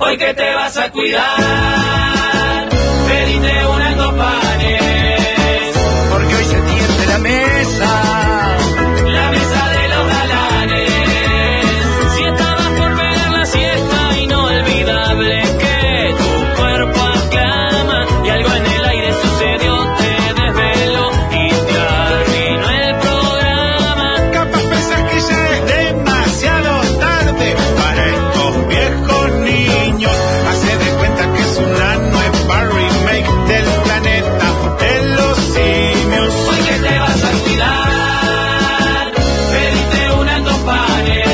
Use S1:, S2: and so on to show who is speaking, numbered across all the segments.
S1: hoy que te vas a cuidar, pedite unas dos panes,
S2: porque hoy se tiende la mesa.
S1: la mesa de los galanes. Si estabas por pegar la siesta, inolvidable que tu cuerpo aclama y algo en el aire sucedió, te desveló y te arruinó el programa.
S2: Capaz pensás que ya es demasiado tarde para estos viejos niños. Hace de cuenta que es una nueva remake del planeta de los simios.
S1: Hoy que te vas a cuidar, pediste unas dos panes,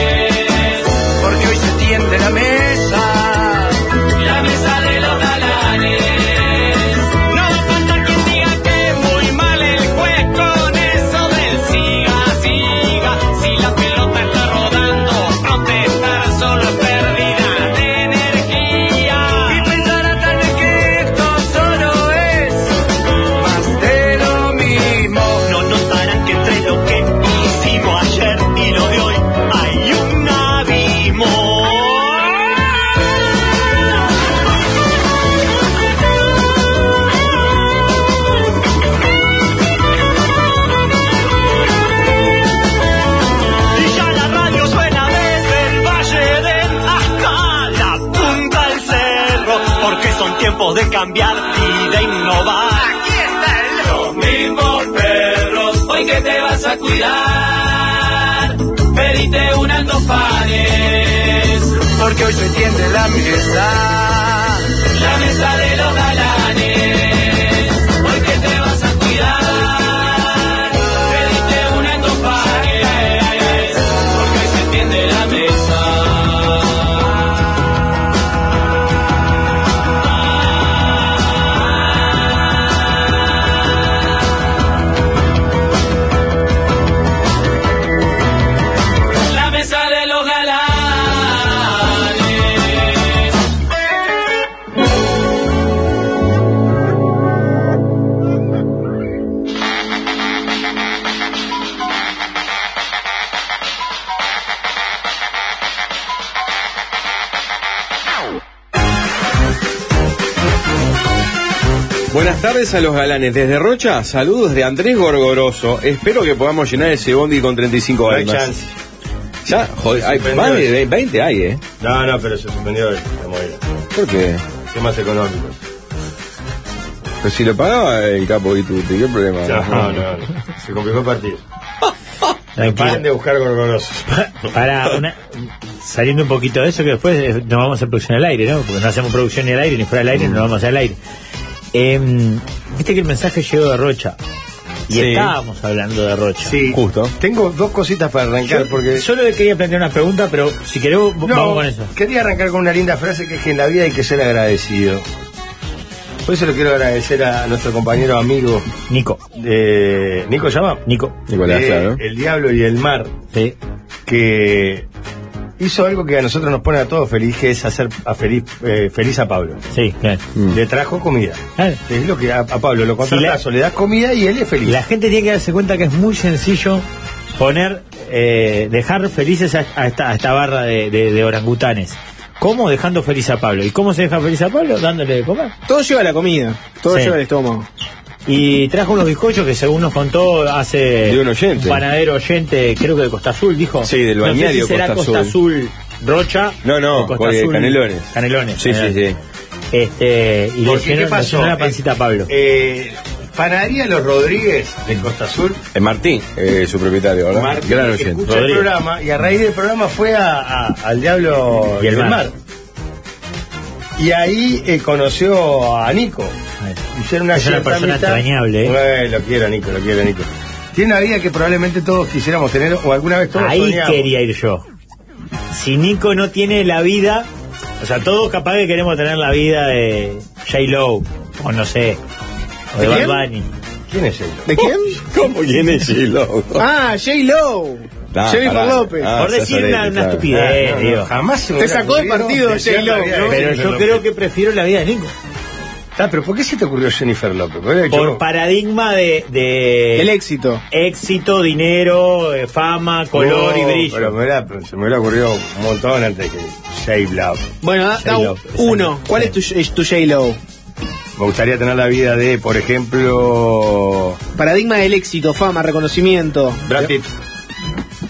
S2: Porque hoy se tiende la mesa.
S1: la mesa de los galanes. No falta quien diga que muy mal el juez con eso del siga, siga. Si la pelota está rodando, protestar solo es pérdida de energía.
S2: Y pensará tal vez que esto solo es más de lo mismo.
S3: No notarán que entre lo que hicimos ayer y lo de hoy hay un abismo. Y ya la radio suena desde el Valle del hasta la punta del cerro, porque son tiempos de cambiar y de innovar.
S2: Aquí está el
S1: Los mismos perros, hoy que te vas a cuidar, pediste unas dos panes.
S2: Porque hoy se tiende la mesa.
S1: La mesa de los galanes, hoy que te vas a cuidar, pediste una en dos pares, porque hoy se entiende la mesa. La mesa de los galanes.
S4: Buenas tardes a los galanes. Desde Rocha, saludos de Andrés Gorgoroso. Espero que podamos llenar ese bondi con 35
S5: No hay
S4: almas.
S5: chance.
S4: Ya, joder, hay
S5: Suspendió
S4: más
S5: eso.
S4: de 20 hay, ¿eh?
S5: No, no, pero se suspendió el- la movida.
S4: ¿Por qué?
S5: Temas económicos.
S4: Pues si lo pagaba el capo y tú, ¿qué problema?
S5: No, no, no. Se complicó el partido. Van de
S6: Tranquilo.
S5: buscar gorgorosos.
S6: Para una, saliendo un poquito de eso, que después eh, nos vamos a producción al aire, ¿no? Porque no hacemos producción ni al aire, ni fuera al aire, no vamos al aire. Em, Viste que el mensaje llegó de Rocha. Y
S4: Sí.
S6: estábamos hablando de Rocha.
S4: Justo.
S5: Tengo dos cositas para arrancar porque.
S6: Solo le quería plantear una pregunta, pero si querés, vo- vamos con eso.
S5: quería arrancar con una linda frase que es que en la vida hay que ser agradecido. Por eso le quiero agradecer a nuestro compañero amigo
S6: Nico,
S5: de Nico Llama.
S6: Nico.
S4: Nicolás,
S5: de
S4: claro.
S5: El Diablo y el Mar,
S6: Sí.
S5: que hizo algo que a nosotros nos pone a todos feliz, que es hacer a feliz, eh, feliz a Pablo.
S6: Sí, claro.
S5: Le trajo comida.
S6: Claro.
S5: Es lo que a, a Pablo lo contratazo,
S6: Mm. Si
S5: le das comida y él es feliz.
S6: La gente tiene que darse cuenta que es muy sencillo poner, eh, dejar felices a, a esta, a esta barra de, de- de orangutanes. ¿Cómo? Dejando feliz a Pablo. ¿Y cómo se deja feliz a Pablo? Dándole de comer.
S7: Todo lleva la comida, todo
S6: Sí.
S7: lleva el estómago.
S6: Y trajo unos bizcochos que según nos contó hace
S4: De un oyente.
S6: panadero oyente, creo que de Costa Azul, dijo.
S4: Sí, del
S6: No sé si
S4: balneario
S6: será
S4: Costa
S6: Costa Azul. Rocha.
S4: No, no,
S6: o Costa
S4: eh,
S6: Azul-
S4: Canelones.
S6: Canelones.
S4: Sí, sí,
S6: Canelones.
S4: sí.
S6: Este, y le
S5: Porque,
S6: llenó,
S5: ¿qué
S6: le
S5: pasó?
S6: llenó la pancita a Pablo.
S5: Eh, panadería Los Rodríguez de Costa Azul.
S4: Eh, Martín, eh, su propietario, ¿verdad?
S5: Martín,
S4: Gran
S5: que
S4: oyente.
S5: escucha el
S6: Rodríguez.
S5: programa y a raíz del programa fue a, a- al Diablo
S6: Y
S5: y
S6: el
S5: el mar.
S6: mar.
S5: Y ahí eh, conoció a Nico. Hicieron una
S6: Es una
S5: cierta
S6: persona
S5: amistad.
S6: entrañable, ¿eh?
S5: Bueno, lo quiero, Nico, lo quiero, Nico. Tiene una vida que probablemente todos quisiéramos tener o alguna vez todos
S6: Ahí
S5: soñamos.
S6: quería ir yo. Si Nico no tiene la vida, o sea, todos capaz que queremos tener la vida de J. Lowe, o no sé, o de
S5: ¿De quién?
S6: Bad Bunny.
S5: ¿Quién es él?
S7: ¿De quién?
S4: ¿Cómo quién es Gilo?
S7: Ah, J. Lowe.
S4: Ah,
S7: Jennifer
S4: pará.
S7: López.
S4: Ah,
S6: Por
S4: sos
S6: decir una,
S4: solete,
S6: una
S4: claro.
S6: estupidez,
S5: Ah, no, no,
S6: digo.
S5: jamás se me
S7: Te
S5: hubiera
S7: sacó el
S5: ocurrido
S7: partido,
S5: decir
S7: J-Lo,
S5: la vida de
S7: ¿no?
S6: Pero
S5: Jennifer
S6: yo
S5: López.
S6: creo que prefiero la vida de Nico.
S5: Ah, pero ¿por qué se te ocurrió Jennifer López? Porque
S6: Por
S5: yo-
S6: paradigma de, de
S7: El éxito.
S6: éxito, dinero, eh, fama, color
S5: No,
S6: y
S5: Oh, Pero
S6: brillo.
S5: me hubiera- se me hubiera ocurrido un montón antes que. J. Love.
S7: Bueno, da, da
S5: J-Lo,
S7: uno.
S5: exacto.
S7: ¿Cuál
S5: Sí.
S7: es tu, es tu J-Lo?
S5: Me gustaría tener la vida de, por ejemplo,
S7: Paradigma del éxito, fama, reconocimiento.
S5: Brad Pitt.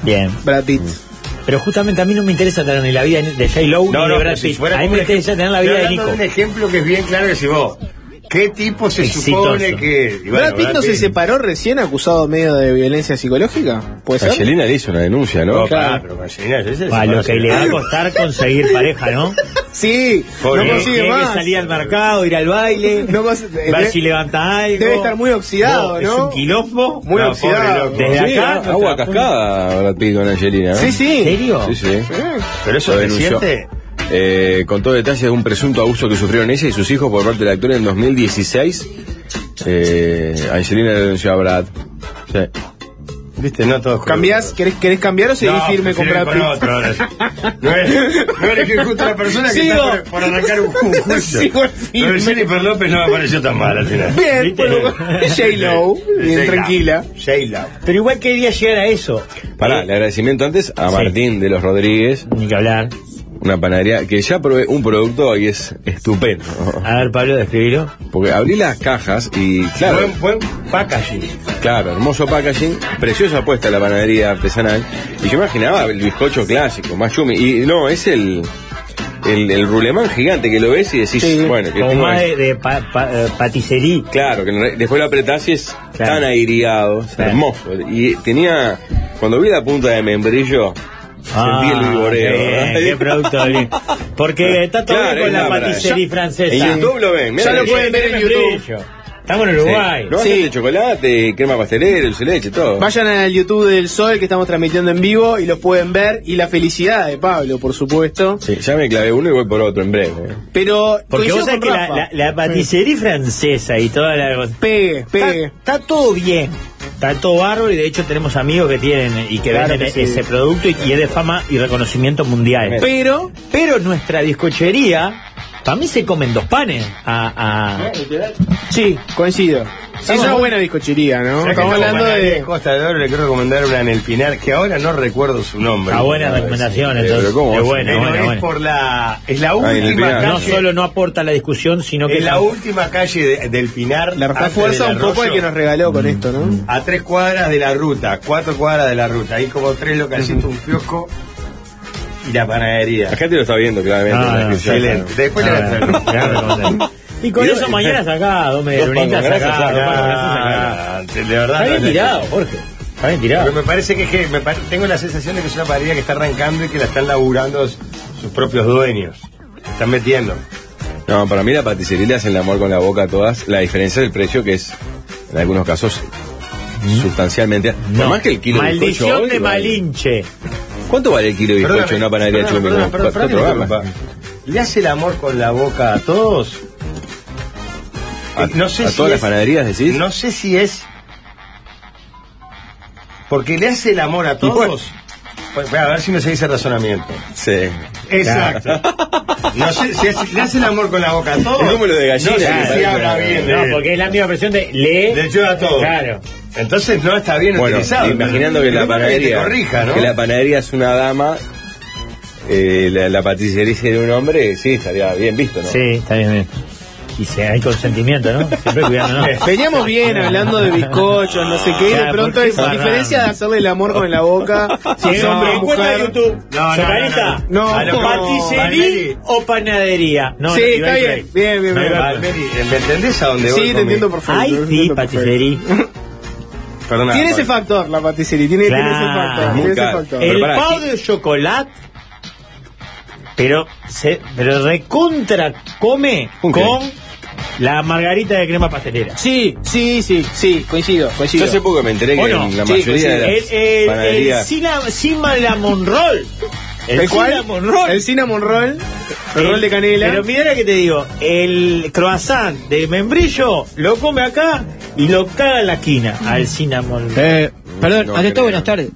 S6: Bien.
S7: Brad Pitt.
S6: Pero justamente a mí no me interesa tener ni la vida de J. Lowe ni de Brad
S5: pero si
S6: Pitt.
S5: fuera
S6: a mí
S5: como
S6: me
S5: un ej-
S6: interesa tener la vida de
S5: Estoy
S6: Nico.
S5: hablando un ejemplo que es bien claro que si vos, ¿qué tipo se
S6: Exitoso.
S5: supone que... y bueno,
S7: ¿Brad Pitt no se separó recién acusado medio de violencia psicológica? Pues ¿Puede ser?
S4: Angelina le hizo una denuncia,
S5: No, pará,
S4: ¿no?
S7: Claro.
S5: pero con Angelina Jolie se
S6: A
S5: separó
S6: lo
S5: hace-
S6: que le va a costar conseguir pareja, ¿no?
S7: Sí,
S5: Pobre,
S7: no
S6: Tiene-
S7: consigue
S6: tiene que
S7: más.
S6: salir al mercado, ir al baile,
S7: No cons-
S6: ver si levanta algo.
S7: Debe estar muy oxidado,
S6: Es
S7: ¿no?
S6: un quilombo.
S7: Muy
S5: No,
S7: oxidado.
S5: pobre
S6: Desde
S4: Sí,
S6: acá.
S4: Ah, agua
S6: nuestra-
S4: cascada, Brad Pitt con Angelina. ¿eh?
S7: Sí,
S6: ¿En
S7: sí.
S6: serio?
S4: Sí, sí.
S5: Pero eso
S4: Lo
S5: es
S4: denunció.
S5: reciente.
S4: Eh, con todo detalle de un presunto abuso que sufrieron ella y sus hijos por parte de la actora en 2016. Eh, Angelina le denunció a Brad. Sí.
S5: Viste, no todos...
S7: ¿Cambiás, querés, ¿Querés cambiar o seguís
S5: No, pues
S7: firme con
S5: prefiero
S7: Brad
S5: ir
S7: Pitt?
S5: otro ahora. No es, no eres que justo la persona que
S7: Sigo.
S5: está por, por arrancar un, un juicio.
S7: Sigo
S5: Lo de
S7: firme.
S5: Jennifer López no me pareció tan mal al final.
S7: Bien,
S6: ¿Viste?
S7: bueno, J-Lo, bien
S5: J-Lo.
S7: tranquila.
S5: J-Lo.
S6: Pero igual quería llegar a eso.
S4: Pará, el agradecimiento antes a
S6: Sí.
S4: Martín de los Rodríguez,
S6: Ni que hablar.
S4: una panadería que ya probé un producto y es estupendo.
S6: A ver, Pablo, describilo.
S4: Porque abrí las cajas y, claro,
S5: Buen, buen packaging.
S4: Claro, hermoso packaging, preciosa apuesta a la panadería artesanal. Y yo imaginaba el bizcocho clásico, más chumi. Y no, es el, el, el rulemán gigante que lo ves y decís,
S7: Sí,
S4: bueno, que
S6: Como
S4: tengo
S6: más
S4: ahí.
S6: de, de pa- pa- eh, paticería.
S4: Claro, que en re- después lo apretás y es
S6: Claro.
S4: tan aireado, es
S6: Claro.
S4: hermoso. Y tenía, cuando vi la punta de membrillo, sentí el viboreo.
S6: bien,
S4: ¿verdad?
S6: Ah, qué producto bien. Porque está todo
S4: Claro,
S6: bien con
S4: es
S6: la
S4: verdad.
S6: paticería francesa.
S4: En YouTube lo ven, mirá
S7: Ya
S4: la
S7: lo
S4: que-
S7: pueden ver en YouTube.
S6: Estamos en
S4: Sí.
S6: Uruguay.
S4: Lo hacen de chocolate, crema pastelera, dulce de leche, todo.
S7: Vayan al YouTube del Sol que estamos transmitiendo en vivo y los pueden ver. Y la felicidad de Pablo, por supuesto.
S4: Sí, ya me clavé uno y voy por otro en breve.
S7: Pero
S6: Porque
S7: coincido
S6: vos sabés
S7: con
S6: que la,
S7: Rafa.
S6: la, la paticería francesa y toda la...
S7: Pegue, pegue.
S6: Está, está todo bien. Está todo bárbaro y de hecho tenemos amigos que tienen y que
S7: Claro
S6: venden
S7: que sí.
S6: ese producto y, y es de fama y reconocimiento mundial.
S7: Pero
S6: Pero nuestra bizcochería, para mí se comen dos panes. A, a-
S7: Sí, coincido. es una
S6: Estamos-
S7: buena bizcochería, ¿no?
S5: Ya que
S7: Estamos hablando
S5: panadería en
S7: de.
S5: Costa de Oro, le quiero recomendar una en el Pinar, que ahora no recuerdo su nombre.
S6: a buena
S5: Pero
S6: recomendación.
S4: eh,
S6: Entonces,
S4: pero ¿cómo
S6: es
S4: vas a-
S6: buena, buena,
S5: es
S6: buena.
S5: por la... Es la
S4: Ah, en el
S5: última
S4: Pinar.
S5: calle...
S6: No solo no aporta a la discusión, sino que
S5: Es la
S6: tam-
S5: última calle de- del Pinar.
S7: La
S5: antes
S7: fuerza
S5: del
S7: un poco
S5: arroyo,
S7: el que nos regaló con esto, ¿no?
S5: A tres cuadras de la ruta, cuatro cuadras de la ruta. Hay como tres localcitos, un kiosco y la panadería.
S4: La gente lo está viendo claramente.
S6: Ah,
S4: en la descripción.
S5: Excelente. Después le
S6: Ah,
S5: voy a traer un-
S6: ya me conté. Y con
S4: Y
S6: eso
S4: no-
S6: mañana sacá, dos medialunitas
S4: pangolazos
S6: sacá,
S4: sacá,
S6: dos pangolazos sacá.
S5: Ah, De verdad.
S6: Está bien
S5: no, no,
S6: tirado, Jorge. Está
S5: Pero
S6: bien tirado.
S5: me parece que, es que me pare- tengo la sensación de que es una panadería que está arrancando y que la están laburando s- sus propios dueños. La Están metiendo.
S4: No, para mí la paticería le hacen el amor con la boca a todas. La diferencia del precio que es, en algunos casos, sustancialmente. Por más que el kilo de bizcocho
S6: Maldición
S4: hoy
S6: de
S4: vale-
S6: Malinche.
S4: ¿Cuánto vale el kilo de bizcocho en una panadería de
S5: Perdóname,
S4: chumi?
S5: perdóname,
S4: Como
S5: perdóname, perdóname,
S4: cuatro gramas.
S5: disculpa. ¿Le hace el amor con la boca a todos?
S4: A,
S5: Eh, no sé
S4: a
S5: si
S4: todas las
S5: es-
S4: panaderías decís.
S5: No sé si es. Porque le hace el amor a todos.
S4: bueno.
S5: Pues, a ver si me seguís el razonamiento.
S4: Sí.
S5: Exacto. No sé si hace- le hace el amor con la boca a todos.
S4: El número de gallina
S5: No
S4: que
S5: sé si
S4: parece-
S5: habla bien.
S6: No,
S5: de-
S6: porque es la misma versión de le.
S5: Le ayuda a todos.
S6: Claro.
S5: Entonces no está bien
S4: Bueno,
S5: utilizado.
S4: imaginando que
S5: Pero
S4: la
S5: no para
S4: panadería,
S5: te corrija, ¿no?
S4: que la panadería es una dama, eh, la, la paticería sería un hombre, sí, estaría bien visto, ¿no?
S6: Sí, está bien, bien. Y si hay consentimiento, ¿no? Siempre cuidándonos.
S7: Veníamos bien hablando de bizcochos, no sé qué, y de
S6: Claro,
S7: pronto
S6: ¿por qué
S7: es la
S6: pará?
S7: diferencia de hacerle el amor con la boca. Si
S6: Sí,
S7: es hombre o
S6: encuentra
S7: mujer.
S6: YouTube.
S5: No, no,
S6: Socarita,
S7: no,
S4: Ah,
S7: no. No,
S6: ¿paticería
S5: Valmeri.
S6: o panadería? No,
S7: Sí,
S6: no,
S7: está
S6: Ibai
S7: bien.
S6: Craig.
S7: Bien, bien,
S6: No,
S7: bien.
S6: Ibai
S5: Ah,
S6: Craig.
S5: Mary, ¿me entendés a dónde voy?
S7: Sí,
S5: con
S7: te
S5: mi-
S7: entiendo perfecto. te
S6: Ay, sí,
S7: entiendo perfecto.
S6: paticería.
S5: Perdona,
S7: Tiene ese
S5: Pablo.
S7: factor la paticería, tiene, tiene ese
S6: Claro.
S7: factor.
S6: Es
S4: muy
S7: tiene ese
S4: caro.
S7: factor.
S4: Pero
S6: El
S4: pará,
S6: pau
S4: ¿qué-
S6: de chocolate. Pero se pero recontra come
S4: Un
S6: con la margarita de crema pastelera.
S7: Sí, sí, sí, sí, coincido,
S4: Yo
S7: coincido.
S4: hace poco me enteré que
S6: Bueno,
S4: en la
S6: sí,
S4: mayoría
S6: sí.
S4: de las
S6: el, el,
S4: panaderías...
S6: el cina- cinnamon roll. El,
S7: ¿El cuál?
S6: cinnamon roll.
S7: El cinnamon roll, el roll de canela.
S6: Pero mira lo que te digo, el croissant de membrillo lo come acá y lo caga en la esquina al cinnamon. roll.
S8: Eh, perdón,
S4: No
S8: ante
S4: creo.
S8: todo, buenas tardes.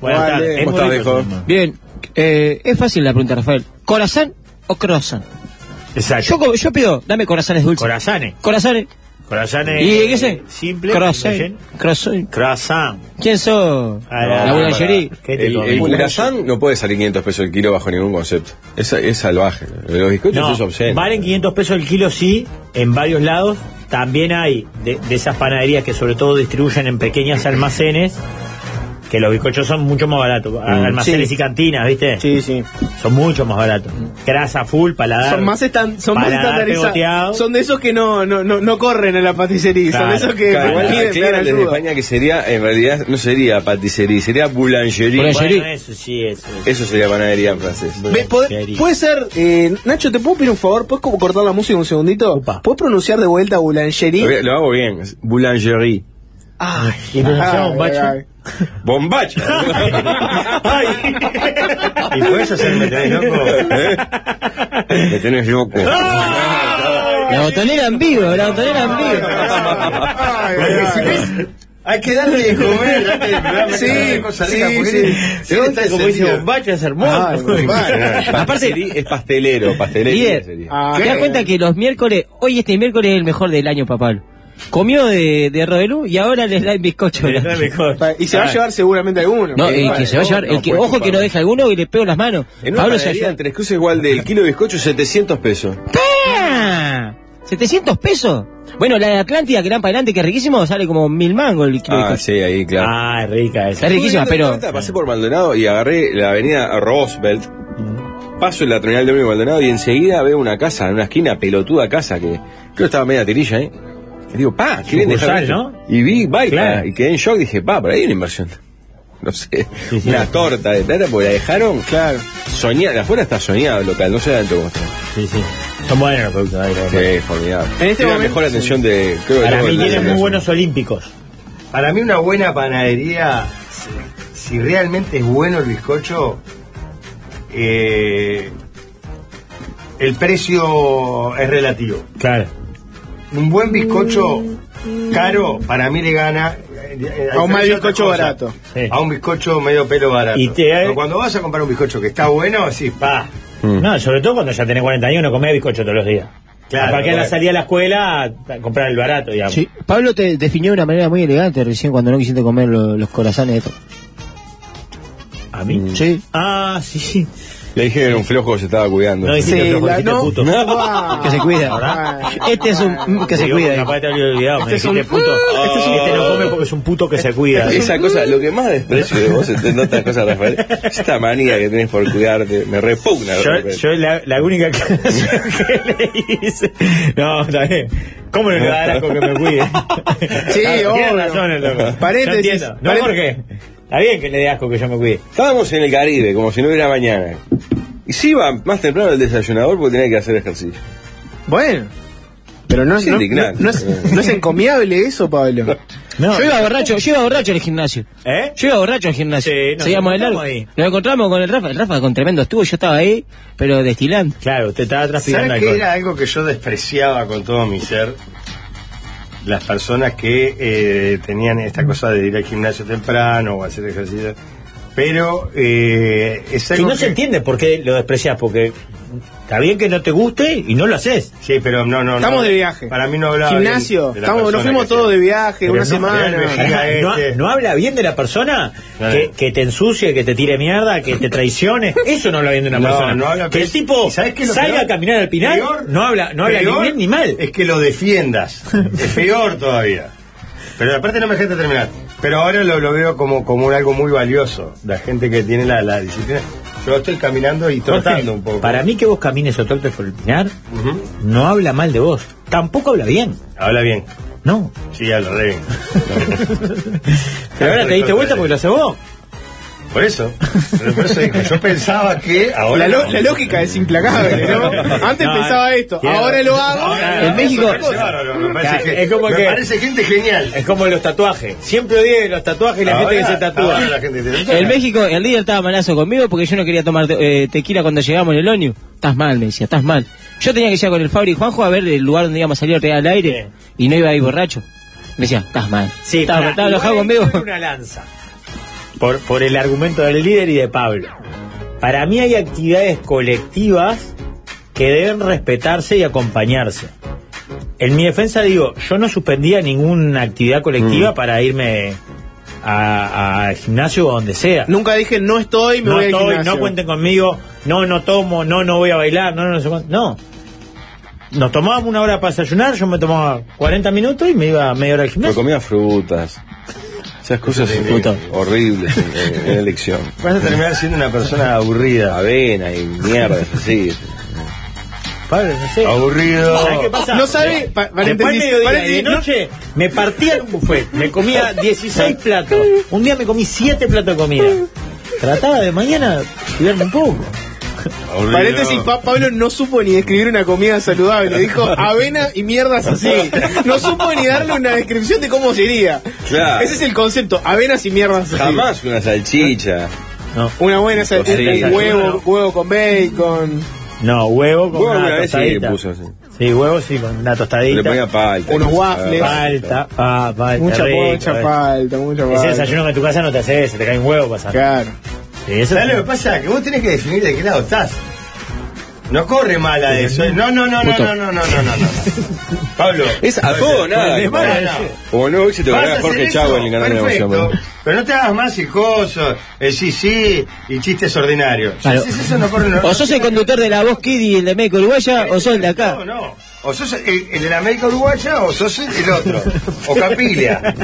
S6: Buenas
S7: vale.
S6: tardes. es
S4: ¿Cómo
S6: muy
S4: estás,
S6: rico
S4: viejo?
S6: el cinnamon.
S8: Bien, eh, es fácil la pregunta, Rafael. ¿Corazón o croissant?
S6: Exacto.
S8: Yo, co- yo pido, dame corazones dulces.
S6: Corazones.
S8: Corazones.
S6: Croissant es
S8: ¿Y qué sé?
S6: Eh, simple.
S8: Croissant.
S6: croissant.
S8: Croissant.
S6: Croissant.
S8: ¿Quién sos?
S6: Ah,
S8: la
S6: no,
S8: boulangerie.
S6: para- ¿Qué te
S4: El,
S6: comes?
S4: el curasán no puede salir 500 pesos el kilo bajo ningún concepto. Es, es salvaje. Los bizcochos
S6: No,
S4: es obsceno.
S6: valen 500 pesos el kilo, sí, en varios lados. También hay de, de esas panaderías que sobre todo distribuyen en pequeñas almacenes, que los bizcochos son mucho más baratos. almacenes
S7: Mm. sí.
S6: y cantinas, ¿viste?
S7: Sí, sí.
S6: Son mucho más baratos. Grasa full, paladar.
S7: Son más, estan- son más
S6: paladar pegoteado.
S7: estandarizados. Son de esos que no, no, no, no corren en la paticería.
S6: Claro.
S7: Son esos que
S4: Claro, igual
S7: piden,
S4: aclaran
S7: piden
S4: desde
S7: ayuda.
S4: España que sería, en realidad, no sería patisería, sería boulangerie.
S8: Boulangerie.
S6: Bueno, eso sí, eso.
S4: Eso sería panadería en francés.
S7: Ve, ¿pod-
S6: Querido.
S7: puede ser, eh, Nacho, ¿te puedo pedir un favor? ¿Puedes como cortar la música un segundito? ¿Puedes pronunciar de vuelta
S4: Lo,
S7: boulangerie? Ah,
S4: voy- lo hago bien, es boulangerie.
S7: Ay,
S6: ¿Y pronunciamos,
S7: ay,
S6: Bacho?
S7: ay.
S4: ¡Bombacha!
S5: ¿Y puedes hacerme tenés loco?
S4: ¿Eh? Me tenés loco.
S8: La botonera en vivo, la botonera en vivo.
S5: Ay, ay, ay. Hay que darle de comer. antes del programa,
S7: Sí,
S5: darle cosas
S7: sí,
S5: ricas, porque
S7: sí.
S5: él- él
S6: Pero
S5: está
S6: este, como dice
S5: encendido.
S6: Bombacha, es hermoso.
S7: Ay,
S4: Aparte, es pastelero, pastelero.
S8: Líder.
S4: sería.
S7: Ah,
S8: ¿Te das
S7: ¿qué?
S8: cuenta que los miércoles, hoy este miércoles es el mejor del año, papá? Comió de, de Rodelú y ahora les da el bizcocho.
S6: Pero es mejor.
S7: Y
S4: Ah.
S7: se va a llevar seguramente alguno. Eh,
S8: No, el
S4: Bueno,
S8: que se va a llevar,
S4: no,
S8: el que,
S4: pues,
S8: ojo que
S4: Pablo.
S8: no deja alguno y le pego las manos.
S4: En una
S8: Pablo se
S4: panadería
S8: ayuda.
S4: en Tres Cruces igual del kilo de bizcocho 700 pesos.
S8: ¡Pah! ¿700 pesos? Bueno, la de Atlántida, que eran para adelante, que es riquísimo, sale como mil mangos el kilo de
S4: Ah,
S8: bizcocho.
S4: sí, ahí, claro.
S6: Ah, es rica esa.
S8: Es riquísima,
S4: Estuve viendo
S8: pero...
S4: la carta, pasé por Maldonado y agarré la avenida Roosevelt. Paso en la terminal de ómnibus Maldonado y enseguida veo una casa, en una esquina, pelotuda casa, que creo que estaba media tirilla, ¿eh? Y digo, pa, qué bien
S6: Sucursal,
S4: dejar esto.
S6: ¿no?
S4: Y vi, va, y
S6: Claro.
S4: pa, y quedé en shock, dije, pa, por ahí hay una inversión. No sé,
S6: sí.
S4: una torta de plata, porque la dejaron
S7: Claro.
S4: soñada, afuera está soñado el local, no sé adentro cómo está.
S6: Sí, sí. Son buenos los productos. ahí, la verdad.
S4: Sí, formidable.
S7: En este
S4: Tiene la
S7: momento,
S4: mejor atención de, creo que
S6: Para
S4: todo
S6: mí
S4: el mundo.
S6: tienen muy buenos olímpicos.
S5: Para mí una buena panadería, si, si realmente es bueno el bizcocho, eh, el precio es relativo.
S6: Claro.
S5: Un buen bizcocho caro para mí le gana eh, eh,
S7: A un mal
S5: diferencia de otras
S7: bizcocho
S5: cosas,
S7: barato.
S6: Sí.
S5: A un bizcocho medio pelo barato.
S6: Y te-
S5: Pero cuando vas a comprar un bizcocho que está bueno, sí, pa.
S4: Mm.
S6: No, sobre todo cuando ya tenés 40 años no comés bizcocho todos los días.
S5: Claro,
S6: Claro. Para que a la
S5: claro.
S6: salida de la escuela a comprar el barato, digamos.
S8: Sí, Pablo te definió de una manera muy elegante recién cuando no quisiste comer lo- los corazones de esto.
S6: ¿A
S7: Mm.
S6: mí?
S8: Sí.
S6: Ah, sí, sí.
S4: Le dije que era un flojo que se estaba cuidando.
S6: No, y sí,
S7: Sí,
S6: los
S7: la-
S6: dijiste
S7: no.
S6: puto.
S7: Ah.
S8: Que se cuida.
S7: Ah.
S8: Este es un que se
S6: Digo,
S8: cuida.
S6: Capaz te había olvidado. me
S7: es un-
S6: dijiste puto.
S7: Este es un- Este
S6: Este no come porque es un puto que se cuida.
S4: Esa cosa, lo que más desprecio de vos, no estas cosas, Rafael, esta manía que tenés por cuidarte, me repugna.
S6: Yo,
S4: Rafael.
S6: yo la, la única que, que le hice. No, está bien. ¿Cómo no le va a dar asco que me cuide?
S7: Sí,
S6: Tiene
S7: obvio.
S6: razón el loco.
S7: Paréntesis,
S6: Yo entiendo. No,
S7: paréntesis.
S6: Jorge. Está bien que le dé asco que yo me cuide.
S4: Estábamos en el Caribe, como si no hubiera mañana. Y sí iba más temprano el desayunador porque tenía que hacer ejercicio.
S7: Bueno. Pero no,
S4: Es
S7: no-
S4: indignante.
S7: no- no es, no es encomiable eso, Pablo.
S6: No.
S8: Yo iba borracho, yo iba borracho al gimnasio.
S6: ¿Eh?
S8: Yo iba borracho al gimnasio.
S6: Sí, nos
S8: Seguíamos de largo.
S6: encontramos ahí.
S8: Nos encontramos con el Rafa. El Rafa con tremendo estuvo, yo estaba ahí, pero destilando.
S6: Claro, usted estaba transpirando
S5: ¿Sabes qué
S6: alcohol.
S5: era algo que yo despreciaba con todo mi ser? Las personas que eh, tenían esta cosa de ir al gimnasio temprano o hacer ejercicio. Pero eh, es
S6: Y
S5: algo
S6: no se
S5: que-
S6: entiende por qué lo desprecias, porque está bien que no te guste y no lo haces.
S5: Sí, pero no, no. no.
S7: Estamos de viaje.
S5: Para mí no hablaba.
S7: Gimnasio.
S5: bien de la
S7: Estamos, nos
S5: persona
S7: fuimos
S5: que
S7: todos
S5: hacía.
S7: de viaje,
S5: Pero
S7: una
S5: no,
S7: semana.
S5: pero no, Mira
S6: No,
S5: este.
S6: no habla bien de la persona
S5: Claro.
S6: que, que te ensucie, que te tire mierda, que te traicione. Eso no habla bien de una
S5: No,
S6: persona.
S5: no habla-
S6: que el tipo
S5: ¿Y sabes qué es lo
S6: salga
S5: peor?
S6: a caminar al pinar,
S5: Peor-
S6: no habla, no habla ni
S5: peor
S6: bien ni mal.
S5: Es que lo defiendas. es peor todavía. Pero aparte no me dejaste terminar. Pero ahora lo, lo veo como, como un algo muy valioso. La gente que tiene la, la disciplina. Yo estoy caminando y
S6: Jorge,
S5: trotando un poco.
S6: Para mí que vos camines o trotes por el pinar,
S5: Ujú.
S6: no habla mal de vos. Tampoco habla bien.
S5: Habla bien.
S6: No.
S5: Sí, habla re bien.
S6: Pero ahora te diste vuelta porque lo haces vos.
S5: Por eso. Pero por eso digo, yo pensaba que ahora.
S7: La, lo-
S5: no.
S7: la lógica es implacable, ¿no? Antes
S6: No,
S7: pensaba esto,
S6: tiene-
S7: ahora lo hago.
S6: Ahora-
S8: En
S5: Me
S8: México-
S5: parece bárbaro, me parece
S6: Claro,
S5: que-
S6: es como
S5: me
S6: que-
S5: parece gente genial.
S6: Es como los tatuajes. Siempre odié los tatuajes y Ah, la gente que
S5: Ahora-
S6: se tatúa.
S5: ahora la gente se tatúa.
S8: En México, el líder estaba malazo conmigo porque yo no quería tomar eh, tequila cuando llegamos en el ómnibus. Estás mal, me decía, estás mal. Yo tenía que ir con el Fabri y Juanjo a ver el lugar donde íbamos a salir a tirar al aire y no iba a ir borracho. Me decía, estás mal. estaba,
S6: pará,
S8: estaba enojado
S6: igual
S8: conmigo.
S6: hay una lanza. Por, por el argumento del líder y de Pablo. Para mí hay actividades colectivas que deben respetarse y acompañarse. en mi defensa digo, yo no suspendía ninguna actividad colectiva para irme a, a gimnasio o a donde sea.
S7: Nunca dije no estoy, me
S6: no
S7: voy al
S6: estoy,
S7: gimnasio.
S6: no cuenten conmigo, no, no tomo, no, no voy a bailar, no, no, sé cuánto. no. Nos tomábamos una hora para desayunar, yo me tomaba 40 minutos y me iba media hora al
S4: Pero
S6: gimnasio.
S4: comía frutas. Esas cosas eh,
S8: Puto.
S4: horribles en, en- en la elección.
S5: Vas a terminar siendo una persona aburrida.
S4: Avena y mierdas así.
S6: Padre, no
S4: Ah.
S6: sé.
S5: Aburrido.
S6: ¿Sabés qué pasa?
S7: No sabe, pa-
S6: Después
S7: paréntesis,
S6: mediodía y de
S7: paréntesis, no-
S6: noche me partía en un buffet, me comía 16 platos. Un día me comí 7 platos de comida. Trataba de mañana cuidarme un poco.
S5: Aburrido.
S7: Paréntesis, pa- Pablo no supo ni describir una comida saludable. Dijo avena y mierdas así. No supo ni darle una descripción de cómo sería.
S4: Claro.
S7: Ese es el concepto, avenas y mierdas así.
S4: Jamás una salchicha.
S6: No,
S7: Una buena salchicha,
S4: Sí,
S7: huevo,
S6: no.
S7: huevo con bacon,
S6: no huevo con
S4: Huevo
S6: una
S4: una vez sí
S6: tostadita.
S4: puso así.
S6: Sí, huevo sí, con una
S4: Le ponía
S6: tostadita.
S4: palta.
S7: Unos waffles.
S6: Falta, pa, falta.
S7: mucha
S6: rico,
S7: pocha,
S6: eh.
S7: falta, mucha
S6: Ese
S7: falta.
S6: desayuno que en tu casa no te haces, se te cae un huevo pasando.
S7: Claro.
S6: Sí, eso
S5: ¿Sabés
S6: sí.
S5: lo que pasa? Que vos tenés que definir de qué lado estás. No corre mala de eso. ¿eh? No, no, no, no,
S4: Puto.
S5: no, no, no, no, no, no. Pablo.
S4: Es a todo o nada.
S5: No, no.
S4: Como no, hoy se te va
S5: Vas
S4: a
S5: a hacer
S4: Jorge
S5: eso,
S4: Chavo en el canal de
S5: perfecto,
S4: Nación.
S5: Pero no te hagas más psicoso, el sí, sí y chistes ordinarios. Si
S8: Claro.
S5: haces eso, no corre- no-
S8: O sos el conductor de la voz Kid y el de México Uruguaya, o sos el de acá.
S5: No, no. O sos el, el de la América Uruguaya o sos el otro. O Capilia.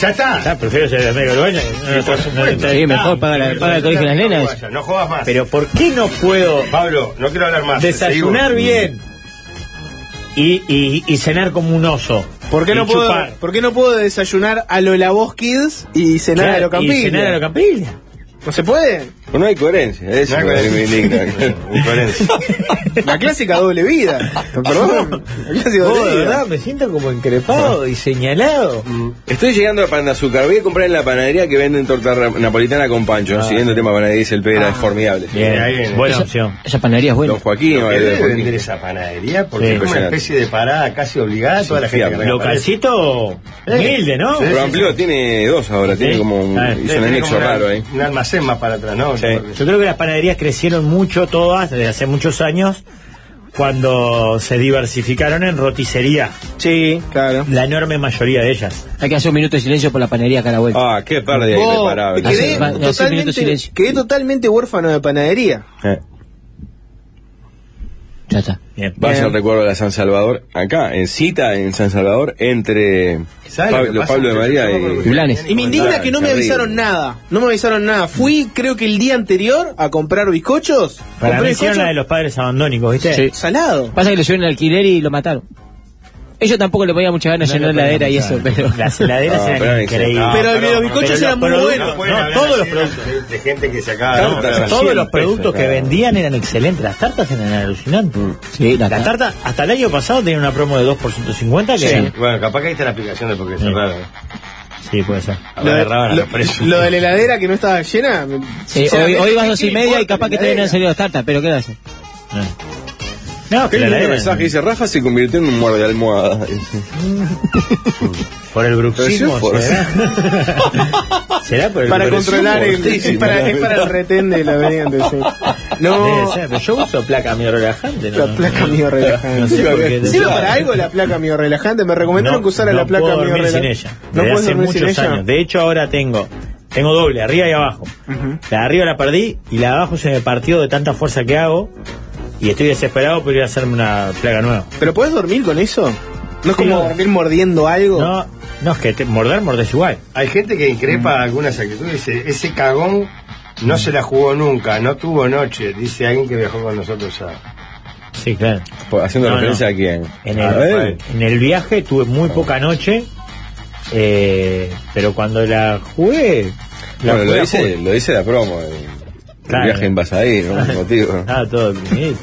S5: Ya está.
S6: Ah, prefiero ser el amigo del dueño. No, no,
S5: Por
S6: no, no,
S5: supuesto.
S8: Sí, mejor paga, la- paga el colegio de las nenas.
S5: Uruguaya, No jodas más.
S6: Pero ¿por qué no puedo
S5: Pablo, no quiero hablar más.
S6: desayunar
S5: Seguimos.
S6: bien y, y, y cenar como un oso?
S7: ¿Por qué,
S6: Y
S7: no puedo,
S6: chupar.
S7: ¿Por qué no puedo desayunar a lo La Voz Kids y cenar
S6: Claro,
S7: a lo
S6: Y cenar a lo
S7: Campilla?
S6: campilla.
S7: ¿No se puede?
S4: No hay coherencia. ¿eh? Eso
S5: No hay
S4: me- me
S5: coherencia.
S4: indigna.
S5: Incoherencia.
S7: La clásica doble vida. Perdón. La clásica
S6: Oh,
S7: doble
S6: de
S7: vida.
S6: verdad, me siento como encrepado y señalado.
S4: Mm. Estoy llegando a pan de azúcar. Voy a comprar en la panadería que venden torta ra- napolitana con pancho.
S5: Ah,
S4: Siguiendo el tema panadería, dice el Pedra, es formidable.
S6: Bien,
S5: ahí viene.
S6: buena
S5: Eso-
S6: opción.
S8: Esa panadería es buena.
S4: Don Joaquín,
S5: Que
S4: el de
S5: debe
S4: Joaquín.
S5: vender esa panadería porque
S6: Sí.
S5: es como una
S4: Impresionante.
S5: especie de parada casi obligada a toda la gente que
S4: fiable.
S5: recorre.
S6: Localcito humilde, ¿no?
S5: Sí.
S4: Pero amplió, tiene dos ahora. Tiene
S6: Sí.
S4: como un,
S6: Ah,
S4: hizo
S5: Sí,
S4: un
S5: tiene
S4: anexo
S5: como una-
S4: raro ahí.
S5: Un almacén más para atrás, ¿no?
S4: Sí.
S6: Yo creo que las panaderías crecieron mucho todas desde hace muchos años cuando se diversificaron en roticería,
S7: Sí, claro.
S6: la enorme mayoría de ellas.
S8: Hay que hacer un minuto de silencio por la panadería acá a la vuelta.
S4: Ah, qué
S6: eh,
S4: pérdida
S7: Oh,
S4: irreparable.
S8: Hace-
S7: quedé,
S8: va- hace un minuto de
S7: totalmente,
S8: silencio.
S7: quedé totalmente huérfano de panadería.
S4: Eh,
S8: Ya está.
S6: Bien.
S4: Va a
S7: Bien.
S4: ser recuerdo de la San Salvador, acá, en cita en San Salvador, entre
S5: ¿Sabes lo que
S4: Pablo,
S5: pasa?
S4: Pablo de María
S8: Y
S4: y...
S8: Blanes.
S7: Y me indigna que no me
S4: Terrible.
S7: avisaron nada. No me avisaron nada. Fui, creo que el día anterior, a comprar bizcochos.
S6: Para mí
S7: Compré
S6: hicieron
S7: bizcochos
S6: la de los padres abandónicos, ¿viste?
S8: Sí.
S7: salado.
S8: Pasa que le subieron el alquiler y lo mataron. Ellos tampoco le ponían mucha ganas llenar la heladera y eso, pero.
S6: Las heladeras
S4: No, pero
S6: eran
S4: ahí sí.
S6: increíbles.
S4: No,
S7: Pero
S5: perdón,
S7: los bizcochos
S6: pero
S7: eran
S6: los
S7: muy
S6: productos-
S7: buenos.
S5: pueden
S6: no,
S5: hablar
S6: todos
S5: así
S6: los
S5: de-
S6: productos.
S5: De, de gente que se acaba.
S4: Tartas,
S5: ¿no?
S4: así.
S6: Todos
S4: 100
S6: los
S4: pesos,
S6: productos que
S4: claro.
S6: vendían eran excelentes. Las tartas eran alucinantes.
S8: Sí, la
S6: Las
S8: tarta.
S6: tartas, hasta el año pasado, tenían una promo de 2 por 150 que eran-
S5: Bueno, capaz que ahí está la aplicación de porque
S6: Sí.
S5: cerraron.
S6: Sí, puede ser.
S7: Lo de,
S5: Agarraban a
S7: lo-
S5: los presos.
S7: lo de la heladera que no estaba llena.
S8: Sí, Eh, hoy, hoy vas dos y media y capaz que te vienen salido las tartas, pero ¿qué haces?
S6: No, No,
S4: Qué
S6: que la
S4: lindo
S6: heladera-
S4: mensaje. Dice, Rafa se convirtió en un muerde almohada.
S6: Por el bruxismo,
S4: Pero sí,
S6: ¿será? ¿Será por el
S7: Para
S6: bruxismo?
S7: controlar el.
S4: fortísimo,
S7: Es para,
S4: la
S7: es para el
S4: verdad.
S7: retén de la avenida. sí.
S6: Debe
S7: No.
S6: ser, pero yo uso placa medio relajante. ¿no?
S7: La placa mío relajante.
S6: No sé por qué.
S7: ¿Sirve para algo la placa mío relajante? Me recomendaron
S6: No,
S7: que usara
S6: no
S7: la placa
S6: puedo
S7: mío
S6: dormir sin
S7: relajante.
S6: ella. Desde hace muchos años. De hecho, ahora tengo tengo doble, arriba y abajo. La de arriba la perdí y la de abajo se me partió de tanta fuerza que hago. Y estoy desesperado por ir a hacerme una placa nueva.
S7: ¿Pero puedes dormir con eso? ¿No es
S6: Sí,
S7: como
S6: no.
S7: dormir mordiendo algo?
S6: No, no es que te, morder, mordes igual.
S5: Hay gente que increpa
S6: Mm.
S5: algunas actitudes. Dice, ese cagón no se la jugó nunca, no tuvo noche. Dice alguien que viajó con nosotros a.
S6: Sí, claro.
S4: Haciendo
S6: No,
S4: referencia
S6: no.
S4: a quién.
S6: En
S4: A
S6: el,
S4: ver.
S6: en el viaje tuve
S7: Oh.
S6: muy poca noche, eh, pero cuando la jugué, la
S4: Bueno,
S6: jugué
S4: lo
S6: a
S4: dice,
S6: full.
S4: lo dice la promo. El,
S6: Claro.
S4: viaje en Basaí, ¿no? Un motivo.
S6: Ah, todo bien.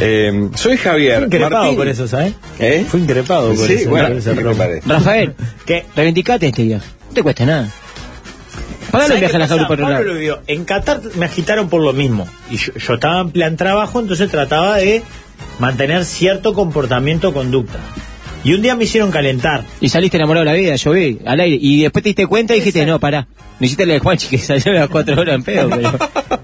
S4: Eh, soy Javier.
S6: Fui increpado
S4: Martín.
S6: por eso, ¿sabes?
S4: ¿Eh?
S6: Fui increpado por
S4: Sí,
S6: eso.
S4: bueno,
S6: por esa
S4: me
S6: broma.
S4: parece.
S8: Rafael,
S6: ¿Qué?
S8: reivindicate este viaje. No te cuesta nada. Pagalo
S6: ¿Sabés
S8: el viaje
S6: qué
S8: a la
S6: pasa?
S8: jaula
S6: Pablo
S8: patronal.
S6: lo vio. En Qatar me agitaron por lo mismo. Y yo, yo estaba en plan trabajo, entonces trataba de mantener cierto comportamiento o conducta. Y un día me hicieron calentar.
S8: Y saliste enamorado de la vida, yo vi, al aire. Y después te diste cuenta y dijiste, no, pará. No hiciste la de Juanchi que salió a las 4 horas en pedo, pero.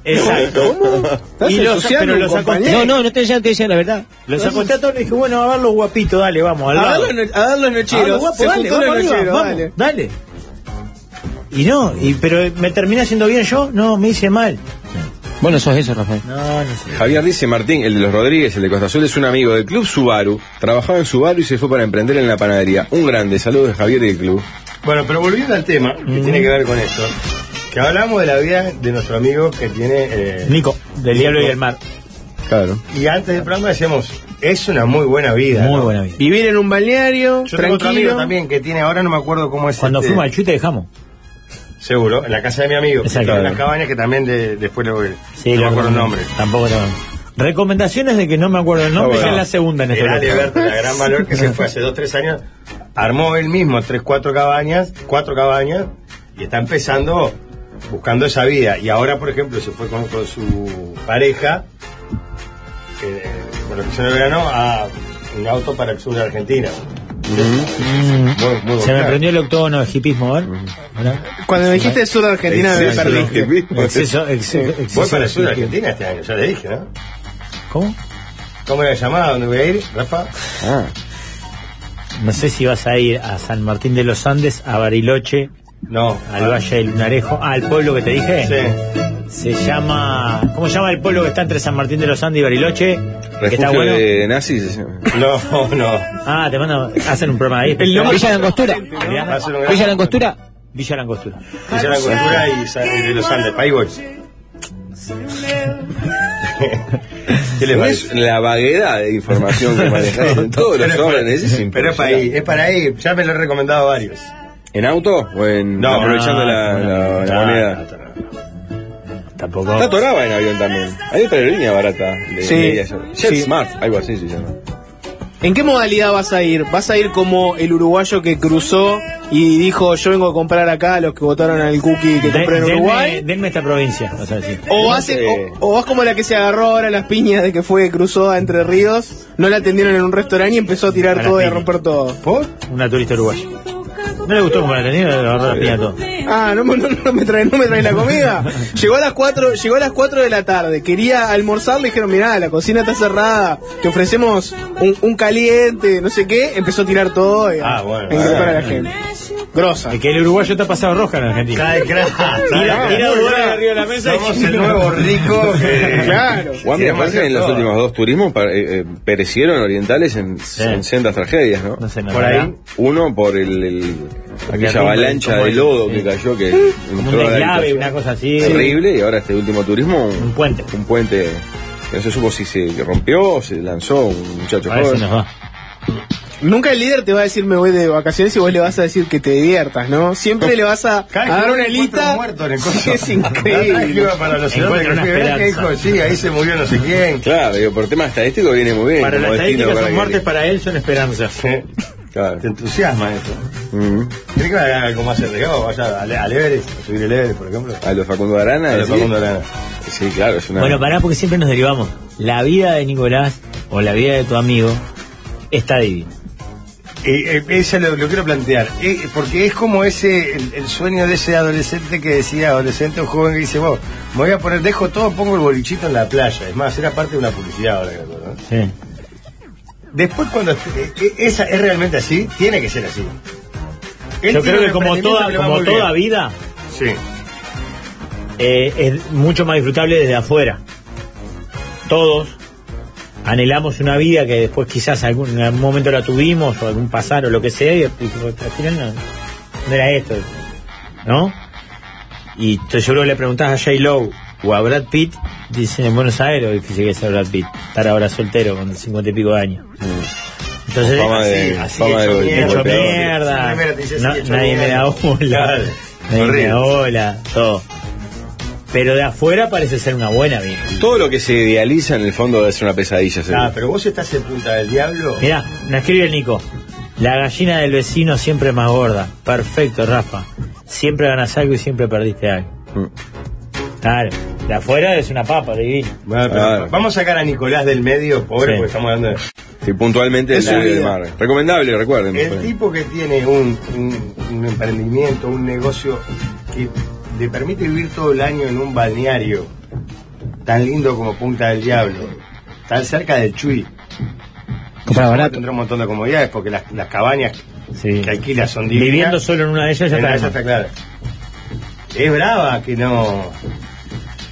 S6: Exacto. Y los, pero
S7: ensuciando un
S6: los acosté,
S7: compañero?
S8: No, no, no te decían, te decían la verdad.
S6: los acosté a todos y dije, bueno, a ver los guapitos, dale, vamos, al
S7: A ver
S6: lado.
S7: los, no- a ver los
S6: Ah,
S7: nocheros.
S6: guapo,
S7: Se
S6: dale,
S7: juntó
S6: vamos
S7: los
S6: arriba,
S7: nocheros,
S6: vamos,
S7: dale.
S6: dale. Y no, y, pero me terminé haciendo bien yo, no, me hice mal.
S8: Vos no sos eso, Rafael.
S6: No, no sé.
S4: Javier dice Martín, el de los Rodríguez, el de Costa Azul, es un amigo del club Subaru. Trabajaba en Subaru y se fue para emprender en la panadería. Un grande saludo de Javier y del club.
S5: Bueno, pero volviendo al tema, que tiene que ver con esto, que hablamos de la vida de nuestro amigo que tiene... eh,
S6: Nico, del diablo y
S5: Nico.
S6: el mar.
S4: Claro.
S5: Y antes del programa decíamos, es una muy buena vida.
S6: Muy
S5: ¿no?
S6: buena vida.
S7: Vivir en un balneario,
S5: Yo tengo otro amigo
S7: tranquilo.
S5: también que tiene, ahora no me acuerdo cómo es
S6: Cuando
S5: este-
S6: fuimos al chute dejamos.
S5: Seguro, en la casa de mi amigo. que
S6: Exacto.
S5: tiene las cabañas que también de- después le voy no me
S6: lo
S5: acuerdo el nombre.
S6: Tampoco lo Recomendaciones de que no me acuerdo el nombre,
S4: Ah,
S6: ya
S4: bueno.
S6: es la segunda en este
S5: Era
S6: programa.
S5: Alberto, la gran valor que se fue hace dos, tres años. Armó él mismo tres, cuatro cabañas, cuatro cabañas, y está empezando buscando esa vida. Y ahora, por ejemplo, se fue con, con su pareja, que, con la que de verano, a un auto para el sur de Argentina. Muy- muy
S6: Mm. Se me
S5: bacán.
S6: prendió el octógono de hipismo, ¿ver?
S5: Mm.
S6: ¿Verdad?
S7: Cuando me dijiste sur de Argentina me
S4: Exceso.
S7: perdí.
S6: Exceso, ex- exceso
S5: Voy para el sur de
S6: de
S5: Argentina
S6: hipismo.
S5: este año, ya le dije, ¿no?
S6: ¿Cómo?
S5: ¿Cómo era llamada? ¿Dónde voy a ir, Rafa?
S4: Ah,
S6: No sé si vas a ir a San Martín de los Andes, a Bariloche,
S5: No,
S6: al Valle del Lunarejo, ah, al pueblo que te dije.
S5: Sí.
S6: Se llama. ¿Cómo se llama el pueblo que está entre San Martín de los Andes y Bariloche? Que está
S4: refugio
S6: bueno.
S4: de nazis.
S5: No, no.
S6: Ah, te mando. Hacen un programa ahí.
S8: Villa de Angostura.
S5: Va a ser un gran-
S8: Villa de Angostura.
S6: Villa Langostura.
S5: Que se la cultura y sa- y de los Andes. Ahí voy. ¿Qué les
S4: ¿Ves
S5: parece?
S4: la vaguedad de información que manejas en todos los órdenes? Es
S5: Pero es para ahí,
S4: impresionante.
S5: es para ahí. Ya me lo he recomendado varios.
S4: ¿En auto o en
S5: No,
S4: aprovechando la, la- la
S5: Ah,
S4: moneda?
S6: Tampoco.
S4: Está Toraba en avión también. Hay otra aerolínea barata. de-
S7: Sí.
S4: de ellas. JetSmart, algo así se llama.
S7: ¿En qué modalidad vas a ir? ¿Vas a ir como el uruguayo que cruzó y dijo yo vengo a comprar acá a los que votaron al cookie que
S6: De-
S7: compré en
S6: denme-
S7: Uruguay?
S6: Denme esta provincia. O sea, sí.
S7: O vas,
S4: sé.
S7: o, o vas como la que se agarró ahora las piñas de que fue que cruzó a Entre Ríos, no la atendieron en un restaurante y empezó a tirar
S6: A las
S7: todo y a
S6: piñas.
S7: romper todo.
S6: ¿Por? Una turista uruguaya. No le gustó como la tenía, la verdad, la piña todo.
S7: Ah, no, me- no- no me traen, no me traen la comida. Llegó a las 4, llegó a las 4 de la tarde, quería almorzar, le dijeron, mirá, la cocina está cerrada, te ofrecemos un, un caliente, no sé qué, empezó a tirar todo y a,
S5: Ah, bueno.
S7: a increpar a la
S5: Ah.
S7: gente. Grosa.
S6: Es que el uruguayo está pasado roja en Argentina.
S5: Cada craja.
S6: Tira- tira dólares arriba de la mesa y-
S5: Somos el nuevo rico. que-
S7: Claro.
S4: Juan, me
S5: Queremos
S4: parece
S5: hacer
S4: que en los
S5: todo.
S4: últimos dos turismos pa- eh, eh, perecieron orientales en, en sendas tragedias, ¿no?
S6: No sé, no
S5: Por
S6: ¿verdad?
S5: ahí.
S4: Uno por el, el- aquella
S6: rumba,
S4: avalancha
S6: como
S4: de
S6: el-
S4: lodo
S6: sí.
S4: que cayó que
S6: Como un
S4: entró a la
S6: deslave,
S4: habitación.
S6: una cosa así.
S4: terrible y ahora este último turismo
S6: Un puente.
S4: un puente que no se supo si se rompió, se lanzó un muchacho
S6: A ver si
S4: joven.
S6: nos va.
S7: Nunca el líder te va a decir me voy de vacaciones y vos le vas a decir que te diviertas, ¿no? Siempre le vas a, a
S5: Cada
S7: dar
S5: vez
S7: una
S5: que encuentro un
S7: lista.
S5: muerto en el coso.
S7: Sí, es
S5: La otra vez que
S7: increíble.
S5: iba para los elotes,
S6: Encuentro una
S5: que fui, ¿verdad que
S6: esperanza.
S5: dijo, sí, ahí se murió no sé quién.
S4: Claro, digo, por tema estadístico viene muy bien.
S6: Para la
S4: como destino
S6: estadística,
S4: para
S6: sus
S4: que-
S6: muertes para él son esperanzas.
S4: Claro.
S5: Te entusiasma esto.
S4: Mm.
S5: ¿Crees que vaya algo más arriesgado? Vaya al, al Everest, a subir el Everest, por ejemplo.
S4: A los Facundo Arana.
S5: A los
S4: sí.
S5: Facundo Arana.
S4: Sí, claro, es una.
S6: Bueno, pará porque siempre nos derivamos. La vida de Nicolás o la vida de tu amigo está divina.
S5: Eh, eh, esa lo, lo quiero plantear, Eh, porque es como ese el, el sueño de ese adolescente que decía, adolescente o joven que dice, vos, me voy a poner, dejo todo, pongo el bolichito en la playa. Es más, era parte de una publicidad ahora. que me acuerdo, ¿no?
S6: Sí.
S5: Después cuando este- eh, eh, esa es realmente así, tiene que ser así. Él tiene
S6: Yo creo
S5: un
S6: que como
S5: emprendimiento
S6: toda,
S5: le va
S6: como
S5: muy
S6: toda
S5: bien.
S6: vida
S5: Sí.
S6: eh, es mucho más disfrutable desde afuera. Todos anhelamos una vida que después quizás algún, en algún momento la tuvimos o algún pasar o lo que sea y dijimos, al final no, no era esto, ¿no? Y te- yo creo que le preguntás a J. Lowe o a Brad Pitt, dicen en Buenos Aires, es difícil que sea Brad Pitt, estar ahora soltero con 50 y pico de años. Entonces,
S4: Mm. Fama
S6: así,
S4: de-
S6: así
S4: fama
S6: hecho
S4: de
S6: mierda, hecho
S4: golpeador.
S6: mierda.
S5: Sí, primero te dice,
S6: No,
S5: sí, hecho
S6: nadie me
S5: mierda.
S6: da bola.
S5: Claro.
S6: Nadie me
S5: Horrible.
S6: da bola, todo. Pero de afuera parece ser una buena vida.
S4: Todo lo que se idealiza en el fondo debe ser una pesadilla. seguro.
S5: Ah, pero vos estás en punta del diablo.
S6: Mirá, nos escribe el Nico. La gallina del vecino siempre es más gorda. Perfecto, Rafa. Siempre ganas algo y siempre perdiste algo.
S4: Mm.
S6: Claro, de afuera es una papa divina.
S5: Bueno, pero
S4: Claro.
S5: Vamos a sacar a Nicolás del medio, pobre,
S6: Ah. Sí.
S5: porque estamos hablando de...
S4: Sí, puntualmente
S7: Es
S4: el
S7: su
S4: aire del
S7: vida.
S4: mar. Recomendable, recuerden.
S5: El tipo que tiene un, un- un emprendimiento, un negocio que le permite vivir todo el año en un balneario tan lindo como Punta del Diablo, tan cerca del Chuy,
S8: Compra
S5: ahora
S8: barato.
S5: tendrá un montón de comodidades porque las, las cabañas
S6: Sí.
S5: que alquila son divinas.
S6: Viviendo solo en una de ellas ya
S5: En la-
S6: está.
S5: esa
S6: armado.
S5: está clara. Es brava que no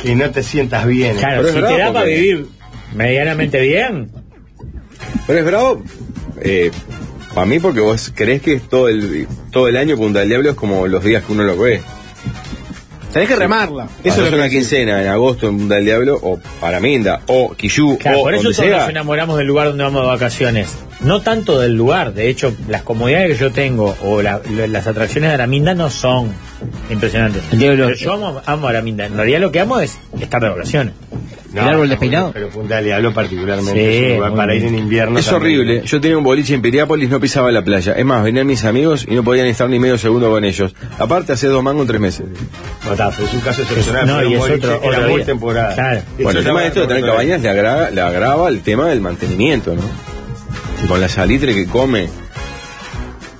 S5: que no te sientas bien.
S6: Claro,
S4: Pero es
S6: si te
S4: bravo
S6: da para
S4: porque-
S6: vivir medianamente bien,
S4: Pero es bravo, eh, para mí, porque vos crees que es todo el, todo el año Punta del Diablo es como los días que uno lo ve.
S7: Tenés que remarla.
S4: Eso
S7: Eso es
S4: es
S7: lo
S4: una
S7: que
S4: quincena en agosto en Punta del Diablo, o para Minda, o Quillú,
S6: Claro,
S4: o
S6: por eso
S4: donde
S6: todos nos
S4: sea.
S6: enamoramos del lugar donde vamos de vacaciones. No tanto del lugar, de hecho, las comodidades que yo tengo o la- lo- las atracciones de Araminda no son impresionantes.
S8: El diablo-
S6: Pero yo amo, amo Araminda. En realidad lo que amo es estar de vacaciones.
S8: el árbol
S5: ¿eh?
S8: despeinado.
S5: Pero Punta del Diablo particularmente
S6: Sí,
S5: es un lugar
S6: muy
S5: para ir en
S6: lindo.
S5: invierno.
S4: Es
S5: también.
S6: eh.
S4: horrible. Yo tenía un boliche en Piriápolis, no pisaba la playa. Es más, venían mis amigos y no podían estar ni medio segundo con ellos. Aparte, hace dos mangos en tres meses.
S5: No, está,
S4: pues
S5: pero es un caso excepcional.
S6: No,
S5: fue
S6: y
S5: un
S6: es
S5: boliche,
S6: otro-
S5: era
S6: otra
S5: muy
S6: vida.
S5: temporada.
S6: Claro.
S4: Bueno, el tema de esto de tener cabañas le agrava, le agrava el tema del mantenimiento, ¿no? Con la salitre que come.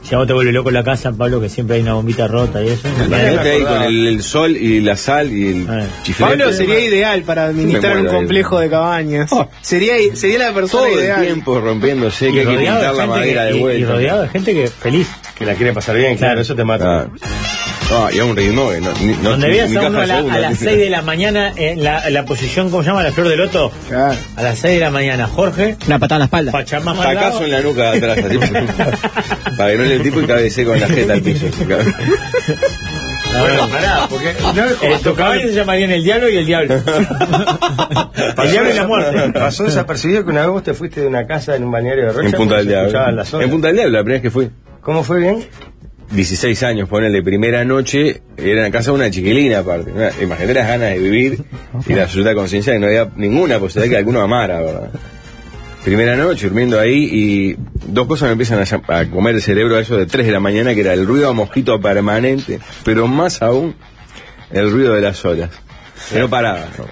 S6: Si a vos te vuelve loco la casa, Pablo, que siempre hay una bombita rota y eso.
S4: El
S5: me
S4: planeta ahí
S5: acordaba.
S4: con el, el sol y la sal y el
S6: Ah.
S4: chiflete.
S7: Pablo sería ideal para administrar
S4: Me
S7: un
S4: muero,
S7: complejo de cabañas. Sería, sería la
S4: todo
S7: persona
S4: el
S7: ideal.
S4: tiempo rompiéndose,
S6: Y
S4: que hay que
S6: rodeado de
S4: pintar la
S6: gente
S4: madera
S6: que-
S4: de
S6: y- y
S4: vuelta.
S6: rodeado de gente que feliz.
S5: Que la quiere pasar bien, claro, eso te mata.
S4: Ah. Ah, y a un ritmo que no, ni, no
S6: Donde
S4: ni-
S6: veas
S4: ni
S6: a uno
S4: caja
S6: a, la-
S4: segunda.
S6: a las 6 de la mañana en la, la posición, ¿cómo se llama? La flor del loto.
S7: Claro.
S6: A las 6 de la mañana, Jorge.
S8: Una patada en la espalda.
S6: Pachamama. al lado.
S4: Tacazo en la nuca de atrás, así. para que no le tipo y cabecee con la jeta al piso.
S5: Bueno, pará, porque no es como
S6: eh, El tocador se llamarían el diablo y el diablo. el diablo y la muerte.
S5: Pasó desapercibido que una vez vos te fuiste de una casa en un balneario de Rocha.
S4: en Punta del
S5: porque se escuchaban las
S4: Diablo.
S5: olas.
S4: En Punta del Diablo, la primera vez que fui.
S5: ¿Cómo fue bien?
S4: 16 años, ponele, primera noche, era en la casa de una chiquilina aparte. Una- Imagínate las ganas de vivir y la absoluta conciencia de que no había ninguna posibilidad que alguno amara, ¿verdad? Primera noche, durmiendo ahí y dos cosas me empiezan a, llam- a comer el cerebro a eso de 3 de la mañana, que era el ruido a mosquito permanente, pero más aún el ruido de las olas. Que no paraba. ¿no?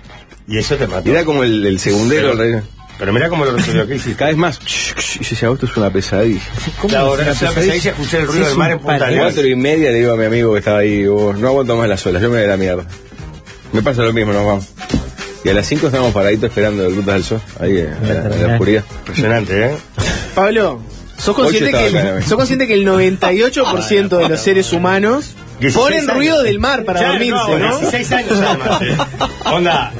S5: Y eso te mató.
S4: Y era como el, el segundero. el-
S5: Pero mirá cómo lo resolvió. ¿Qué
S4: y
S5: hiciste?
S4: cada vez más, y se esto es una pesadilla.
S5: La hora de la pesadilla escuché el ruido del mar en Punta del Diablo.
S4: Cuatro y media le digo a mi amigo que estaba ahí, digo, no aguanto más las olas, yo me voy a la mierda. Me pasa lo mismo, nos vamos. Y a las 5 estábamos paraditos esperando el Rutas del Sol, ahí eh, en la, en la oscuridad.
S5: Impresionante, ¿eh?
S7: Pablo, ¿sos
S4: Ocho
S7: consciente,
S4: estaba acá,
S7: que,
S4: ¿no?
S7: ¿sos consciente que el 98% de los seres humanos
S5: 16
S7: ponen
S5: años.
S7: ruido del mar para
S5: Claro,
S7: dormirse,
S5: bueno,
S7: no?
S5: 16 años además. ¿eh? Onda,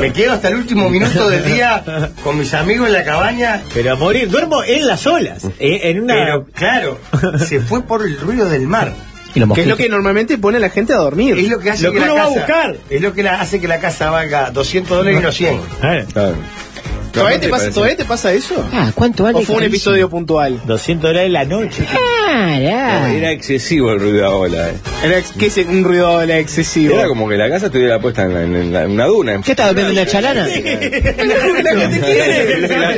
S5: me quedo hasta el último minuto del día con mis amigos en la cabaña.
S6: Pero a morir, duermo en las olas. eh, en una.
S5: Pero claro, se fue por el ruido del mar.
S8: Y los
S7: Que es lo
S8: mosquitos.
S7: que normalmente pone a la gente a
S5: Es
S7: dormir.
S5: lo que hace
S6: Lo
S5: que,
S6: que
S5: la
S6: uno va a
S5: casa-
S6: buscar.
S5: Es lo que la- hace que la casa valga 200 dólares y no 100.
S6: Eh,
S4: Claro.
S7: ¿Todavía te,
S4: No, Ah.
S7: pasa,
S4: parece.
S7: ¿Todavía te pasa eso?
S8: Ah, ¿cuánto vale?
S7: ¿O fue un
S8: carísimo?
S7: episodio puntual?
S6: 200 dólares la noche.
S8: Cara.
S4: Era excesivo el ruido a ola. eh.
S7: Era ex- ¿Qué es un ruido de la excesivo?
S4: Era como que la casa estuviera puesta en, la- en la- en una duna. En
S8: ¿Qué estás durmiendo en una chalana?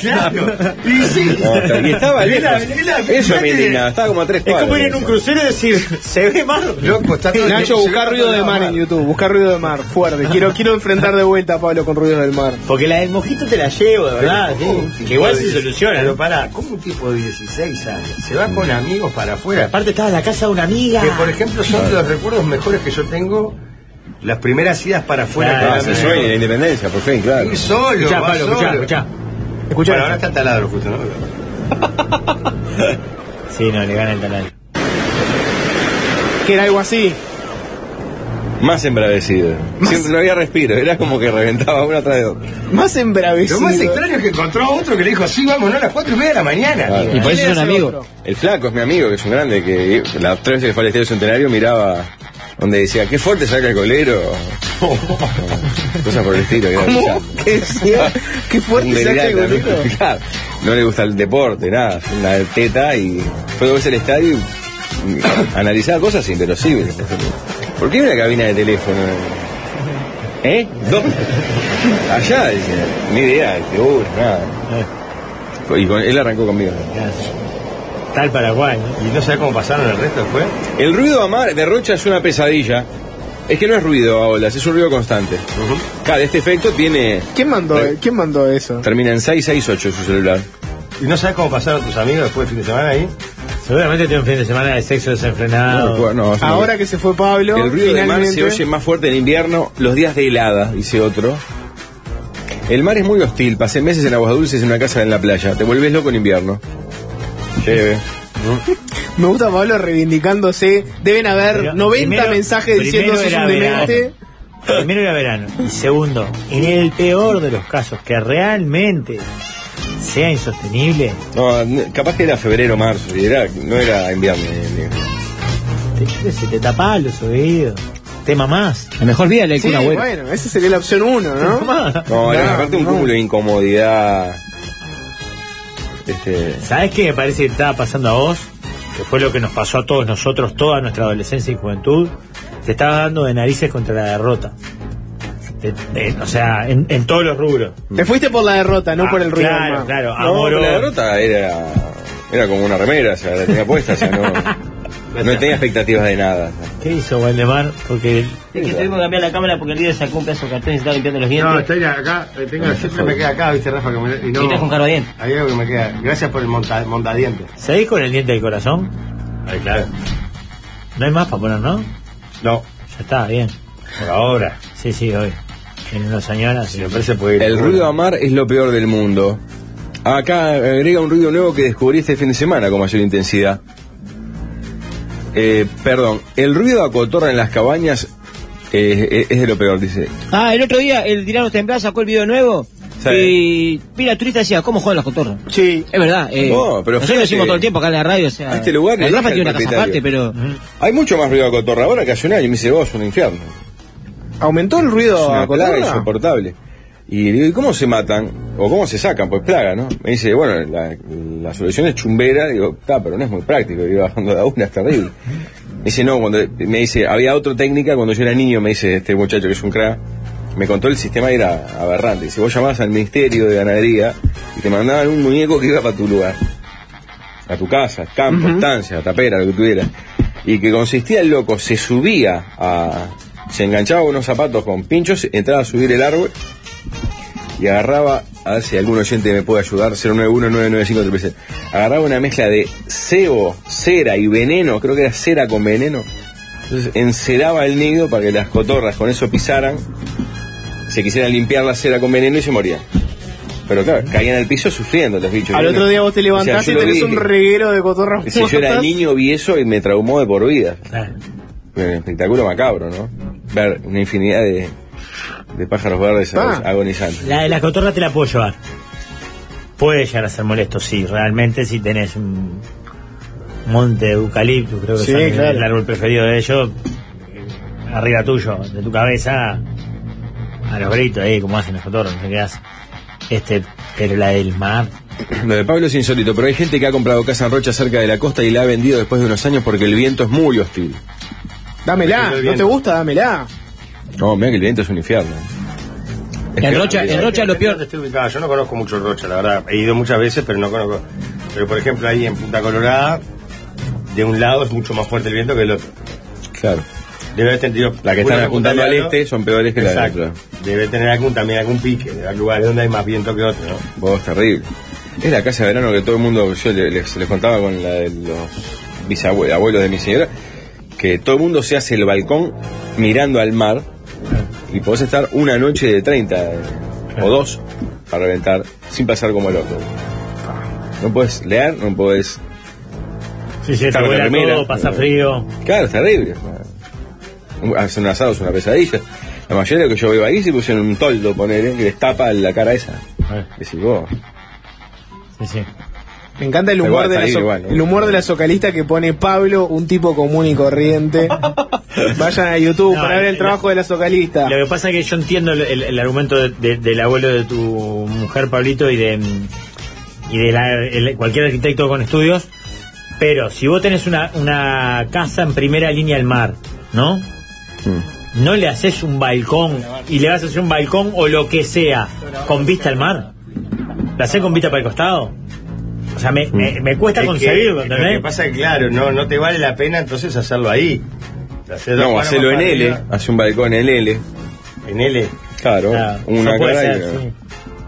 S5: Claro. Y sí.
S4: y estaba
S5: Era-
S4: lejos.
S5: era-
S4: Eso me indignaba, estaba como a tres
S6: Es
S4: cuadros.
S6: como ir en un crucero y decir, se ve mar.
S5: Loco, está todo el
S7: Nacho,
S5: tiempo- se
S7: buscar
S5: ve
S7: ruido
S5: todo
S7: de
S5: el
S7: mar en YouTube, buscar ruido de mar, fuerte. Quiero, quiero enfrentar de vuelta a Pablo con ruidos del mar.
S6: Porque la del mojito te la llevo, de verdad.
S5: Pero, ¿cómo un
S6: sí.
S5: tipo
S6: Que igual
S5: de
S6: se
S5: 16
S6: soluciona.
S5: Pero pará, ¿cómo un tipo de 16 años se va con amigos para afuera?
S6: Aparte estaba en la casa de una amiga.
S5: Que por ejemplo son los recuerdos mejores que yo tengo, las primeras idas para afuera.
S6: Claro,
S5: que
S4: Ah,
S5: eran
S4: se
S5: de-
S4: sueña la independencia, por fin, claro.
S5: Ir solo,
S6: Escuchá,
S5: va
S6: Pablo,
S5: solo.
S6: escuchá, escuchá.
S5: Bueno, ahora está el taladro justo, ¿no?
S6: Sí, no, le gana el taladro.
S7: Que era algo así.
S4: Más embravecido. Siempre no había respiro, era como que reventaba una tras de otra.
S7: Más
S5: Lo
S7: embravecido.
S5: más extraño es que encontró a otro que le dijo, sí, vámonos a las 4 y media de la mañana.
S4: Claro.
S8: Y por
S7: ¿Qué
S8: eso
S7: le
S8: es un
S7: hace
S8: amigo.
S7: otro?
S4: El flaco es mi amigo, que es un grande, que las tres veces que fue al Estadio Centenario miraba donde decía, qué fuerte saca el colero. Cosas por el estilo. que era
S7: ¿Cómo?
S4: brillante.
S7: Que decía, Qué
S4: Un
S7: fuerte saca el
S4: delirante,
S7: gorrito.
S4: amigo. Claro. No le gusta el deporte, nada. es Una teta y fue dos veces al estadio y y analizaba cosas inverosímiles. ¿Por qué hay una cabina de teléfono? ¿Eh? ¿Dónde? Allá, dice. Ni idea, seguro, nada. Y con- él arrancó conmigo.
S6: Tal Paraguay, ¿no?
S5: Y no sabés cómo pasaron el resto después.
S4: El ruido a mar de Rocha es una pesadilla. Es que no es ruido a olas, es un ruido constante. Claro, este efecto tiene.
S7: ¿Quién mandó,
S4: Eh.
S7: ¿Quién mandó eso?
S4: Termina en 668 su celular.
S5: ¿Y no sabes cómo pasaron tus amigos después del fin de semana ahí?
S6: Seguramente tiene un fin de semana de sexo desenfrenado.
S4: Bueno, no,
S7: Ah, Ahora que se fue Pablo,
S4: El ruido del mar se
S7: finalmente-
S4: oye más fuerte en invierno, los días de helada, dice otro. El mar es muy hostil, pasé meses en aguas dulces en una casa en la playa, te volvés loco en invierno. Lleve.
S7: Me gusta Pablo reivindicándose. Deben haber
S6: Pero
S7: 90
S6: primero-
S7: mensajes
S6: primero
S7: diciendo sos
S6: era
S7: un
S6: verano.
S7: demente.
S6: Primero era verano. Y segundo, en el peor de los casos, que realmente sea insostenible,
S4: No, n- capaz que era febrero, marzo, y era, no era invierno. eh, ni-
S6: te, yo qué sé, te tapás los oídos, te mamás.
S8: La mejor vida le
S7: Sí,
S8: una abuela.
S7: bueno, esa sería la opción uno,
S6: te
S7: ¿no?
S6: mamás.
S4: No, era
S7: No,
S4: aparte un
S7: no.
S4: cúmulo de incomodidad. Este,
S6: ¿Sabes qué me parece que estaba pasando a vos? Que fue lo que nos pasó a todos nosotros, toda nuestra adolescencia y juventud. Te estaba dando de narices contra la derrota. Te- te- o sea, en, en todos los rubros.
S7: Te fuiste por la derrota, no
S6: Ah,
S7: por el ruido. del
S6: Claro,
S7: mar.
S6: claro.
S4: no,
S6: Amor.
S4: pero la derrota era, era como una remera, o sea, la tenía puesta, o sea, no, no tenía expectativas de nada.
S6: ¿Qué hizo Waldemar? Porque
S4: Es que tuvimos
S8: que cambiar la cámara porque el líder sacó un pedazo de cartón y se estaba limpiando los
S5: No, estoy acá, eh, tengo, siempre me queda acá, viste, Rafa, que me, y no,
S8: carbadiente.
S5: hay algo que me queda. Gracias por el monta, mondadiente.
S6: ¿Seguís con el diente del corazón?
S5: Ahí, claro.
S6: No hay más para poner, ¿no?
S5: No,
S6: Ya está, bien.
S5: por ahora.
S6: Sí, sí, hoy. En unos años ahora sí.
S5: Si me parece puede ir.
S4: El ruido a mar es lo peor del mundo. Acá agrega un ruido nuevo que descubrí este fin de semana con mayor intensidad. Eh, perdón, el ruido a cotorra en las cabañas eh, eh, es de lo peor, dice.
S8: Ah, el otro día el tirano temblado sacó el video nuevo.
S4: Sí.
S8: Y mira, turista decía, ¿cómo juegan las cotorras?
S7: Sí.
S8: Es verdad. Eh,
S4: No, pero
S8: nosotros
S4: fíjate,
S8: lo decimos todo el tiempo acá en la radio. O sea,
S4: a este lugar le
S8: el
S4: deja
S8: Rafa
S4: el
S8: tiene una casa aparte,
S4: propietario.
S8: pero.
S4: Hay mucho más ruido a cotorra ahora que hace un año. Me dice, vos, un infierno.
S7: ¿Aumentó el
S4: es
S7: ruido
S4: una
S7: a
S4: plaga
S7: Cotorra?
S4: insoportable. Y digo, ¿y cómo se matan? ¿O cómo se sacan? Pues plaga, ¿no? Me dice, bueno, la, la solución es chumbera. Digo, está, pero no es muy práctico. Digo, bajando la una es terrible. Me dice, no, cuando, me dice, había otra técnica cuando yo era niño, me dice este muchacho que es un crack. Me contó el sistema y era aberrante. Dice, vos llamabas al Ministerio de Ganadería y te mandaban un muñeco que iba para tu lugar. A tu casa, campo, estancia, tapera, lo que tuvieras. Y que consistía el loco, se subía a... Se enganchaba unos zapatos con pinchos, entraba a subir el árbol y agarraba, a ver si algún oyente me puede ayudar, 091-995-336. Agarraba una mezcla de cebo, cera y veneno, creo que era cera con veneno. Entonces enceraba el nido para que las cotorras con eso pisaran, se quisieran limpiar la cera con veneno y se morían. Pero claro, caían al piso sufriendo los bichos.
S7: Al
S4: Yo
S7: otro
S4: no-
S7: día vos te
S4: O sea,
S7: levantás
S4: yo
S7: y
S4: lo
S7: tenés
S4: vi,
S7: un reguero de cotorras
S4: que- Si yo era
S7: muertas.
S4: niño vi eso y me traumó de por vida.
S6: Claro.
S4: Un espectáculo macabro, ¿no? Ver una infinidad de, de pájaros verdes
S7: Ah.
S4: agonizantes.
S6: La de las cotorras te la puedo llevar. Puede llegar a ser molesto, sí. Realmente si tenés un monte de eucalipto, creo que
S7: Sí,
S6: son el-
S7: claro.
S6: el árbol preferido de ellos, eh, arriba tuyo, de tu cabeza, a los gritos ahí, como hacen las cotorras, no sé qué hacen. Este, pero la del mar,
S4: Lo de Pablo es insólito, pero hay gente que ha comprado casa en Rocha cerca de la costa y la ha vendido después de unos años porque el viento es muy hostil.
S7: Dámela, no te gusta, dámela.
S4: No, mira que el viento es un infierno. Es
S8: En
S4: que-
S8: Rocha, en Rocha lo
S5: Depende
S8: peor.
S5: dónde esté ubicado. Yo no conozco mucho el Rocha, la verdad. He ido muchas veces, pero no conozco. Pero por ejemplo, ahí en Punta Colorada, de un lado es mucho más fuerte el viento que el otro.
S4: Claro.
S5: Debe haber tenido.
S4: La que están
S5: uno
S4: apuntando al
S5: punta
S4: este son peores que la del
S5: Exacto.
S4: otro.
S5: Debe tener algún también algún pique, de algún lugar donde hay más viento que otro, ¿no?
S4: Vos, terrible. Es la casa de verano que todo el mundo, yo le- les, les contaba con la de los bisabuelos abuelos de mi señora, que todo el mundo se hace el balcón mirando al mar y podés estar una noche de 30 eh, o dos a reventar sin pasar como loco. No puedes leer, no puedes
S6: si se te
S4: Claro,
S6: vuela
S4: la remera.
S6: todo, pasa frío.
S4: Claro, es terrible. Un- Hacer un asado es una pesadilla. La mayoría de lo que yo veo ahí se pusieron un toldo, poner, que les tapa la cara esa.
S6: Eh,
S4: Decís vos.
S6: Sí, sí.
S7: Me encanta el
S4: Igual,
S7: humor, de
S4: está
S7: la,
S4: ahí,
S7: so-
S4: igual, ¿no?
S7: el humor de la socalista que pone Pablo, un tipo común y corriente. Vayan a YouTube
S6: No,
S4: eh,
S7: para ver el
S6: la-
S7: trabajo de la socalista.
S6: Lo que pasa es que yo entiendo el, el- el argumento de- de- del abuelo de tu mujer, Pablito, y de, mm, y de la- el- cualquier arquitecto con estudios, pero si vos tenés una, una casa en primera línea al mar, ¿no?
S5: Mm.
S6: No le haces un balcón y le vas a hacer un balcón o lo que sea con vista al mar. ¿La haces con vista para el costado? O sea, me, me- me cuesta
S5: Es que-
S6: concebirlo,
S5: Lo que
S6: ¿entendés?
S5: pasa es que, claro, no, no te vale la pena entonces hacerlo ahí. Hacer dos
S4: No,
S5: cuadras
S4: hacelo
S5: más
S4: en
S5: para
S4: L,
S5: arriba,
S4: hace un balcón en L.
S5: En L.
S4: Claro,
S6: Claro,
S4: una
S6: no puede
S4: cara y-
S6: ser, sí.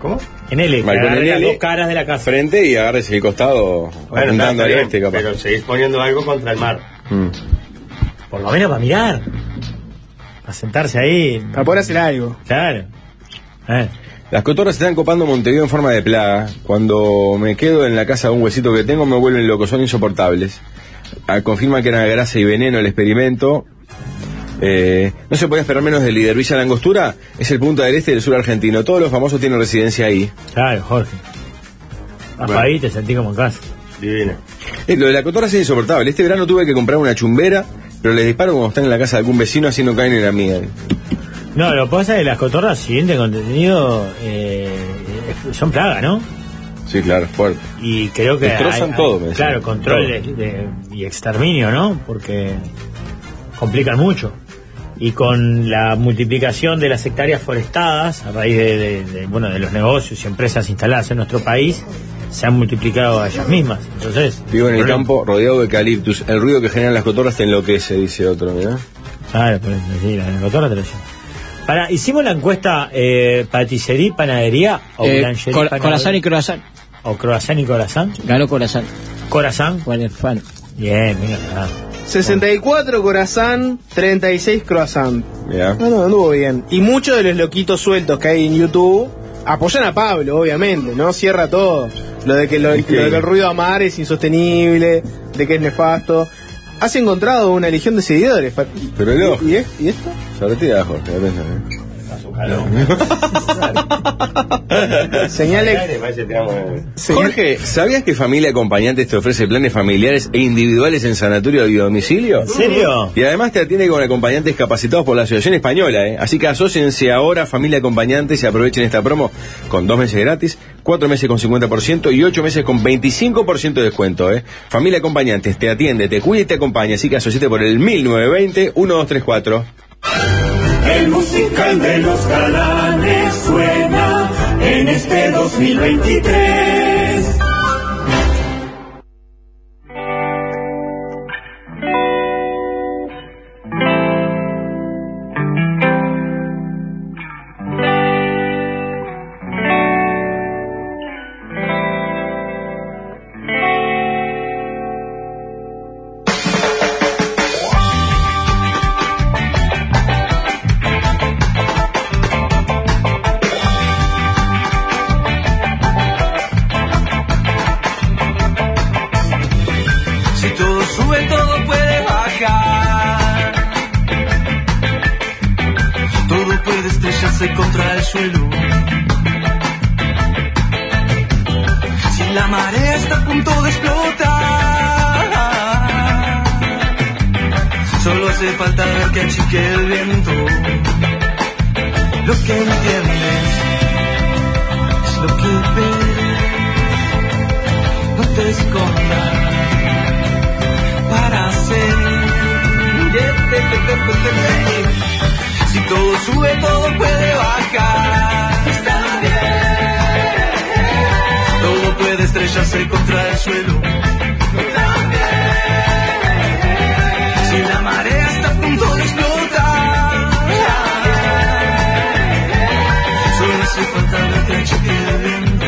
S5: ¿Cómo?
S6: En L, que
S4: Balcón en
S6: agarre las
S4: L.
S6: dos caras de la casa.
S4: Frente y agarres el costado
S5: está,
S4: apuntando
S5: está
S4: al
S5: bien,
S4: este, capaz.
S5: Pero seguís poniendo algo contra el mar.
S4: Mm.
S6: Por lo menos para mirar. Para sentarse ahí.
S7: Para poder hacer algo.
S6: Claro. Eh,
S4: Las cotorras están copando Montevideo en forma de plaga. Cuando me quedo en la casa de un huesito que tengo me vuelven locos, son insoportables. Ah, Confirman que era grasa y veneno el experimento. Eh, no se puede esperar menos de líder. Villa Langostura es el punto del este del sur argentino. Todos los famosos tienen residencia ahí.
S6: claro, Jorge. Vas
S5: Bueno.
S6: pa' ahí, te sentí como en casa.
S5: Divino.
S4: Eh, lo de la cotorra es insoportable. Este verano tuve que comprar una chumbera, pero les disparo cuando están en la casa de algún vecino haciendo caen en la mía.
S6: No, lo que pasa es que las cotorras, siguiente contenido, eh, son plaga, ¿no?
S4: Sí, claro, fuerte.
S6: Y creo que.
S4: Destrozan todo, me decían.
S6: Claro, control de- de- y exterminio, ¿no? Porque complican mucho. Y con la multiplicación de las hectáreas forestadas, a raíz de, de- de, bueno, de los negocios y empresas instaladas en nuestro país, se han multiplicado a ellas mismas. Entonces.
S4: Vivo en el
S6: problema.
S4: campo rodeado de eucaliptus. El ruido que generan las cotorras te enloquece, dice otro, ¿verdad?
S6: Claro, pero sí, la cotorra te lo lleva. Pará, hicimos la encuesta eh, paticería y panadería o
S8: Eh,
S6: boulangerie
S8: cor-
S6: panadería,
S8: corazón y corazón.
S6: o croissant y corazón.
S8: Ganó corazón.
S6: Corazón.
S8: Juan Elfano.
S6: Bien, mira, pará.
S7: 64 corazán, 36 croissant.
S4: Mirá.
S7: No, no, anduvo bien. Y muchos de los loquitos sueltos que hay en YouTube apoyan a Pablo, obviamente, ¿no? Cierra todo. Lo de que, lo-
S4: Es que-
S7: lo de que el ruido a mar es insostenible, de que es nefasto. Has encontrado una legión de seguidores. Pa-
S4: Pero
S7: ¿Y,
S4: no.
S7: y es- y esto?
S4: Se retira Jorge, ya pensé, ¿eh?
S7: Señale-
S5: Me parece que tiramos-
S7: señal-
S4: Jorge, ¿sabías que Familia Acompañantes te ofrece planes familiares e individuales en sanatorio y domicilio?
S6: ¿En serio?
S4: Y además te atiende con acompañantes capacitados por la Asociación Española, ¿eh? Así que asóciense ahora a Familia Acompañantes y aprovechen esta promo con dos meses gratis, cuatro meses con 50% y ocho meses con 25% de descuento, ¿eh? Familia Acompañantes te atiende, te cuida y te acompaña, así que asociate por el 1920-1234.
S2: El musical de los galanes suena en este 2023.
S1: Si todo sube, todo puede bajar. Todo puede estrellarse contra el suelo. Si la marea está a punto de explotar, solo hace falta ver que achique el viento. Lo que entiendes es lo que ves. No te escondas para hacer. Si todo sube, todo puede bajar. Está bien. Todo puede estrellarse contra el suelo. Si la marea está a punto de explotar. Solo hace falta la cancha que el viento.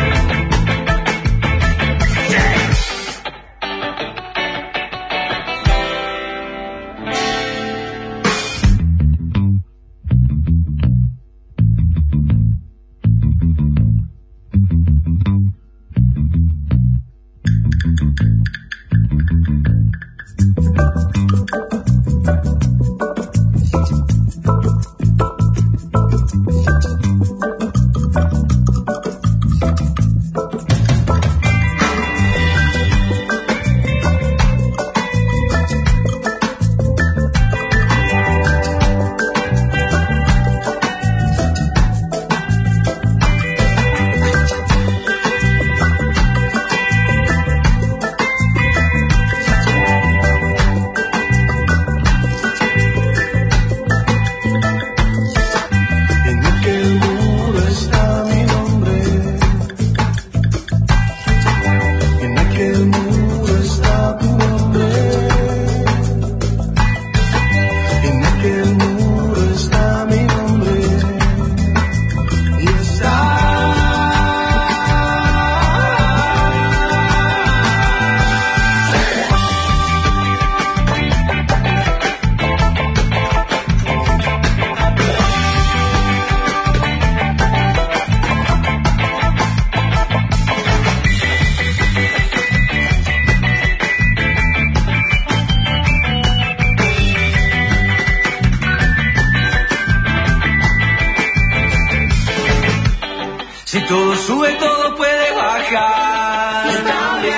S9: Si todo sube, todo puede bajar también.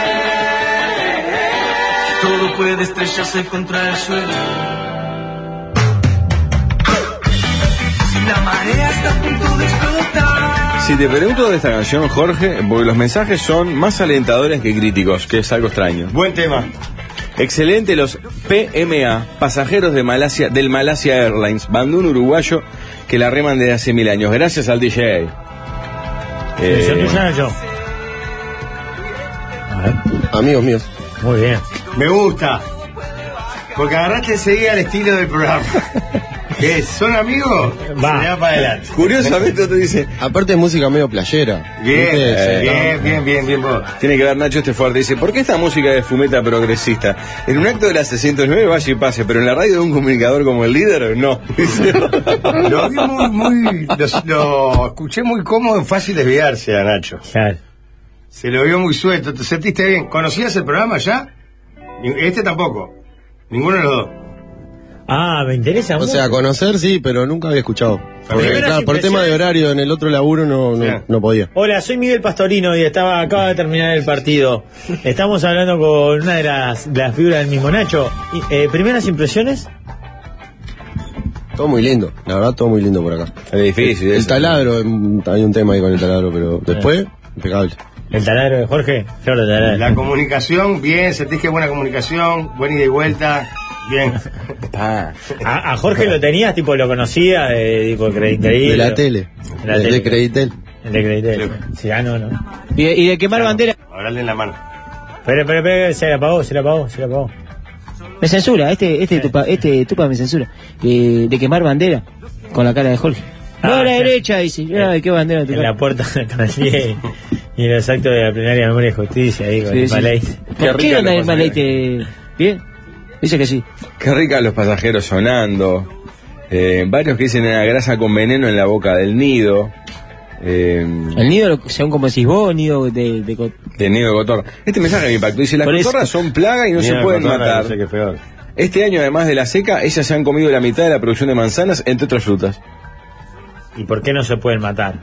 S9: Todo puede estrellarse contra el suelo. Si la marea está a punto de explotar.
S4: Si te pregunto de esta canción, Jorge, porque los mensajes son más alentadores que críticos, que es algo extraño.
S5: Buen tema.
S4: Excelente los PMA, pasajeros de Malasia, del Malasia Airlines, bandún uruguayo que la reman desde hace mil años. Gracias al DJ. Eh,
S6: ¿Misión tuya o yo? A ver,
S10: Amigos míos.
S6: muy bien.
S5: Me gusta. Porque agarraste enseguida el estilo del programa. ¿Qué? ¿Son amigos?
S6: Va.
S5: Se da para adelante.
S4: curiosamente te dice, eh,
S10: Aparte es música medio playera.
S5: Bien,
S10: ¿viste? Sí, ¿no?
S5: bien, bien, bien, bien, vos.
S4: tiene que ver Nacho este fuerte, dice, ¿por qué esta música de fumeta progresista? En un acto de la 609 vaya y pase, pero en la radio de un comunicador como el líder, no. Dice.
S5: Lo vi muy, muy- lo, lo escuché muy cómodo en fácil desviarse a Nacho.
S6: Claro.
S5: Se lo vio muy suelto, te sentiste bien. ¿Conocías el programa ya? Ni- Este tampoco. Ninguno de los dos.
S6: Ah, me interesa
S10: O
S6: mucho.
S10: sea, conocer sí, pero nunca había escuchado. Porque,
S6: Primeras
S10: claro, por
S6: impresiones.
S10: tema de horario en el otro laburo no, no,
S5: Bien.
S10: no podía.
S6: Hola, soy Miguel Pastorino y estaba acaba de terminar el partido. Estamos hablando con una de las, de las figuras del mismo Nacho. Y, eh, primeras impresiones.
S10: Todo muy lindo, la verdad, todo muy lindo por acá.
S4: Es difícil.
S10: El
S4: eso.
S10: taladro, mm, hay un tema ahí con el taladro, pero después, impecable.
S6: El taladro de Jorge. Feo el taladro.
S5: La comunicación, bien, sentís que buena comunicación, buena ida y vuelta, bien.
S4: Pa.
S6: A, a Jorge lo tenías, tipo, lo conocías, de tipo Creditel.
S10: De la tele,
S6: De la
S10: de,
S6: tele.
S10: de Creditel.
S6: El de Creditel. Sí, ah, no, no.
S1: Y, y de quemar bandera.
S5: Ahora en la mano.
S6: Pero, pero, pero, se la apagó, se la apagó, se la apagó.
S1: Me censura, este, este tupa, este tupa me censura. Eh, de quemar bandera con la cara de Jorge. no
S6: Ah,
S1: a la
S6: claro.
S1: derecha,
S4: Eh,
S1: dice. Mira, ¿qué bandera te
S6: En la puerta de Canalier y en los actos de la plenaria de memoria y justicia ahí con
S1: Sí,
S6: el
S1: sí.
S6: palais.
S1: ¿Por
S4: Qué rica
S1: qué anda
S4: la
S1: el maleite? ¿Bien? Dice que sí.
S4: Qué rica los pasajeros sonando. Eh, varios que dicen la grasa con veneno en la boca del nido. Eh,
S1: El nido, lo- según como decís vos, nido de, de co-
S4: del nido de cotorra. Este mensaje me impactó. Dice, las
S1: Por eso-
S4: cotorras son plaga y no se
S5: Mira,
S4: pueden
S5: cotorra,
S4: matar.
S5: no sé qué peor.
S4: Este año, además de la seca, ellas se han comido la mitad de la producción de manzanas, entre otras frutas.
S6: ¿Y por qué no se pueden matar?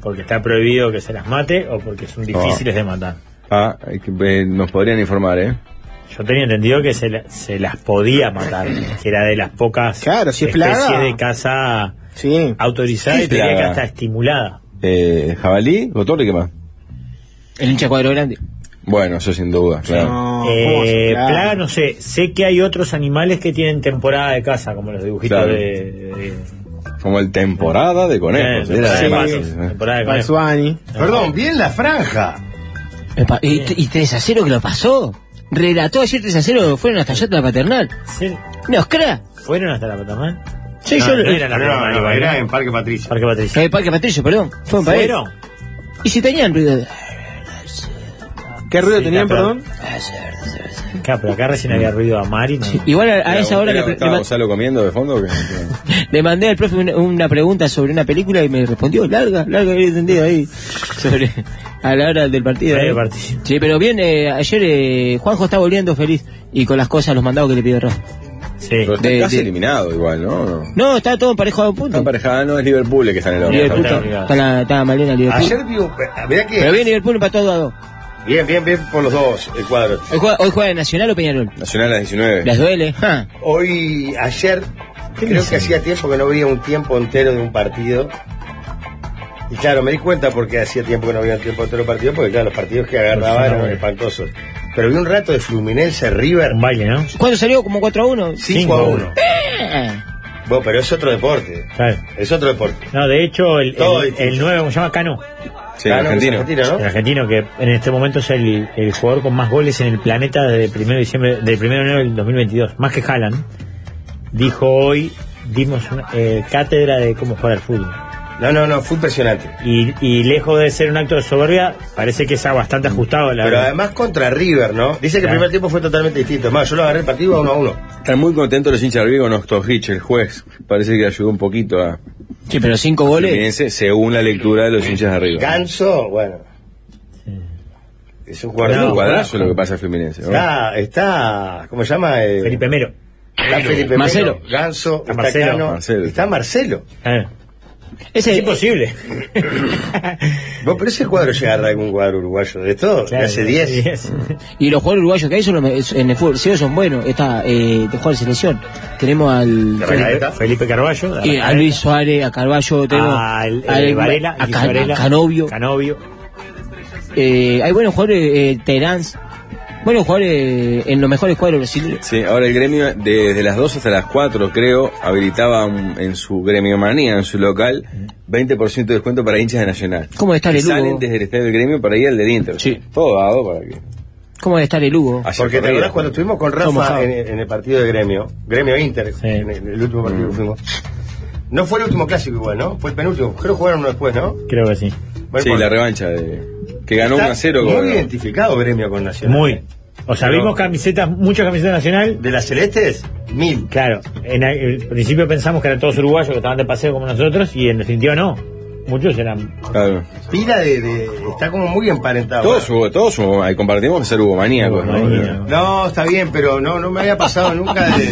S6: ¿Porque está prohibido que se las mate o porque son difíciles de matar?
S4: Ah, eh, que, eh, nos podrían informar, ¿eh?
S6: Yo tenía entendido que se, la- se las podía matar, que era de las pocas
S7: Claro, si es
S6: especies
S7: plaga.
S6: de caza
S7: Sí.
S6: autorizada
S4: Sí,
S6: y tenía que
S4: plaga.
S6: estar estimulada.
S4: Eh, ¿Jabalí? ¿Cotorra y qué más?
S1: el hincha cuadro grande.
S4: Bueno, eso sin duda, claro.
S7: No, ¿cómo
S6: Eh,
S7: se- claro.
S6: Plaga, no sé. Sé que hay otros animales que tienen temporada de caza, como los dibujitos
S4: Claro.
S6: de, de-
S4: Como el temporada de conejos.
S6: Eh,
S4: era
S6: temporada de
S4: además,
S6: patos,
S4: eh.
S6: temporada de conejos.
S7: Balzuani.
S5: Perdón, bien la franja.
S1: Epa, Y, y 3 a 0 que lo pasó. Relató ayer 3 a 0, fueron hasta allá hasta la paternal.
S6: Sí,
S1: Nos crea.
S6: ¿Fueron hasta la paternal?
S1: Sí,
S6: No,
S1: yo
S6: no
S1: lo.
S6: era la
S5: No, no, no,
S6: paternal,
S5: era
S6: ¿no?
S5: en Parque Patricia.
S6: Parque Patricia.
S1: Eh, Parque Patricio, perdón. Fue un país.
S6: ¿Fueron?
S1: Y si tenían ruido de.
S7: ¿Qué ruido
S6: Sí,
S7: tenían,
S6: está,
S7: perdón?
S1: Ah,
S6: Claro, pero acá recién había ruido a Mari. ¿no?
S1: Igual a, a
S4: Era-
S1: esa hora
S4: era-
S1: le, pre- le
S4: ¿Estaba
S1: ma-
S4: Gonzalo comiendo de fondo? o qué?
S1: le mandé al profe una, una pregunta sobre una película y me respondió larga, larga y entendida ahí. Sobre, a la hora del partido.
S6: Hora
S1: ¿eh?
S6: del partido.
S1: Sí, pero bien, eh, ayer eh, Juanjo está volviendo feliz y con las cosas, los mandados que le pidió Rafa.
S6: Sí.
S4: Pero está
S1: De-
S4: casi
S1: de-
S4: eliminado igual, ¿no?
S1: No, está todo emparejado a un
S4: Está
S1: punto.
S4: emparejada, no es Liverpool el que está en el horno.
S1: Liverpool
S6: Está
S1: está,
S6: obligado.
S1: está, la- está Malena Liverpool.
S5: Ayer vio, mirá
S1: Pero
S5: que.
S1: bien, Liverpool empató 2 a 2.
S5: Bien, bien, bien por los dos, el cuadro.
S1: Hoy juega, hoy juega Nacional o Peñarol.
S4: Nacional a las 19.
S1: Las duele. ja.
S5: Hoy, ayer, creo que hacía tiempo que no veía un tiempo entero de un partido. Y claro, me di cuenta porque hacía tiempo que no veía un tiempo entero de un partido, porque claro, los partidos que agarraba
S6: Sí,
S4: eh.
S5: eran
S6: sí.
S5: espantosos. Pero vi un rato de Fluminense River
S6: Un baile, ¿no?
S1: ¿Cuánto salió? ¿Como 4 a 1?
S5: 5 a 1.
S1: Eh,
S5: Bueno, pero es otro deporte.
S6: Claro.
S5: Es otro deporte.
S6: No, de hecho, el,
S5: Todo
S6: el,
S5: distinto.
S6: el 9, ¿cómo se llama? Cano.
S4: Sí,
S5: Claro,
S4: argentino.
S5: Ah, es
S6: El
S5: argentino,
S6: argentino que en este momento es el, el jugador con más goles en el planeta desde el 1 de diciembre, del 1 de enero del 2022, más que Haaland. Dijo hoy, dimos una, eh, cátedra de cómo jugar al fútbol.
S5: ¿no? No, no, no, fue impresionante.
S6: Y, y lejos de ser un acto de soberbia, parece que está bastante ajustado. La
S5: Pero además contra River, ¿no? Dice que
S6: Claro.
S5: el primer tiempo fue totalmente distinto. Más, yo lo agarré el partido 1 a 1.
S4: Están muy contentos los hinchas de River con Ostojic, el juez. Parece que ayudó un poquito a
S1: Sí, pero 5 goles.
S4: Fluminense según la lectura de los hinchas de River.
S5: Ganso, bueno. Es un
S4: Es un
S5: cuadrado.
S4: cuadrazo lo que pasa a Fluminense. ¿no?
S5: Está, está, ¿cómo se llama? Eh,
S6: Felipe Mero.
S5: Está Felipe Melo,
S1: Marcelo.
S5: Ganso,
S6: Está
S5: está
S6: Marcelo.
S5: Cano,
S4: Marcelo.
S5: está Marcelo.
S6: Claro.
S1: Ese,
S6: Es imposible.
S5: Vos, pero ese cuadro llega a algún cuadro uruguayo de todo, de hace 10.
S1: Y los jugadores uruguayos que hay son los me- en el fútbol, sí, son buenos. Está eh, de jugar de selección. Tenemos al.
S5: Recaeta.
S6: Felipe Carballo.
S1: eh, a
S6: de Arrascaeta,
S1: Luis Suárez, a Carballo, tenemos
S6: al, eh,
S1: al-
S6: Varela,
S1: a,
S6: Luis
S1: Ca- a
S6: Varela,
S1: Canovio.
S6: Canovio.
S1: Eh, hay buenos jugadores, eh, Terán. Buenos jugadores eh, en los mejores cuadros brasileños.
S4: Sí, ahora el gremio, desde las 2 hasta las 4, creo, habilitaba un- en su gremio manía, en su local, 20% de descuento para hinchas de Nacional.
S1: ¿Cómo debe estar
S4: Y
S1: el
S4: Salen
S1: Lugo?
S4: desde el estadio del gremio para ir al del Inter.
S1: Sí.
S4: Todo dado para que.
S1: ¿Cómo debe estar el Lugo?
S4: Ayer
S5: Porque te
S4: corrida.
S5: acordás cuando estuvimos con
S1: Somos
S5: Rafa
S1: sábado.
S5: en, en el partido de gremio, gremio Inter,
S6: Sí.
S5: en el, el último partido que fuimos. No fue el último clásico igual, ¿no? Fue el penúltimo. Creo que jugaron uno después, ¿no?
S6: Creo que sí.
S5: Bueno,
S4: Sí,
S5: pues,
S4: la revancha de. Que ganó 1
S5: está
S4: a 0
S5: Muy
S4: con.
S5: identificado gremio con Nacional.
S6: Muy. O sea,
S5: Pero-
S6: vimos camisetas, muchas camisetas nacional.
S5: De las celestes, mil.
S6: Claro, en el principio pensamos que eran todos uruguayos que estaban de paseo como nosotros y en definitiva no. Muchos eran.
S4: Claro.
S5: Pila de, de- Está como muy emparentado.
S4: Todos hubo, todos hubo, ahí compartimos que ser hubo maníacos, ¿no?
S6: Hubo-
S5: No, está bien, pero no, no me había pasado nunca de.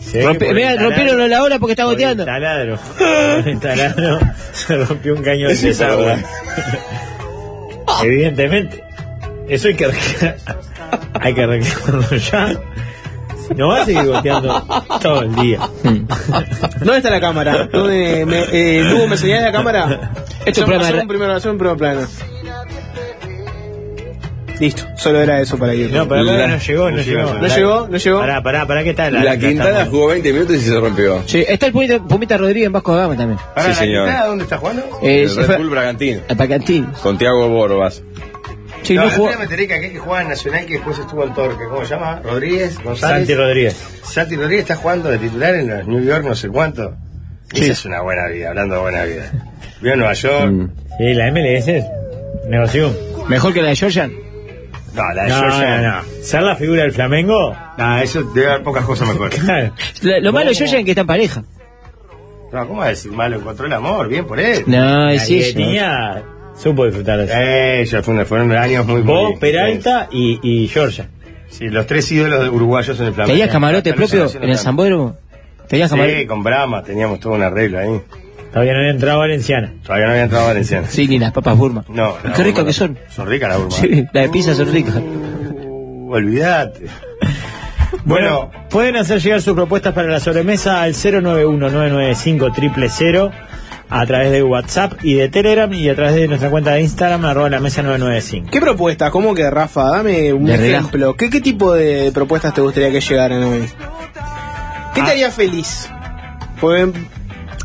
S6: se ve
S1: Rompe-
S6: que por el
S1: vea,
S6: taladro-
S1: rompieron la hora porque está
S6: por el
S1: goteando.
S6: Taladro. Por el taladro se rompió un caño de
S4: Es
S6: desagua.
S4: importante.
S6: Evidentemente. Eso hay que arreglar. Hay que arreglarlo ya. Si no va a seguir goteando todo el día.
S7: ¿Dónde está la cámara? ¿Dónde me, eh, Lugo, ¿me señalás la cámara?
S1: Esto es un
S7: Hacemos-
S1: programa de
S7: hacemos
S1: ra-
S7: un primer, hacemos un primer plano. Listo, solo era eso para ir.
S6: No, pero
S4: La-
S6: acá no llegó, no, llegó.
S7: No llegó, no llegó.
S6: Pará, pará, pará, ¿qué tal?
S4: La Quintana jugó 20 minutos y se rompió.
S1: Sí, está el Pumita, Pumita Rodríguez en Vasco da Gama también.
S5: Pará,
S4: Sí, señor.
S5: ¿la Quintana dónde está jugando?
S1: Eh,
S4: el
S1: se
S4: Red
S1: fue
S4: Bull Bragantino.
S1: al Pacantín.
S4: Con Tiago Borbas.
S1: Sí,
S5: no,
S1: no
S5: el
S1: jugó.
S5: otro día me enteré que aquel que jugaba en Nacional que después estuvo en Torque, ¿cómo se llama? Rodríguez, González.
S6: Santi Rodríguez.
S5: Santi Rodríguez está jugando de titular en los New York, no sé cuánto. Esa es una buena vida, hablando de buena vida. Vio a Nueva York.
S6: Sí, la MLS es negocio.
S1: Mejor que la de Georgian.
S5: No, la de
S6: No,
S5: Georgia.
S6: no, no. Ser la figura del Flamengo.
S5: Nah, eso debe haber pocas cosas mejores.
S6: Claro.
S1: La- Lo malo de Georgian es que está en pareja.
S5: No, ¿cómo va a decir malo? Encontró el amor, bien por él.
S1: No,
S6: La
S1: es eso.
S6: guillotina supo disfrutar de eso.
S5: Eh, ya fue una- fueron años muy
S6: Vos,
S5: muy-
S6: Peralta y, y Georgia.
S5: Sí, los tres ídolos de uruguayos en el Flamengo.
S1: ¿Tenías camarote
S5: Hasta los
S1: propio
S5: años
S1: en el
S5: 80.
S1: Zambódromo? ¿Tenías
S5: Sí,
S1: camarote?
S5: con Brahma teníamos todo un arreglo ahí.
S6: Todavía no había entrado Valenciana.
S5: Todavía no había entrado Valenciano.
S1: Sí, ni las papas Burma.
S5: No. la
S1: Qué ricas
S5: Burma.
S1: que son.
S5: Son ricas las Burma.
S1: Sí, las de pizza son ricas.
S5: Uh, olvidate.
S6: Bueno,
S5: Bueno,
S6: pueden hacer llegar sus propuestas para la sobremesa al 091-995-000 a través de WhatsApp y de Telegram y a través de nuestra cuenta de Instagram, arroba la mesa 995.
S7: ¿Qué propuestas? ¿Cómo que, Rafa? Dame un
S1: De
S7: ejemplo. ¿Qué, ¿Qué tipo de propuestas te gustaría que llegaran hoy? ¿Qué te haría feliz? Pues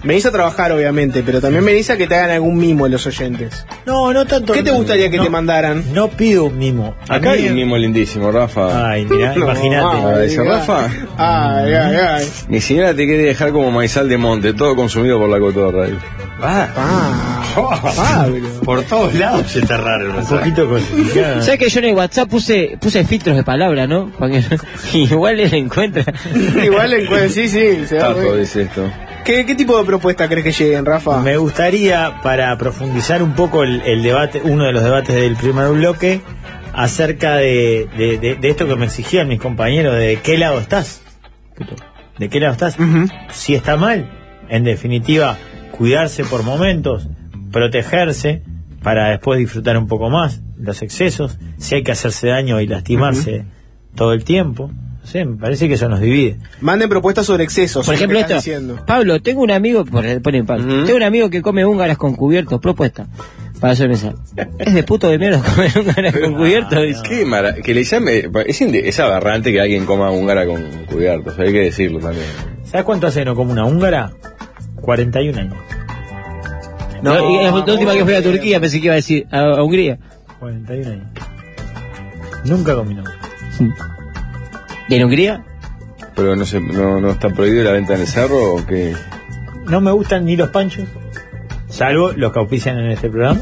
S7: venís a trabajar, obviamente, pero también venís a que te hagan algún mimo los oyentes.
S6: No, no tanto.
S7: ¿Qué te gustaría que
S6: No,
S7: te mandaran?
S6: No pido un mimo. A
S4: Acá
S6: mí-
S4: hay un mimo lindísimo, Rafa.
S6: Ay, mira,
S4: Ah,
S6: imagínate.
S4: dice Rafa.
S7: Ay, ay, ay.
S4: Mi señora te quiere dejar como maizal de monte, todo consumido por la cotorra. dice.
S7: Ah, Pablo.
S5: por todos lados se está raro. el
S6: Un
S5: mensaje.
S6: poquito cosificado.
S1: ¿Sabes que yo en el WhatsApp puse, puse filtros de palabra, no? Pa' que- Igual él encuentra.
S7: Igual le encuentro- sí, sí. se da
S4: Tato
S7: cuenta.
S4: dice esto.
S7: ¿Qué, ¿Qué tipo de propuesta crees que lleguen, Rafa?
S6: Me gustaría, para profundizar un poco el, el debate, uno de los debates del primer bloque, acerca de, de- de- de esto que me exigían mis compañeros, de qué lado estás. ¿De qué lado estás?
S7: Ujú.
S6: Si está mal, en definitiva, cuidarse por momentos, protegerse para después disfrutar un poco más los excesos, si hay que hacerse daño y lastimarse todo el tiempo. No sé, me parece que eso nos divide.
S7: Manden propuestas sobre excesos.
S1: Por
S7: es lo que
S1: ejemplo, esto.
S7: estás diciendo.
S1: Pablo, tengo un amigo, por- pone Pablo, tengo un amigo que come húngaras con cubiertos, propuesta. Para sobremesa. Es de puto de mierda comer húngaras con cubiertos. dice.
S4: Qué mara- que le llame. Es, inde- es aberrante que alguien coma húngara con cubiertos, hay que decirlo también.
S6: ¿Sabes cuánto hace que no como una húngara? 41 años.
S1: No, y la última que fui a Turquía pensé que iba a decir, a, a Hungría.
S6: 41 años. Nunca combinó.
S1: ¿Y en Hungría?
S4: Pero no, sé, no, no está prohibido la venta en el cerro o qué.
S6: No me gustan ni los panchos, salvo los que auspician en este programa.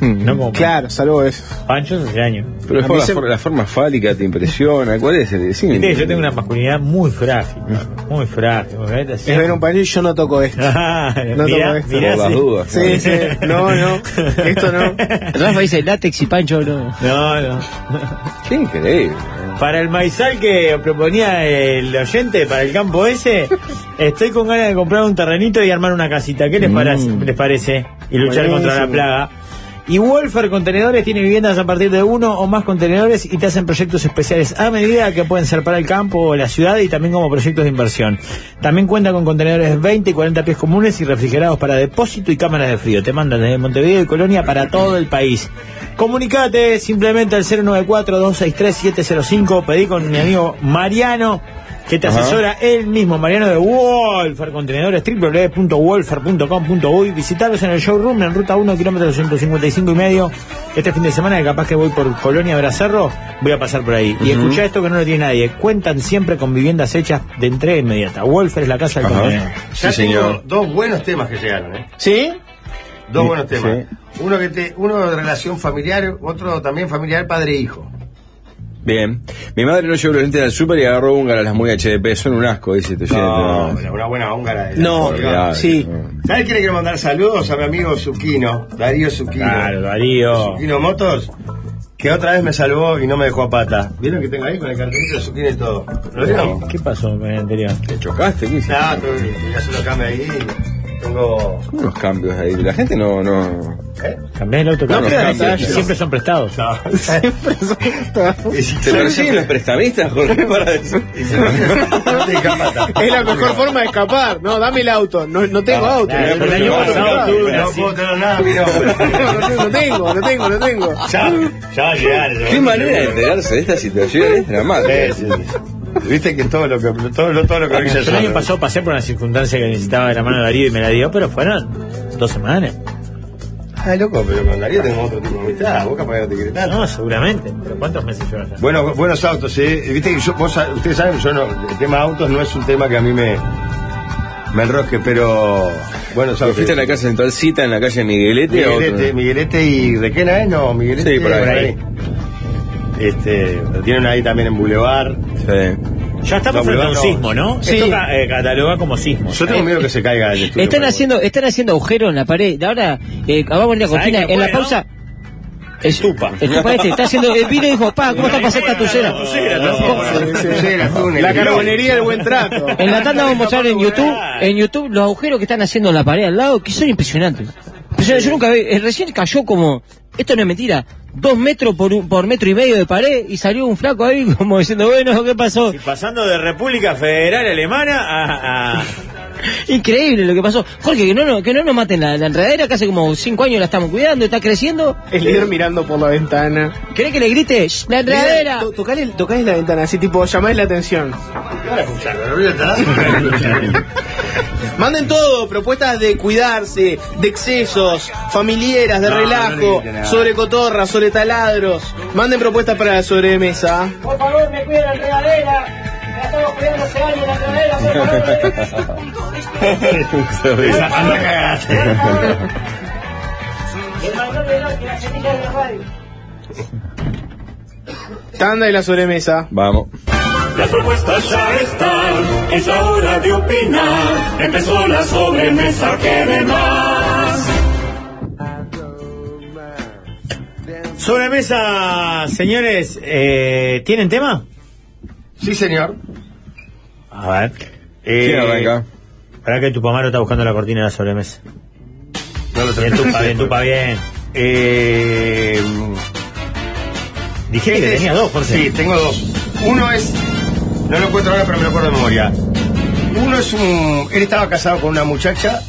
S6: ¿no? Como
S7: Claro, salvo eso.
S6: Panchos hace años.
S4: Hmm. Pero es
S7: A
S4: por
S7: mí
S4: la,
S7: se-
S4: for- la forma fálica te impresiona. ¿Cuál es el decime?
S6: Viste que Yo tengo una masculinidad muy frágil,
S4: Hmm.
S6: Pablo, muy frágil. porque así-
S7: Es ver un pañuelo y yo no toco esto.
S6: Claro,
S7: No
S6: mirá,
S7: tomo esto.
S6: mirá,
S4: Por las
S6: sí.
S4: dudas.
S7: Sí, sí. No, no. Esto no.
S8: Rafa dice látex y pancho, no.
S6: No, no.
S4: Qué increíble. ¿eh?
S6: Para el maizal que proponía el oyente, para el campo ese, estoy con ganas de comprar un terrenito y armar una casita. ¿Qué les, parece, les parece? Y luchar contra la
S7: Buenísimo.
S6: plaga. Y Wolfer Contenedores tiene viviendas a partir de uno o más contenedores y te hacen proyectos especiales a medida que pueden ser para el campo o la ciudad y también como proyectos de inversión. También cuenta con contenedores de 20 y 40 pies comunes y refrigerados para depósito y cámaras de frío. Te mandan desde Montevideo y Colonia para todo el país. Comunicate simplemente al 094-263-705. Pedí con mi amigo Mariano que te
S4: Ajá.
S6: asesora él mismo, Mariano de Wolfer Contenedores, www.wolfer.com.uy. Visitarlos en el showroom en ruta 1, kilómetro 155 y medio. Este fin de semana, que capaz que voy por Colonia Bracerro, voy a pasar por ahí. Y escucha esto que no lo tiene nadie. Cuentan siempre con viviendas hechas de entrega inmediata. Wolfer es la casa del
S4: Ajá.
S6: contenedor.
S5: Ya
S4: Sí,
S5: tengo
S4: señor.
S5: dos buenos temas que llegaron, ¿eh?
S7: ¿Sí?
S5: Dos
S4: Sí,
S5: buenos temas. Uno que te, uno de relación familiar, otro también familiar e padre-hijo.
S4: Bien. Mi madre no llevó los lentes al súper y agarró húngaras las muy HDP. Son un asco, dice tu
S5: No,
S4: oyente.
S5: una buena húngara. de-
S7: No,
S4: Olvidable.
S7: sí.
S5: ¿Sabes quién le quiero mandar saludos a mi amigo Zuquino? Darío Zuquino.
S6: Claro, Darío.
S5: Zuquino Motos, que otra vez me salvó y no me dejó a pata. ¿Vieron que tengo ahí con el cartelito de Zuquino y todo? ¿Lo vieron?
S6: ¿Qué pasó con el anterior?
S4: ¿Te chocaste? ¿Qué hiciste?
S5: No, tuve que hacer unos cambios ahí. Tengo.
S4: ¿Cómo los cambios ahí? La gente no... no...
S5: ¿Eh?
S6: Cambié el auto.
S4: No,
S6: Cambié.
S4: pero-
S6: Siempre- siempre son prestados.
S4: Ah,
S5: No. Siempre
S4: pues, ¿Te persiguen los prestamistas, Jorge? Para eso.
S5: No te dejan pata.
S7: Es la mejor forma de escapar. No, dame el auto. No, no tengo auto.
S6: claro, pero
S7: no,
S6: el año
S7: tengo
S6: pasado
S7: auto.
S6: tuve-
S5: No puedo tener nada, mira.
S7: No, no tengo, no tengo, no tengo.
S5: Ya, ya va a llegar. ya va a
S4: Qué manera de
S5: llegar.
S4: enterarse de esta situación es dramática.
S5: Sí, sí, sí. Viste que todo lo que todo lo, todo
S4: Ah,
S5: lo que brilla es
S6: el año
S5: oro.
S6: pasado pasé por una circunstancia que necesitaba de la mano de Darío y me la dio, pero fueron dos semanas.
S5: Ah, loco, pero con Darío tengo otro tipo de amistad. Vos capaz que no te querés tanto.
S6: No, seguramente. ¿Pero cuántos meses llevas ya?
S5: Bueno, buenos autos, ¿eh? Viste que yo, vos sa- ustedes saben, yo no, el tema autos no es un tema que a mí me, me enrosque, pero buenos
S4: ¿Pero
S5: autos.
S4: ¿Fuiste a la casa central cita en la calle Miguelete, o
S5: Miguelete,
S4: otro?
S5: Miguelete y Requena, ¿eh? No, Miguelete
S4: Sí, por ahí.
S5: Este, lo tienen ahí también en Boulevard.
S4: Sí.
S6: Ya
S5: No,
S6: estamos frente a un
S5: no.
S6: sismo, ¿no?
S5: Sí.
S6: Esto ca- eh, cataloga como sismo.
S5: Yo tengo miedo que se caiga el estudio.
S8: Están
S5: por
S8: haciendo, están haciendo agujero en la pared. Ahora, eh, vamos a poner la
S6: ¿Sabés
S8: cortina.
S6: qué
S8: En la
S6: fue, no?
S8: pausa. Estupa. Estupa este. Está haciendo. El vino y dijo, pa, ¿cómo está para hacer catucera?
S5: favor. Crucera, túnel.
S7: La carbonería del buen trato.
S8: En la tanda vamos a mostrar en YouTube, en YouTube los agujeros que están haciendo en la pared al lado, que son impresionantes. Impresionantes, Yo nunca vi, eh, recién cayó como, esto no es mentira, dos metros por, un- por metro y medio de pared y salió un flaco ahí como diciendo, bueno, ¿qué pasó?
S6: Y pasando de República Federal Alemana a... a-
S8: Increíble lo que pasó. Jorge, que no, no- que no nos maten la, la enredadera, que hace como cinco años la estamos cuidando, está creciendo.
S7: El líder mirando por la ventana.
S8: ¿Querés que le grite, "Shh, la enredadera?
S7: To- Tocale, tocale la ventana, así tipo, llamáis la atención. Manden todo, propuestas de cuidarse, de excesos, familiares, de
S5: No, no le
S7: relajo,
S5: griten nada.
S7: sobre cotorras, sobre taladros. Manden propuestas para la sobremesa.
S11: Por favor, me cuida la regadera. La estamos cuidando hace años la regadera, por favor.
S5: Anda a cagar.
S11: El mayor reloj que la semilla de la radio.
S7: Tanda de la sobremesa.
S4: Vamos.
S12: Las propuestas ya están, es la hora de opinar. Empezó la sobremesa que de más.
S6: Sobre mesa, señores, eh, ¿tienen tema?
S5: Sí, señor.
S6: A ver.
S4: ¿Quién
S5: Eh,
S4: arranca?
S6: Para que tu pomaro está buscando la cortina de la sobremesa.
S5: No lo
S6: Bien,
S5: tengo.
S6: tupa, bien, tupa, bien.
S5: Eh,
S6: Dije que
S5: este es-
S6: tenía dos, Jorge.
S5: Sí, tengo dos. Uno es. No lo encuentro ahora, pero me lo acuerdo de memoria. Uno es un. Él estaba casado con una muchacha.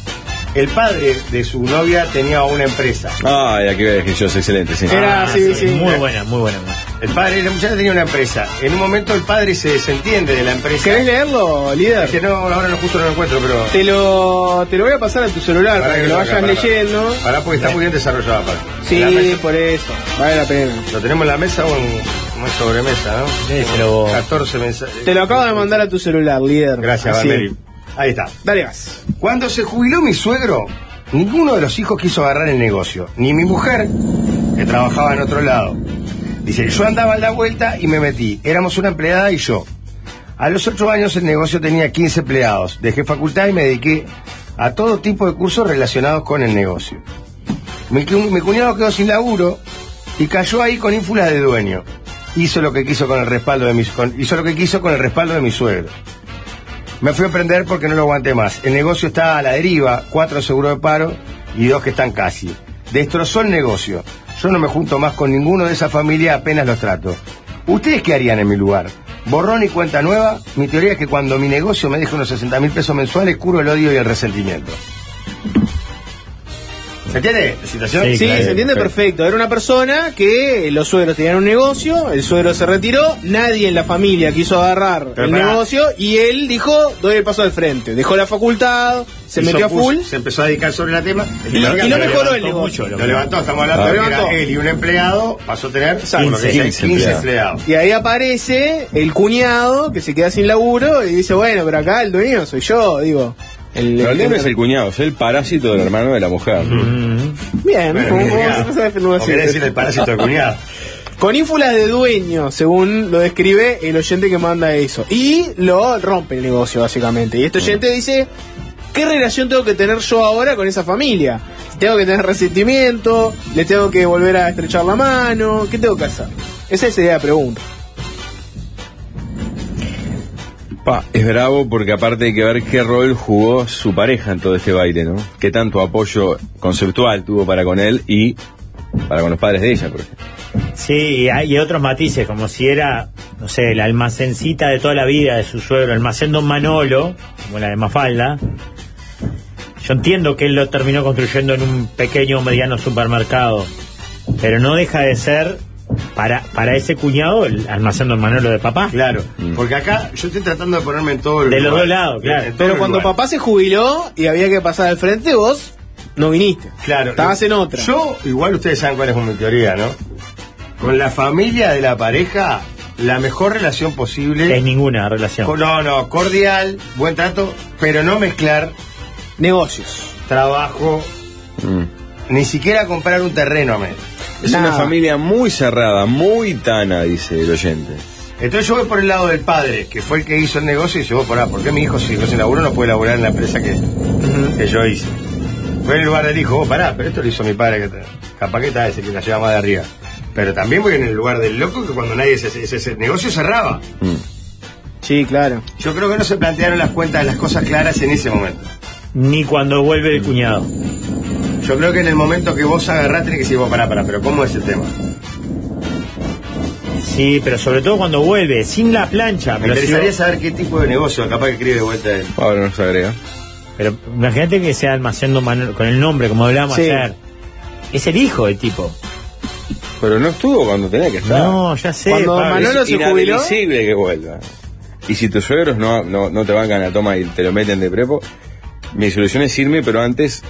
S5: El padre de su novia tenía una empresa.
S4: Ah, ya que ves que yo soy excelente, sí.
S7: Era,
S6: Ah,
S7: sí, sí.
S6: Muy buena, muy buena.
S5: El padre de la muchacha tenía una empresa. En un momento el padre se desentiende de la empresa.
S7: ¿Querés leerlo, líder?
S5: Que no, ahora no justo no lo encuentro, pero.
S7: Te lo, te lo voy a pasar a tu celular para, que lo vayas leyendo.
S5: Ahora porque está muy bien desarrollado, aparte. La
S7: Sí,
S5: mesa-
S7: por eso. Vale la pena.
S5: Lo tenemos en la mesa o en, como en sobremesa, ¿no?
S6: Déselo vos.
S5: 14 mensajes.
S7: Te lo acabo de mandar Ah, a tu celular, líder.
S5: Gracias,
S7: Así.
S5: Valmeri. Ahí está.
S7: Dale gas.
S5: Cuando se jubiló mi suegro, ninguno de los hijos quiso agarrar el negocio. Ni mi mujer, que trabajaba en otro lado. Dice, yo andaba a la vuelta y me metí. Éramos una empleada y yo. A los ocho años el negocio tenía 15 empleados. Dejé facultad y me dediqué a todo tipo de cursos relacionados con el negocio. Mi, cu- mi cuñado quedó sin laburo y cayó ahí con ínfulas de dueño. Hizo lo que quiso con el respaldo de mis, con- hizo lo que quiso con el respaldo de mi suegro. Me fui a prender porque no lo aguanté más. El negocio está a la deriva, cuatro seguros de paro y dos que están casi. Destrozó el negocio. Yo no me junto más con ninguno de esa familia, apenas los trato. ¿Ustedes qué harían en mi lugar? Borrón y cuenta nueva. Mi teoría es que cuando mi negocio me deje unos 60 mil pesos mensuales, curo el odio y el resentimiento. ¿Se entiende la situación?
S7: Sí, se entiende perfecto. Era una persona que los suegros tenían un negocio, el suegro se retiró, nadie en la familia quiso agarrar
S5: Pero
S7: el
S5: pará.
S7: negocio y él dijo, doy el paso al frente. Dejó la facultad, se
S5: Hizo
S7: metió a
S5: push,
S7: full.
S5: Se empezó a dedicar sobre la tema.
S7: Y- y no mejoró el negocio. Ah.
S5: Lo levantó, estamos hablando
S7: Lo
S5: de que
S7: levantó.
S5: era él y un empleado, pasó a tener por lo que
S7: 15,
S5: sea,
S7: 15
S5: 15
S7: empleados.
S5: empleados.
S7: Y ahí aparece el cuñado que se queda sin laburo y dice, bueno, pero acá el dueño soy yo, digo.
S4: El, problema es el cuñado, es el parásito del hermano de la mujer.
S7: Bien,
S4: Bueno,
S7: fue
S4: bien,
S7: un-
S4: cuñado.
S7: una afirmación.
S4: O querés decir el parásito del cuñado.
S7: Con ínfulas de dueño, según lo describe el oyente que manda eso. Y lo rompe el negocio, básicamente. Y este oyente dice, ¿qué relación tengo que tener yo ahora con esa familia? ¿Tengo que tener resentimiento? ¿Le tengo que volver a estrechar la mano? ¿Qué tengo que hacer? Esa sería la pregunta.
S4: Pa, es bravo porque aparte hay que ver qué rol jugó su pareja en todo este baile, ¿no? Qué tanto apoyo conceptual tuvo para con él y para con los padres de ella, por ejemplo.
S6: Sí, y hay otros matices, como si era, no sé, la almacencita de toda la vida de su suegro, almacén Don Manolo, como la de Mafalda. Yo entiendo que él lo terminó construyendo en un pequeño o mediano supermercado, pero no deja de ser, para, para ese cuñado, el almacén Don Manolo de papá.
S5: Claro, porque acá yo estoy tratando de ponerme en todo el
S6: Mm. De los
S5: lugar.
S6: dos lados, claro.
S5: En todo
S7: Pero
S5: el
S7: cuando
S5: lugar.
S7: papá se jubiló y había que pasar al frente, vos no viniste.
S5: Claro.
S7: Estabas en otra.
S5: Yo, igual ustedes saben cuál es mi teoría, ¿no? Con la familia de la pareja, la mejor relación posible.
S6: Es ninguna relación.
S5: Co- No, no, cordial, buen trato, pero no mezclar
S7: negocios,
S5: trabajo,
S6: Mm.
S5: ni siquiera comprar un terreno a menos.
S4: Es una familia muy cerrada, muy tana, dice el oyente.
S5: Entonces yo voy por el lado del padre, que fue el que hizo el negocio, y yo voy por ah, ¿por qué mi hijo si no se laburo no puede laburar en la empresa que, que yo hice? Fue en el lugar del hijo, oh, pará, pero esto lo hizo mi padre, que te- capaz que está ese que la lleva más de arriba. Pero también voy en el lugar del loco que cuando nadie se, se- se- se- el negocio cerraba.
S7: Sí, claro.
S5: Yo creo que no se plantearon las cuentas, las cosas claras en ese momento.
S6: Ni cuando vuelve el cuñado.
S5: Yo creo que en el momento que vos agarraste tenés que decir, vos pará, pará, pero ¿cómo es el tema?
S6: Sí, pero sobre todo cuando vuelve, sin la plancha.
S5: Me
S6: pero si
S5: interesaría
S6: vos-
S5: saber qué tipo de negocio, capaz que escribe de vuelta él.
S4: Pablo nos agrega.
S6: Pero imagínate que sea almacén Don Manolo, con el nombre, como hablábamos
S4: Sí.
S6: ayer. Es el hijo del tipo.
S4: Pero no estuvo cuando tenía que estar.
S6: No, ya sé, Cuando Pablo. Manolo
S4: es
S6: se jubiló-
S4: inadmisible que vuelva. Y si tus suegros no, no, no te bancan a toma y te lo meten de prepo, mi solución es irme, pero antes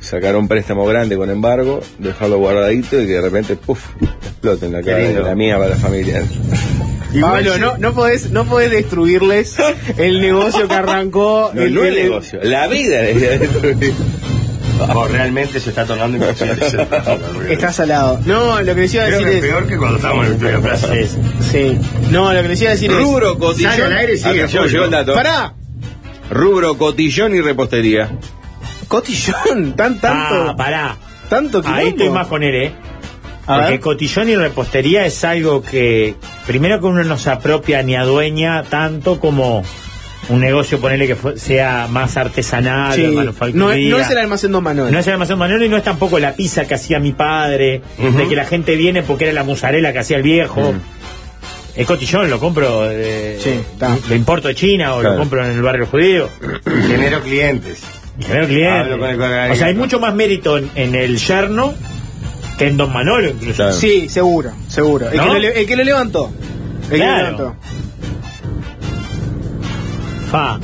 S4: sacar un préstamo grande con embargo, dejarlo guardadito y que de repente, puff, exploten la cara de
S7: lindo.
S4: la mía para la familia.
S7: Pablo, no, no, podés, no podés destruirles el negocio que arrancó.
S4: No,
S7: el,
S4: no el
S7: el-
S4: negocio, la vida. de-
S5: Vos realmente se está tornando imposible.
S7: Está salado. No, lo que les iba a
S5: Creo
S7: decir
S5: que
S7: es.
S5: peor que cuando estábamos en el Estudio Plaza.
S7: Sí. No, lo que les iba a decir es.
S4: Rubro, cotillón.
S7: Sale al aire,
S5: Ah,
S7: sigue,
S4: Atención,
S7: Pablo.
S4: llegó el dato.
S7: ¡Pará!
S4: Rubro, cotillón y repostería.
S7: Cotillón, tan tanto.
S6: Ah, pará.
S7: Tanto que.
S6: Ahí estoy más con él, ¿eh?
S7: A
S6: Porque
S7: ver.
S6: cotillón y repostería es algo que, primero que uno no se apropia ni adueña tanto como un negocio, ponerle que fue- sea más artesanal,
S7: Sí.
S6: o
S7: No, es-
S6: manufacturera.
S7: no es el almacén Don Manuel.
S6: No es el almacén Manolo y no es tampoco la pizza que hacía mi padre, de que la gente viene porque era la mozzarella que hacía el viejo. Es cotillón, lo compro, de- lo importo de China o
S5: Claro.
S6: lo compro en el barrio judío.
S5: Genero clientes.
S6: Genero clientes.
S5: Ah, Hablo con el colega.
S6: O sea, hay mucho más mérito en, en el yerno que en Don Manolo incluso.
S7: Sí, seguro, seguro. El,
S6: ¿No?
S7: que, lo, le- el que lo levantó. El que lo
S6: Claro.
S7: levantó.
S6: Fa.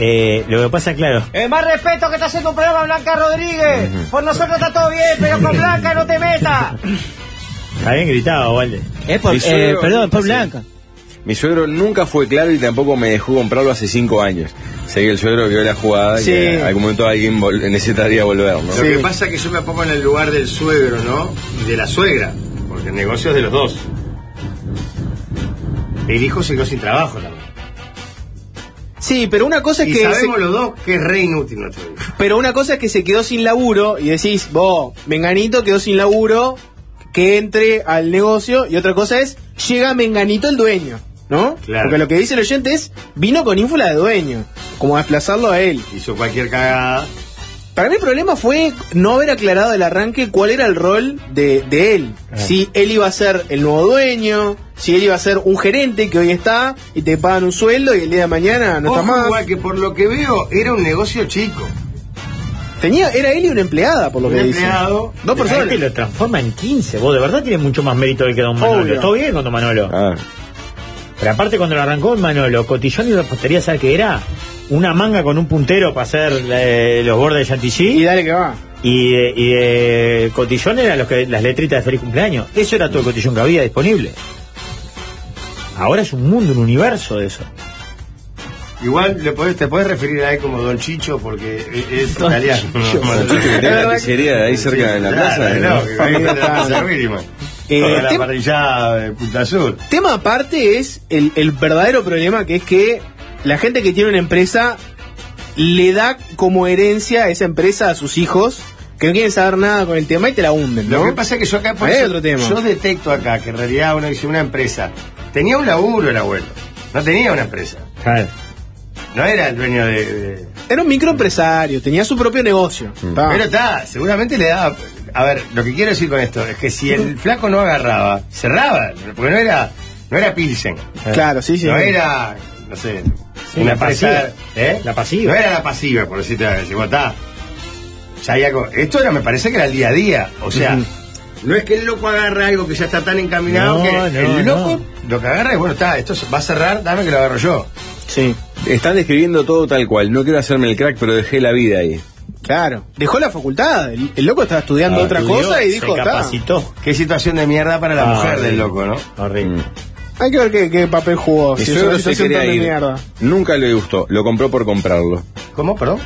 S6: Eh, lo que pasa, claro.
S11: Eh, más respeto que está haciendo un programa Blanca Rodríguez. Por nosotros está todo bien, pero con Blanca no te metas.
S6: Está bien gritado, Valde.
S8: Es por,
S4: Mi
S8: eh,
S4: suegro-
S8: perdón, por Blanca.
S4: Mi suegro nunca fue claro y tampoco me dejó comprarlo hace cinco años. Sé que el suegro vio la jugada
S5: Sí.
S4: y que en algún momento alguien vol- necesitaría volver, ¿no?
S5: Lo que pasa es que yo me pongo en el lugar del suegro, ¿no? Y de la suegra, porque el negocio es de los dos. El hijo se quedó sin trabajo también.
S7: Sí, pero una cosa es
S5: Y
S7: que.
S5: sabemos
S7: se-
S5: los dos que es re inútil nuestro hijo.
S7: Pero una cosa es que se quedó sin laburo y decís, vos, Menganito quedó sin laburo, que entre al negocio. Y otra cosa es, llega Menganito el dueño, ¿no?
S5: Claro.
S7: Porque lo que dice el oyente es, vino con ínfula de dueño, como a desplazarlo a él.
S5: Hizo cualquier cagada.
S7: Para mí el problema fue no haber aclarado el arranque cuál era el rol de, de él. Si él iba a ser el nuevo dueño, si él iba a ser un gerente que hoy está y te pagan un sueldo y el día de mañana no
S5: Ojo,
S7: está más.
S5: igual que por lo que veo era un negocio chico.
S7: Tenía, era él y una empleada, por lo
S6: Un
S7: que
S6: empleado.
S7: dice. Dos
S6: La
S7: personas.
S6: gente lo transforma en 15. Vos de verdad tienes mucho más mérito del que Don Manolo.
S7: Obvio.
S6: Todo bien con Don Manolo.
S5: Ah.
S6: Pero aparte cuando lo arrancó Don Manolo, Cotillón y repostería, ¿sabes qué era? Una manga con un puntero para hacer eh, los bordes de Chantilly.
S7: Y dale que va.
S6: Y de, y de Cotillón eran los que, las letritas de feliz cumpleaños. Eso era todo el Cotillón que había disponible. Ahora es un mundo, un universo de eso.
S5: Igual le podés- te podés referir a él como Don Chicho porque es, es
S6: Don
S5: italiano.
S6: Chicho.
S5: Bueno,
S4: Don Chicho, que tiene
S5: es
S4: la
S5: verdad
S4: pizzería de ahí cerca de la
S5: Claro,
S4: plaza,
S5: No,
S4: ¿no?
S5: que ahí está la plaza Williman.
S7: Eh,
S5: Toda la
S7: tem-
S5: parrillada de Punta Sur.
S7: Tema aparte es el, el verdadero problema que es que la gente que tiene una empresa le da como herencia a esa empresa a sus hijos que no quieren saber nada con el tema y te la hunden.
S5: Lo
S7: ¿no?
S5: que pasa es que yo acá por
S7: Ahí hay
S5: eso-
S7: otro tema.
S5: yo detecto acá que en realidad uno dice una empresa. Tenía un laburo el abuelo, no tenía una empresa. No era el dueño de. de-
S7: Era un microempresario, tenía su propio negocio. Pa.
S5: Pero está, seguramente le daba. A ver, lo que quiero decir con esto es que si el flaco no agarraba, cerraba, porque no era, no era Pilsen.
S7: Claro, sí, sí.
S5: No era, no sé,
S7: Sí,
S5: una
S7: la
S5: pasiva.
S7: pasiva.
S5: ¿eh? La pasiva. No era la pasiva, por decirte la verdad. está. Ya había co- Esto era, me parece que era el día a día. O sea,
S7: Ujú.
S5: no es que el loco agarre algo que ya está tan encaminado
S6: No,
S5: que
S6: no,
S5: el loco lo que agarra es, bueno, está, esto se- va a cerrar, dame que lo agarro yo.
S7: Sí.
S4: Están describiendo todo tal cual. No quiero hacerme el crack, pero dejé la vida ahí.
S7: Claro. Dejó la facultad. El, el loco estaba estudiando
S4: Ah,
S7: otra
S4: estudió,
S7: cosa y dijo,
S6: Se
S7: "Está".
S6: capacitó.
S5: Qué situación de mierda para la
S6: Ah,
S5: mujer del
S6: sí.
S5: loco, ¿no?
S7: Mm.
S6: Horrible.
S7: Hay que ver qué, qué papel jugó.
S4: Mi
S7: si es una
S4: suegro se
S7: situación
S4: quería
S7: tan de
S4: ir.
S7: mierda.
S4: Nunca le gustó. Lo compró por comprarlo.
S5: ¿Cómo, perdón?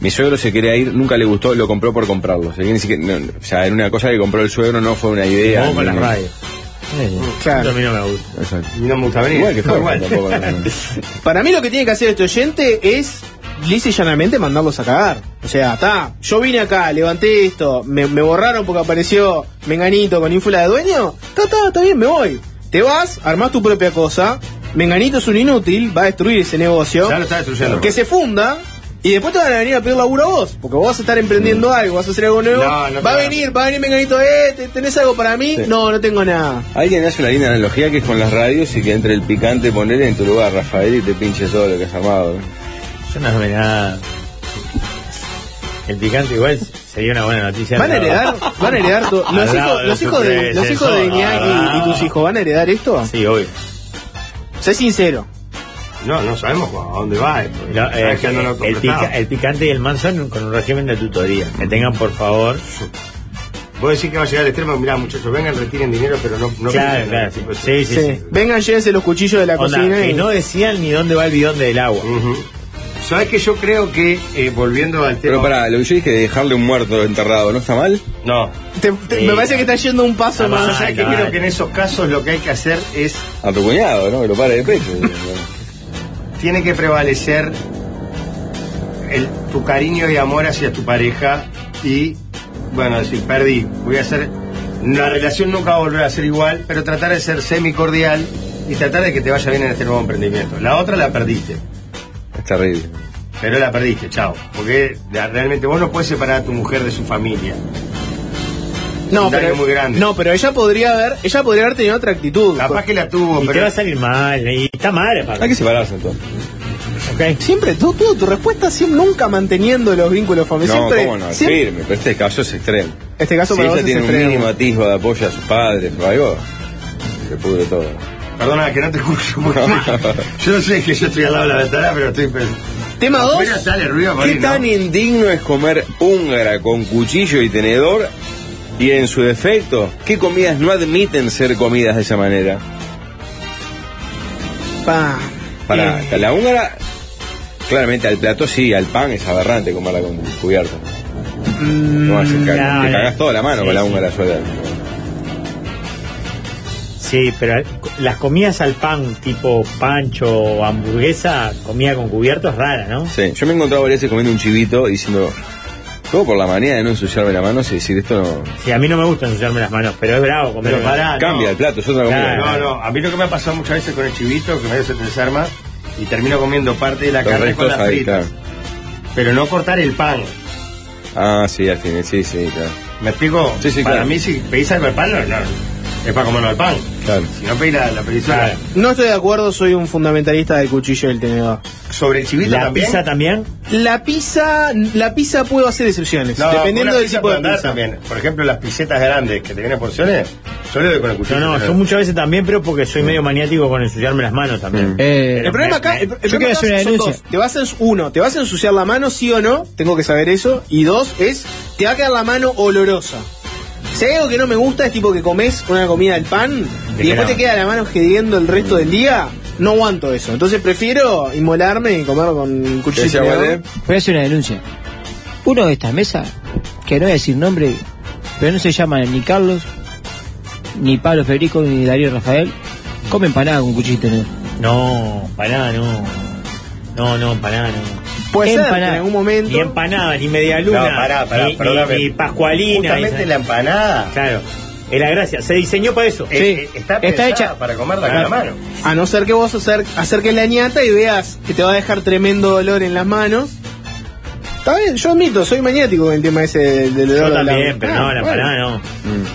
S4: Mi suegro se quería ir, nunca le gustó, lo compró por comprarlo. O sea, que ni siquiera- no, o sea, era una cosa que compró el suegro, no fue una idea.
S6: Vamos con
S4: ni-
S6: las radios. Eh,
S7: Mm. Claro.
S6: A mí no me gusta.
S4: Exacto.
S5: No me gusta venir.
S4: Igual que
S5: No,
S4: fue,
S5: igual.
S4: tampoco, no, no.
S7: Para mí lo que tiene que hacer este oyente es lisa y llanamente mandarlos a cagar. O sea, está, yo vine acá, levanté esto, me, me borraron porque apareció Menganito con ínfula de dueño. Está, está, está bien, me voy. Te vas, armás tu propia cosa. Menganito es un inútil, va a destruir ese negocio.
S5: Ya lo está destruyendo.
S7: Que se funda. Y después te van a venir a pedir laburo a vos, porque vos vas a estar emprendiendo algo, vas a hacer algo nuevo.
S5: No, no te
S7: va a
S5: van.
S7: venir, va a venir Menganito, eh, ¿te- ¿tenés algo para mí?
S4: Sí.
S7: No, no tengo nada.
S4: Alguien hace una linda analogía que es con las radios y que entre el picante ponerle en tu lugar, Rafael, y te pinche todo lo que has armado. ¿no?
S6: Yo no me nada. El picante igual sería una buena noticia.
S7: ¿Van a
S6: No.
S7: heredar? ¿Van a heredar to-
S6: Al
S7: los,
S6: lado
S7: hijos,
S6: de
S7: los
S6: su
S7: hijos de, los hijos de
S6: predecesor,
S7: Iñaki y,
S6: ah.
S7: tus hijos van a heredar esto?
S6: Sí, obvio.
S7: Sé sincero.
S5: No, no sabemos a dónde va esto.
S6: No,
S5: Sabes
S6: eh,
S5: Ah, que no lo
S6: el,
S5: completamos.
S6: pica- el picante y el manson con un régimen de tutoría. Que tengan, por favor.
S5: Vos decís que va a llegar al extremo, mirá muchachos, vengan, retiren dinero, pero no... no
S6: Claro,
S5: pidan,
S6: claro,
S5: ¿no?
S6: sí. Sí, sí, sí.
S7: Vengan, llévense los cuchillos de la
S6: Onda,
S7: cocina.
S6: que
S7: y-
S6: no decían ni dónde va el bidón del agua.
S5: Ujú. Sabés que yo creo que, eh, volviendo al tema...
S4: Pero pará, lo que yo dije, dejarle un muerto enterrado, ¿no está mal?
S5: No.
S7: Te- te-
S6: Sí.
S7: Me parece que está yendo un paso
S6: Ah,
S7: más.
S5: Yo sabés que
S6: claro.
S5: creo que en esos casos lo que hay que hacer es...
S4: A tu cuñado, ¿no? Que lo pare de pecho.
S5: Tiene que prevalecer el, tu cariño y amor hacia tu pareja y, bueno, decir, perdí, voy a hacer... La relación nunca va a volver a ser igual, pero tratar de ser semicordial y tratar de que te vaya bien en este nuevo emprendimiento. La otra la perdiste.
S4: es terrible.
S5: Pero la perdiste, chao. Porque la- realmente vos no puedes separar a tu mujer de su familia.
S7: no,
S5: un daño
S7: pero,
S5: muy grande.
S7: no, pero ella podría haber, ella podría haber tenido otra actitud.
S5: Capaz que la tuvo,
S6: Y te
S5: pero.
S6: va a salir mal. Y está mal, aparte,
S4: Hay que separarse entonces.
S6: ¿ok?
S7: Siempre, tú, tú, tu respuesta siempre nunca manteniendo los vínculos familiares.
S4: No,
S7: siempre,
S4: cómo no,
S7: siempre-
S4: firme, pero este caso es extremo.
S7: Este caso
S4: si
S7: para vos
S4: ella
S7: es
S4: tiene un
S7: extremo.
S4: mínimo atisbo de apoyo a sus padres o algo, se pudre todo.
S5: Perdona que no te escucho. porque- yo sé que yo estoy al lado de la ventana, pero estoy.
S7: Tema 2.
S5: Mira, sale ruido,
S4: ¿Qué
S5: morir, ¿no?
S4: tan indigno es comer húngara con cuchillo y tenedor? Y en su defecto, ¿qué comidas no admiten ser comidas de esa
S6: Eh.
S4: manera? Para la húngara, Claramente al plato sí, al pan es aberrante comerla con cubierta. No, hace ca-
S6: Mm, no,
S4: te
S6: no.
S4: cagás toda la mano
S6: Sí,
S4: con la
S6: sí.
S4: unga de la suela.
S6: Sí, pero al- las comidas al pan, tipo pancho o hamburguesa, comida con cubierto es rara, ¿no?
S4: Sí, yo me he encontrado varias veces comiendo un chivito y diciendo, todo por la manía de no ensuciarme la mano, si decir esto no.
S6: Sí, a mí no me gusta ensuciarme las manos, pero es bravo comer.
S5: Pero pará,
S4: Cambia
S5: no.
S4: el plato, es otra comida.
S5: No, no, a mí lo que me ha pasado muchas veces con el chivito, que medio se te desarma, y termino comiendo parte de la
S4: Los
S5: carne con
S4: restos
S5: las
S4: ahí,
S5: fritas. Pero no cortar el pan.
S4: Ah, sí, al fin, sí, sí, claro.
S5: ¿Me explico?
S4: Sí, sí,
S5: para
S4: claro.
S5: mí, si pedís algo al pan, no, no, es para comerlo al pan.
S4: Claro.
S5: Si no pedís la, la pedís sola.
S7: No estoy de acuerdo, soy un fundamentalista del cuchillo y el tenedor.
S5: ¿Sobre el chivito
S6: ¿La
S5: también?
S6: pizza también?
S7: La pizza, la pizza puedo hacer excepciones,
S5: No,
S7: dependiendo
S5: una
S7: del
S5: pizza
S7: tipo
S5: puede
S7: de
S5: andar
S7: pizza.
S5: También. Por ejemplo, las pisetas grandes que te vienen a porciones, yo le doy con el cuchillo.
S6: No, no, yo muchas veces también, pero porque soy medio maniático con ensuciarme las manos también.
S8: Eh,
S7: El problema acá, el, el
S8: Yo
S7: problema
S8: quiero
S7: acá
S8: hacer una
S7: son
S8: denuncia.
S7: dos. Te vas a ens- uno, te vas a ensuciar la mano, sí o no, tengo que saber eso. Y dos, es, te va a quedar la mano olorosa. Si hay algo que no me gusta es tipo que comes una comida al pan y después te queda la mano gediendo el resto del día, no aguanto eso. Entonces prefiero inmolarme y comer con
S4: Ese
S7: cuchillo. ¿no?
S4: aguante,
S8: Voy a hacer una denuncia. Uno de estas mesas, que no voy a decir nombre, pero no se llaman ni Carlos, ni Pablo Federico, ni Darío Rafael, come empanada con cuchillo y tenedor.
S6: No, para nada, no. No, no, para nada, no.
S7: Puede ser que en
S8: Empanada.
S7: algún momento.
S6: Ni empanada, ni media luna,
S5: No, pará, pará,
S6: ni,
S5: perdóname.
S6: ni- ni pascualina.
S5: Justamente
S6: y-
S5: la empanada
S6: Claro, es la gracia. Se diseñó para eso.
S5: eh,
S8: Sí.
S5: eh, está,
S8: Está
S5: pensada
S8: hecha-
S5: para comerla con la mano.
S7: A no ser que vos acer- acerques la ñata y veas que te va a dejar tremendo dolor en las manos. Está bien, yo admito, soy maniático con el tema ese del, del
S6: Yo
S7: dolor. de la-
S6: también, pero
S7: Ah,
S6: no, la
S7: bueno.
S6: empanada no.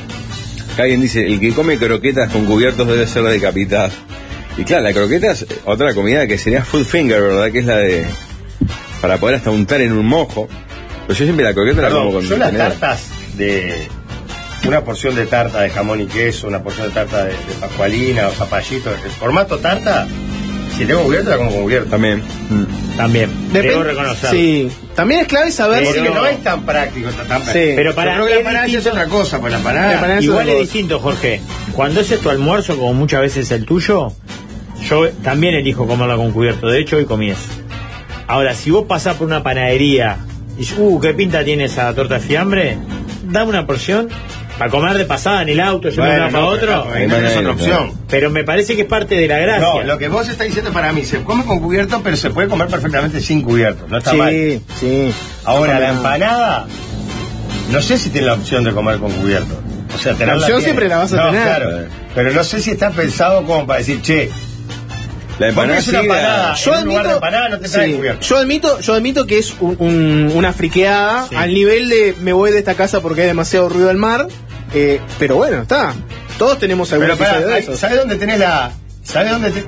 S4: Acá alguien dice, el que come croquetas con cubiertos debe ser decapitado. Y claro, la croqueta es eh, otra comida que sería food finger, ¿verdad? Que es la de... Para poder hasta untar en un mojo. Pero yo siempre la croqueta la como
S5: Perdón,
S4: con
S5: yo las
S4: tenedor.
S5: tartas de una porción de tarta de jamón y queso, una porción de tarta de, de pascualina o zapallito, el formato tarta, si tengo cubierto la como con cubierto.
S4: También. Mm.
S6: También,
S7: Depende-
S6: debo reconocerlo.
S7: Sí, también es clave saber
S5: Porque
S7: si
S5: no es tan práctico, tan, tan
S7: Sí.
S5: práctico.
S6: Pero para-
S5: Yo creo que la
S6: es
S5: empanada ya es
S6: distinto.
S5: otra cosa, pues la
S7: La
S5: empanada.
S7: empanada Para eso
S6: Ah, Igual
S7: es
S6: es
S7: vos.
S6: distinto, Jorge. Cuando haces tu almuerzo, como muchas veces el tuyo, yo también elijo comerla con cubierto. De hecho, hoy comí eso. Ahora, si vos pasás por una panadería y dices, uh, qué pinta tiene esa torta de fiambre, dame una porción para comer de pasada en el auto, yo
S5: Bueno,
S6: me para
S5: no,
S6: otro.
S5: pero, no, no, es otra
S4: Bueno,
S5: opción.
S6: Pero me parece que es parte de la gracia.
S5: No, lo que vos estás diciendo para mí, se come con cubierto, pero se puede comer perfectamente sin cubierto. No está mal.
S7: Sí, sí.
S5: Ahora,
S7: No,
S5: la
S7: no.
S5: empanada, no sé si tiene la opción de comer con cubierto. O sea, tenerla
S7: opción
S5: tiene.
S7: siempre la vas a
S5: No,
S7: tener.
S5: claro. Pero no sé si está pensado como para decir, che,
S4: La empanada
S5: Comés una
S4: sí, la-
S5: empanada.
S7: Yo
S5: en un lugar de
S7: admito,
S5: empanada no te traen cubierto.
S7: yo admito, yo admito que es un- un- una friqueada al nivel de me voy de esta casa porque hay demasiado ruido al mar, eh, pero bueno, está. Todos tenemos algún
S5: Pero pará,
S7: episodio de
S5: ay,
S7: esos.
S5: ¿sabés dónde tenés la. ¿Sabés dónde, te-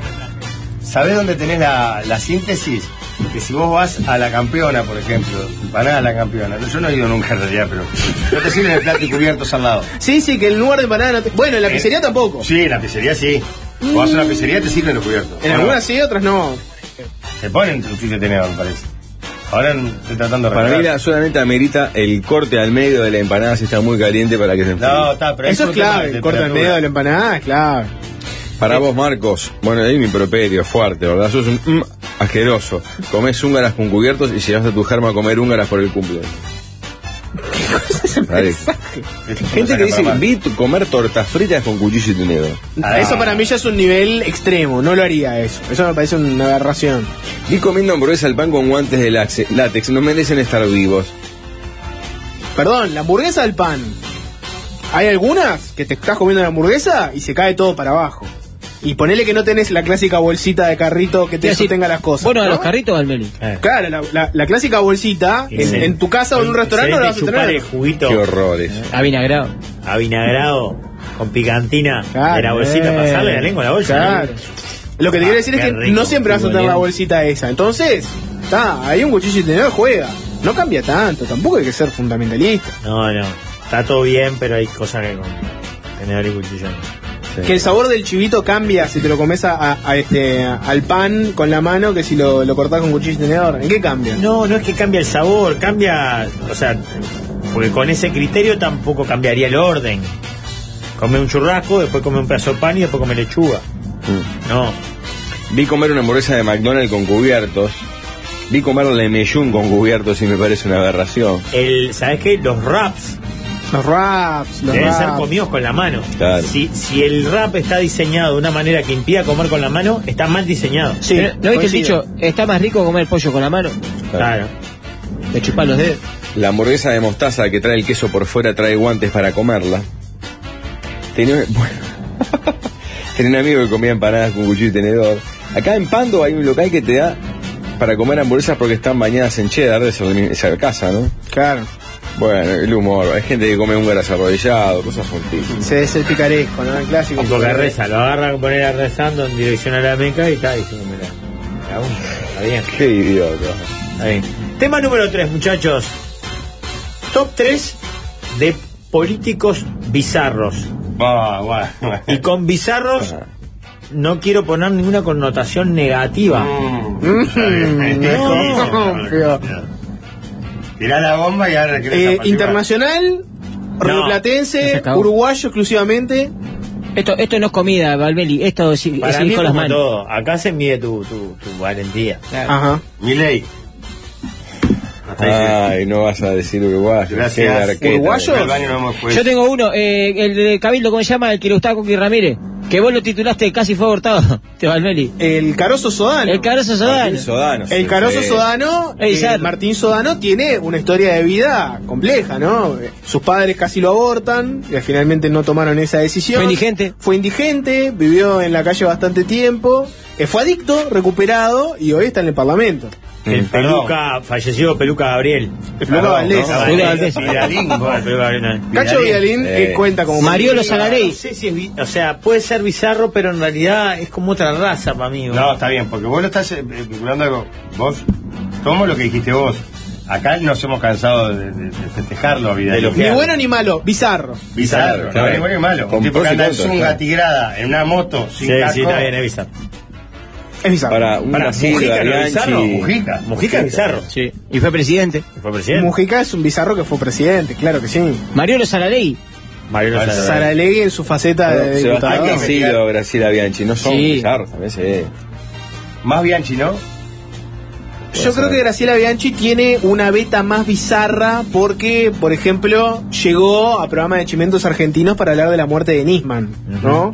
S5: sabés dónde tenés la, la síntesis? Que si vos vas a la campeona, por ejemplo, empanada a la campeona, yo no he ido nunca en realidad, pero no te sirven el plato y cubiertos al lado.
S7: Sí, sí, que el lugar de empanada no te- Bueno, en la
S5: Eh,
S7: pizzería tampoco.
S5: Sí, en la pizzería sí. Vos vas a una pizzería te sirven los cubiertos.
S7: Mm. En
S5: ¿O no?
S7: algunas sí, otras no.
S5: Te ponen tu chile tenedor, me parece. Ahora no- estoy tratando de
S4: Para mí
S5: recordar.
S4: la solamente amerita el corte al medio de la empanada si está muy caliente para que se enfríe.
S5: No, está, pero ahí
S7: Eso es
S5: un tema de
S7: clave, el corte al medio
S5: temperatura.
S7: de la empanada es clave.
S4: Para vos, Marcos, bueno, ahí mi properio, fuerte, ¿verdad? Sos un mm, asqueroso. Comés húngaras con cubiertos y llevas a tu germa a comer húngaras por el cumpleaños. Ahí.
S5: Esto es
S4: Gente
S5: una
S4: que dice,
S5: capa-
S4: vi tu- comer tortas fritas con cuchillo y tenedor.
S5: Ah.
S7: Eso para mí ya es un nivel extremo, no lo haría eso. Eso me parece una aberración.
S4: Vi comiendo hamburguesa al pan con guantes de laxe- látex. No merecen estar vivos.
S7: Perdón, la hamburguesa al pan. Hay algunas que te estás comiendo la hamburguesa y se cae todo para abajo. Y ponele que no tenés la clásica bolsita de carrito que te
S8: Quiero decir,
S7: sostenga las cosas.
S8: Bueno, a
S7: ¿no?
S8: los carritos al Meli.
S6: Eh,
S7: Claro, la, la- la clásica bolsita
S6: Que
S7: en,
S6: se-
S7: en tu casa o en un
S6: que
S7: restaurante
S6: se
S7: no la
S6: deje
S7: vas a
S6: chupar
S7: tener.
S6: el juguito
S4: Qué horrores.
S5: Eh.
S8: Avinagrado.
S6: avinagrado con picantina
S7: Claro,
S6: de la bolsita,
S7: eh.
S6: pasarle la lengua a la bolsa.
S7: Claro. Lo que te
S6: Ah,
S7: quiero decir es
S6: qué
S7: que
S6: rico,
S7: no siempre vas a tener la
S6: boludo.
S7: bolsita esa. Entonces, está, hay un cuchillo y tenedor, juega. No cambia tanto, tampoco hay que ser fundamentalista.
S6: No, no. Está todo bien, pero hay cosas que con tenedor y cuchillo. no.
S7: Que el sabor del chivito cambia si te lo comes a, a- a este, al pan con la mano que si lo, lo cortás con cuchillo y tenedor. ¿En qué cambia?
S6: No, no es que cambia el sabor, cambia. O sea, porque con ese criterio tampoco cambiaría el orden. Come un churrasco, después come un pedazo de pan y después come lechuga. No.
S4: Mm. Vi comer una hamburguesa de McDonald's con cubiertos. Vi comer lemellún con cubiertos y me parece una aberración.
S6: El, ¿Sabes qué? Los raps
S7: Los raps, los
S6: deben
S7: raps.
S6: ser comidos con la mano.
S4: Claro.
S6: Si, si el rap está diseñado de una manera que impida comer con la mano, está mal diseñado.
S7: Sí,
S8: Pero, ¿No viste el
S7: coincido.
S8: dicho? Está más rico comer pollo con la mano.
S5: Ah,
S6: Claro.
S8: Me chupar los dedos.
S4: La hamburguesa de mostaza que trae el queso por fuera trae guantes para comerla. Tenía, bueno, tenía un amigo que comía empanadas con cuchillo y tenedor. Acá en Pando hay un local que te da para comer hamburguesas porque están bañadas en cheddar de esa, de esa casa, ¿no?
S7: Claro.
S4: Bueno, el humor. Hay gente que come un grasa arrodillado, cosas fortísimas.
S7: Se es el picaresco, ¿no? El clásico.
S6: Porque reza, lo agarra con poner a rezando en dirección a la meca y está diciendo, mira, está bien,
S4: Qué idiota.
S6: está bien. Tema número 3, muchachos. Top 3 de políticos bizarros.
S5: Ah, bueno.
S6: Y con bizarros no quiero poner ninguna connotación negativa.
S7: Mm, no, feo.
S5: Tirá la bomba y ahora querés
S7: Eh,
S5: apasionar.
S7: internacional,
S8: se
S7: rioplatense,
S8: acabó.
S7: uruguayo exclusivamente.
S8: Esto, esto no es comida, Valmeli. Esto es, es
S6: Para
S8: ir
S6: mí
S8: con las
S6: como
S8: manos.
S6: todo, acá se mide tu, tu, tu valentía.
S7: Ajá.
S5: Milei. Hasta ahí llegó.
S4: Ay, no vas a decir uruguayo.
S5: Gracias.
S4: qué garqueta.
S7: ¿Uruguayo?
S5: Al baño no hemos puesto.
S8: Yo tengo uno, eh, el de Cabildo, ¿cómo se llama? El que le gustaba a Coqui Ramírez. Que vos lo titulaste Casi fue abortado. Te Valmeli.
S7: El Carozo Sodano.
S8: El carozo Sodano.
S4: Martín Sodano.
S7: El Carozo
S4: Sí.
S7: Sodano,
S8: Ey,
S7: eh,
S8: ya-
S7: Martín Sodano tiene una historia de vida compleja, ¿no? Eh, Sus padres casi lo abortan, y finalmente no tomaron esa decisión.
S8: Fue indigente.
S7: Fue indigente, vivió en la calle bastante tiempo, eh, fue adicto, recuperado y hoy está en el Parlamento.
S6: El
S5: Mm,
S6: peluca, fallecido peluca Gabriel.
S7: El Peluca Valdés.
S6: ¿no?
S8: Peluca Valdés.
S6: Vidalín, ¿cómo? El Peluca Gabriel, no.
S7: Cacho Vidalín eh,
S4: Eh.
S7: cuenta como
S8: Mariolo
S6: No
S8: Salarey.
S6: sé si es bi- o sea, puede ser bizarro, pero en realidad es como otra raza para mí.
S5: No, está bien, porque vos lo estás eh, vinculando algo. Vos, tomo lo que dijiste vos. Acá nos hemos cansado de, de- de festejarlo, vida.
S6: De lo
S7: Ni bueno ni malo, bizarro.
S5: Bizarro,
S4: Claro.
S5: no, ni bueno ni malo.
S4: Con
S5: Un tipo que
S4: pros y
S5: anda en
S4: contras,
S5: zunga
S4: claro.
S5: tigrada, en una moto, sin
S6: Sí,
S5: casco.
S6: sí, está bien, es bizarro.
S7: Es bizarro.
S4: Para un
S6: Pará,
S4: Brasil,
S6: Mujica, ¿no? Bizarro,
S4: Bianchi.
S5: Mujica.
S6: Mujica es bizarro.
S8: Sí. Y fue presidente.
S6: Fue presidente.
S7: Mujica es un bizarro que fue presidente, claro que sí.
S8: Mariolo Salarey.
S6: Mariano Salarey.
S7: Saralegui en su faceta de
S4: Sebastián
S7: Ah, diputado.
S4: Casillo, Brasil Bianchi, no son
S8: Sí.
S4: bizarros, también se
S5: Más Bianchi, ¿no?
S7: Yo creo que Graciela Bianchi tiene una beta más bizarra porque, por ejemplo, llegó a programa de Chimentos Argentinos para hablar de la muerte de Nisman, ¿no?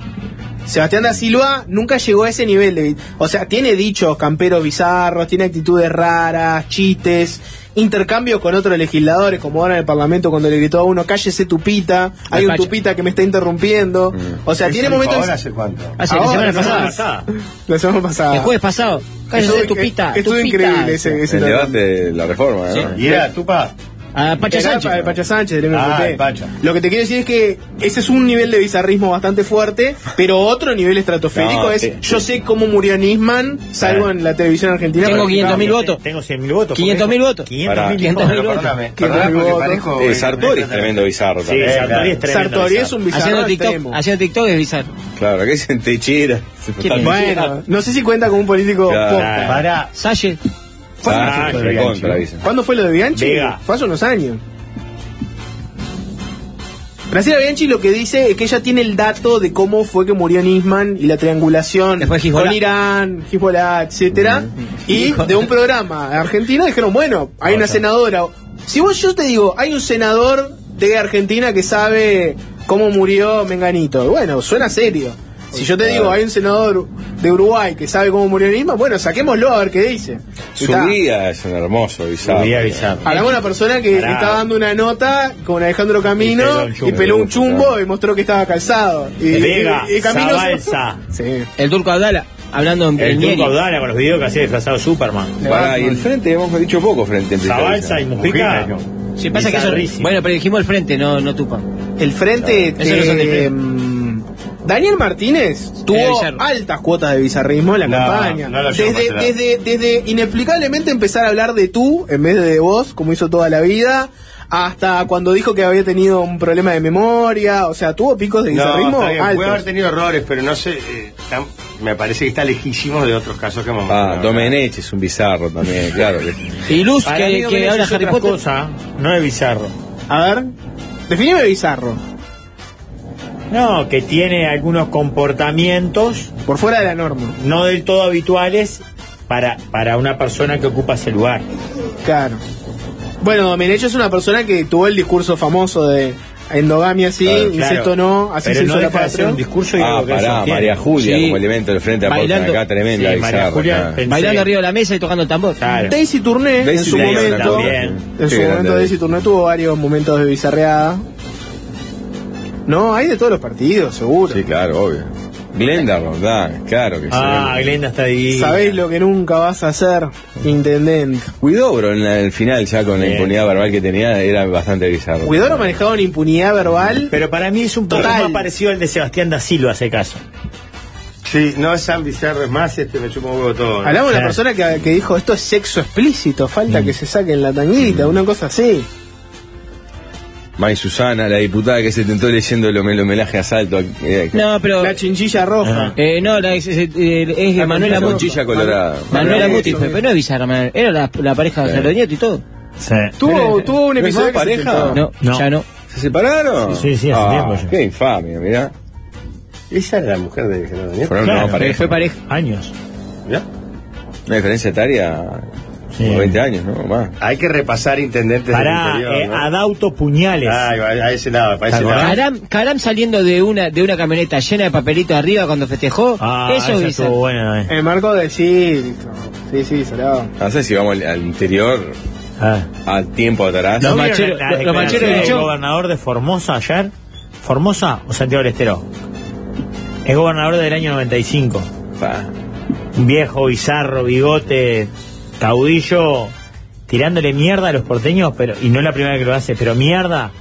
S7: Sebastián da Silva nunca llegó a ese nivel de... O sea, tiene dichos camperos bizarros, tiene actitudes raras, chistes, intercambios con otros legisladores, como ahora en el Parlamento cuando le gritó a uno, cállese tupita, hay un
S8: facha.
S7: tupita que me está interrumpiendo.
S8: Mm.
S7: O sea, tiene momentos...
S5: Ahora hace cuánto.
S8: Hace
S7: Ahora, la
S8: la semana
S7: semana
S8: pasada.
S6: Pasada.
S7: La semana pasada.
S8: El jueves pasado. Cállese
S7: Estuvo-
S8: tupita.
S7: estuvo
S8: tupita.
S7: increíble ese, ese
S4: El
S7: tratamiento.
S4: debate de la reforma, ¿no?
S5: Y era Tupa.
S8: A Pacha
S7: Era
S8: Sánchez.
S7: pa- el Pacha Sánchez, del
S5: Ah,
S7: MFP.
S5: el Pacha.
S7: Lo que te quiero decir es que ese es un nivel de bizarrismo bastante fuerte, pero otro nivel estratosférico
S4: No,
S7: es
S4: sí, Ah.
S7: yo sé cómo murió Nisman, salgo en la televisión argentina. pero-
S8: Tengo 500.000 votos.
S6: Tengo 100.000 votos.
S8: 500.000 votos.
S6: 500.000
S8: Pará.
S6: votos.
S5: Pero perdóname,
S7: ¿Quién
S5: perdóname
S7: no
S5: porque
S7: votó?
S5: parezco.
S4: Eh, Sartori es tremendo bizarro
S6: Sí,
S4: también.
S6: Sartori es tremendo.
S7: Sartori es un bizarro
S8: Haciendo
S7: extremo.
S8: TikTok, haciendo TikTok es bizarro.
S4: Claro, que dicen techera.
S8: ¿Qué
S4: Total-
S7: Bueno, no sé si cuenta como un político
S4: Claro.
S7: posta.
S5: Para.
S8: Salle.
S4: Ah,
S5: fue
S4: recontra,
S5: Bianchi?
S4: dicen.
S7: ¿Cuándo fue lo de Bianchi?
S6: Vega.
S7: Fue hace unos años. Graciela Bianchi lo que dice es que ella tiene el dato de cómo fue que murió Nisman y la triangulación
S8: Después Hezbollah.
S7: con Irán, Hezbollah, etcétera, y de un programa de Argentina dijeron, bueno, hay una senadora. Si vos yo te digo, hay un senador de Argentina que sabe cómo murió Menganito. Bueno, suena serio. Si yo te digo, hay un senador de Uruguay que sabe cómo murió Nisman, bueno, saquémoslo a ver qué dice.
S4: Su
S7: Está.
S4: vida es un hermoso bizarro.
S6: Su vida bizarro.
S7: Hablamos de una persona que
S6: Pará.
S7: estaba dando una nota con Alejandro Camino
S6: Y peló un
S7: y
S6: chumbo.
S7: peló un chumbo y mostró que estaba calzado. Y,
S6: Vega,
S7: y- y
S6: Zabalza.
S7: Sí.
S8: El turco Abdala. Hablando en
S6: El
S8: en
S6: turco
S8: Nieri.
S6: Audala con los videos que hacía disfrazado Superman.
S4: Pará, y el frente, hemos dicho poco frente en
S6: Zabalza y Mujica.
S5: Mujica,
S8: Sí, pasa que eso-
S6: Bizarrísimo.
S8: Bueno, pero dijimos el frente, no, no tupa.
S7: El frente.
S8: Eso no es el
S7: eh,
S8: frente.
S7: mm, Daniel Martínez
S8: Era
S7: tuvo
S8: bizarro.
S7: altas cuotas de bizarrismo en la
S5: No,
S7: campaña.
S5: no lo llevo
S7: desde,
S5: para ese
S7: desde, desde inexplicablemente empezar a hablar de tú en vez de de vos, como hizo toda la vida, hasta cuando dijo que había tenido un problema de memoria. O sea, tuvo picos de bizarrismo
S5: está bien,
S7: altos.
S5: Puede haber tenido errores, pero no sé. eh, tan- me parece que está lejísimo de otros casos que hemos
S4: Ah,
S5: mencionado.
S4: Domenech es un bizarro también, claro. que-
S8: Y Luz,
S6: Para mí
S8: que,
S6: lo
S8: que
S6: merece
S8: habla
S6: es
S8: Harry
S6: otra
S8: Potter.
S6: cosa, no es bizarro.
S7: A ver, definime bizarro.
S6: No, que tiene algunos comportamientos
S7: Por fuera de la norma.
S6: no del todo habituales para, para una persona que ocupa ese lugar.
S7: Claro. Bueno, Domenech es una persona que tuvo el discurso famoso de endogamia sí,
S4: Claro,
S7: incesto
S4: claro.
S7: no, así
S4: Pero
S7: se
S4: no
S7: hizo la
S4: deja de ser
S7: patria.
S4: un discurso y Ah, algo que pará, sostiene. María Julia como elemento del frente aportan acá, tremenda, Sí, María bizarra, Julia, acá. pensé-
S8: Bailando arriba de la mesa y tocando el tambor.
S7: Daisy Tourné, en
S8: Daisy
S7: su
S8: Tourné
S7: momento,
S8: también.
S7: en
S8: Sí,
S7: su
S8: grande
S7: momento Daisy Tourné tuvo varios momentos de bizarreada. No, hay de todos los partidos, seguro.
S4: Sí, claro, obvio. Glenda Roldán, claro que sí.
S6: Ah, Glenda está ahí.
S7: Sabéis lo que nunca vas a hacer, intendente.
S4: Huidobro en la- el final ya con la impunidad verbal que tenía era bastante bizarro.
S7: Cuidoro manejaba una impunidad verbal.
S6: Pero para mí es un poco
S7: Total.
S6: más parecido al de Sebastián da Silva, ese caso.
S5: Sí, no es San Bizarro, es más, este me chupa un huevo todo. ¿no?
S7: Hablamos de una
S5: Claro.
S7: persona que, que dijo esto es sexo explícito, falta que se saquen la tanguita, una cosa así.
S4: May Susana, la diputada que se tentó leyendo el, hom- el homenaje a Salto. eh,
S8: No, pero.
S7: La chinchilla roja.
S8: Eh, no, la, es, es, eh, es
S4: La
S8: Manuela
S4: con-
S8: Muti.
S4: Conchilla Colorada.
S8: Manuela
S4: Manuela
S8: Muti,
S4: Muti.
S8: fue, pero no es bizarra, Manuel. Era la, la pareja de
S4: Sí.
S8: Gonzalo Nieto y todo.
S7: ¿Tuvo, tuvo un
S4: ¿No son
S7: episodio que se
S4: pareja?
S7: tentó.
S8: No, ya no.
S4: ¿Se separaron?
S6: Sí, sí, sí, hace
S4: Ah,
S6: tiempo ya.
S4: Qué infamia, mirá.
S5: Esa era la mujer de Gerardo Nieto.
S4: Fueron
S6: Claro,
S4: una pareja.
S8: Fue pareja.
S6: Años.
S5: ¿Ya?
S4: Una diferencia etaria como 20 años, ¿no? Más.
S5: Hay que repasar intendentes
S6: Pará,
S5: del interior.
S6: eh, ah,
S5: ¿no?
S6: Adauto Puñales.
S5: Ay, va, a ese lado, para ese lado.
S8: Caram, Caram saliendo de una, de una camioneta llena de papelito arriba cuando festejó.
S6: Ah,
S8: eso es
S6: esa
S8: bizarro.
S6: estuvo buena, eh.
S7: El marco de sí, sí, sí, salado.
S4: No sé si vamos al, al interior
S6: Ah.
S4: a tiempo atrás.
S6: ¿No
S8: No,
S6: vieron
S8: macheros-
S6: la
S8: los- los macheros
S6: declaración
S8: de
S6: del
S8: Cho?
S6: gobernador de Formosa ayer? ¿Formosa o Santiago del Estero? Es gobernador del año 95.
S4: Pa.
S6: Un viejo, bizarro, bigote, caudillo, tirándole mierda a los porteños, pero y no es la primera vez que lo hace, pero mierda.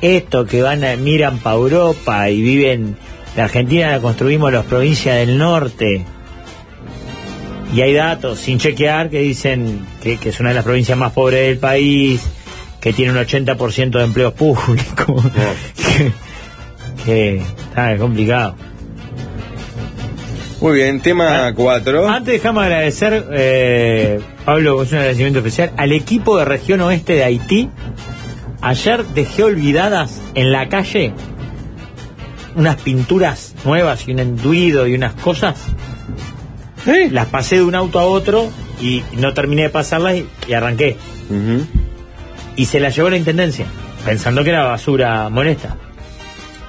S6: Esto que van a, miran para Europa y viven la Argentina la construimos las provincias del norte. Y hay datos sin chequear que dicen que, que es una de las provincias más pobres del país, que tiene un 80% de empleos públicos. que, que está complicado.
S4: Muy bien,
S6: Ah.
S4: tema 4.
S6: Antes dejamos agradecer, eh, Pablo, es un agradecimiento especial, al equipo de región oeste de Haití. Ayer dejé olvidadas en la calle unas pinturas nuevas y un enduido y unas cosas. Las pasé de un auto a otro y no terminé de pasarlas y, y arranqué. Y se las llevó la intendencia, pensando que era basura molesta.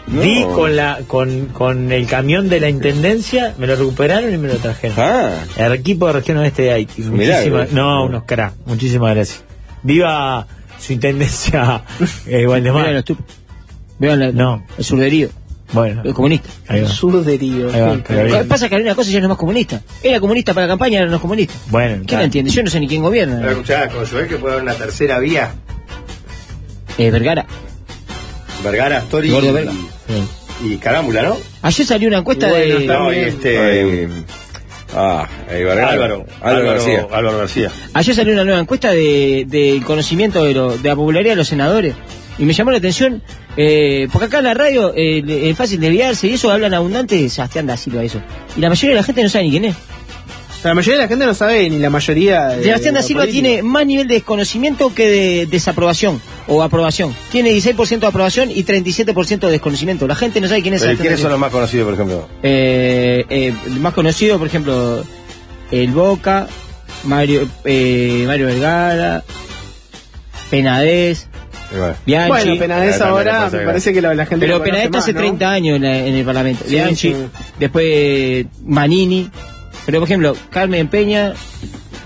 S4: No.
S6: Di con, la, con, con el camión de la intendencia, me lo recuperaron y me lo trajeron.
S4: Ah,
S6: El equipo de región oeste de Haití.
S4: un milagro. ¿eh?
S6: Muchísimas, no, unos cracks. Muchísimas gracias. Viva su intendencia, eh,
S8: Vean
S6: Valdemar.
S8: los tupos. Vean la-
S6: No.
S8: el surderío,
S6: Bueno,
S8: los comunistas.
S6: ahí va.
S7: Surderío.
S6: Ahí va, pero
S8: Lo que
S6: bien.
S8: pasa es que una cosa ya no es más comunista. Era comunista para la campaña, ahora no es comunista.
S6: Bueno,
S8: ¿Quién la entiende? Yo no sé ni quién
S5: Pero
S8: gobierna.
S5: escuchá, Consuel, que puede haber una tercera vía.
S8: Eh, Vergara.
S5: Vergara, Astori y,
S8: Gordo Verga.
S6: Sí.
S5: y Carámbula, ¿no?
S8: Ayer salió una encuesta
S5: Bueno,
S8: de.
S5: está- No, y este-
S4: Eh, ah, ahí Vargas.
S5: Álvaro.
S4: Álvaro García.
S5: Álvaro García.
S8: Ayer salió una nueva encuesta de- del conocimiento de, lo- de la popularidad de los senadores. Y me llamó la atención, eh, porque acá en la radio eh, le- es fácil desviarse y eso hablan abundante de Sebastián da Silva, eso. Y la mayoría de la gente no sabe ni quién es.
S7: La mayoría de la gente no sabe ni la mayoría. de-
S8: Sebastián
S5: Eh,
S7: de la
S8: da Silva
S7: política.
S8: tiene más nivel de desconocimiento que de desaprobación o aprobación. Tiene 16% de aprobación y 37% de desconocimiento. La gente no sabe quién es
S5: Pero,
S8: Sebastián da
S5: Eh, ¿Quiénes
S8: Silva.
S5: son los más conocidos, por ejemplo?
S8: Eh, eh, el más conocido, por ejemplo, el Boca, Mario, eh, Mario Vergara, Penadez,
S5: Y bueno.
S8: Bianchi.
S7: Bueno, Penades
S5: Ahora también
S7: ahora
S5: pasa
S7: me
S5: que-
S7: parece que la, la gente.
S8: pero
S7: lo conoce
S8: Penadez está
S7: más,
S8: hace
S7: ¿no?
S8: 30 años en, la- en el Parlamento.
S7: Sí,
S8: Bianchi,
S7: sí.
S8: después Manini. Pero, por ejemplo, Carmen Peña,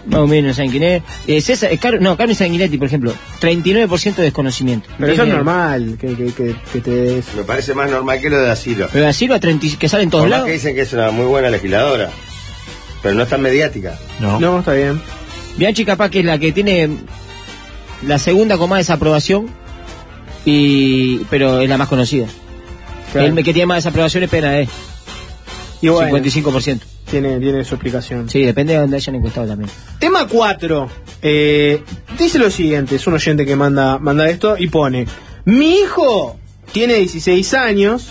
S8: más o menos, ¿saben quién es? Eh, César, eh, Car- no, Carmen Sanguinetti, por ejemplo, 39% de desconocimiento.
S7: Pero eso es
S8: Tiene-
S7: normal, que, que, que, que te des.
S5: Me parece más normal que lo de asilo.
S8: Pero así lo a 30 que sale en todos
S5: Por más
S8: lados.
S5: que dicen que es una muy buena legisladora, pero no es tan mediática.
S6: No.
S7: No, está bien.
S8: Bianchi capaz que es la que tiene la segunda con más desaprobación, y, pero es la más conocida.
S7: Claro.
S8: El que tiene más desaprobación es eh, Penadez,
S7: Y bueno,
S8: 55%.
S7: tiene, tiene su explicación.
S8: Sí, depende de donde hayan encuestado también.
S7: Tema 4. dice lo siguiente, es un oyente que manda, manda esto y pone, mi hijo tiene 16 años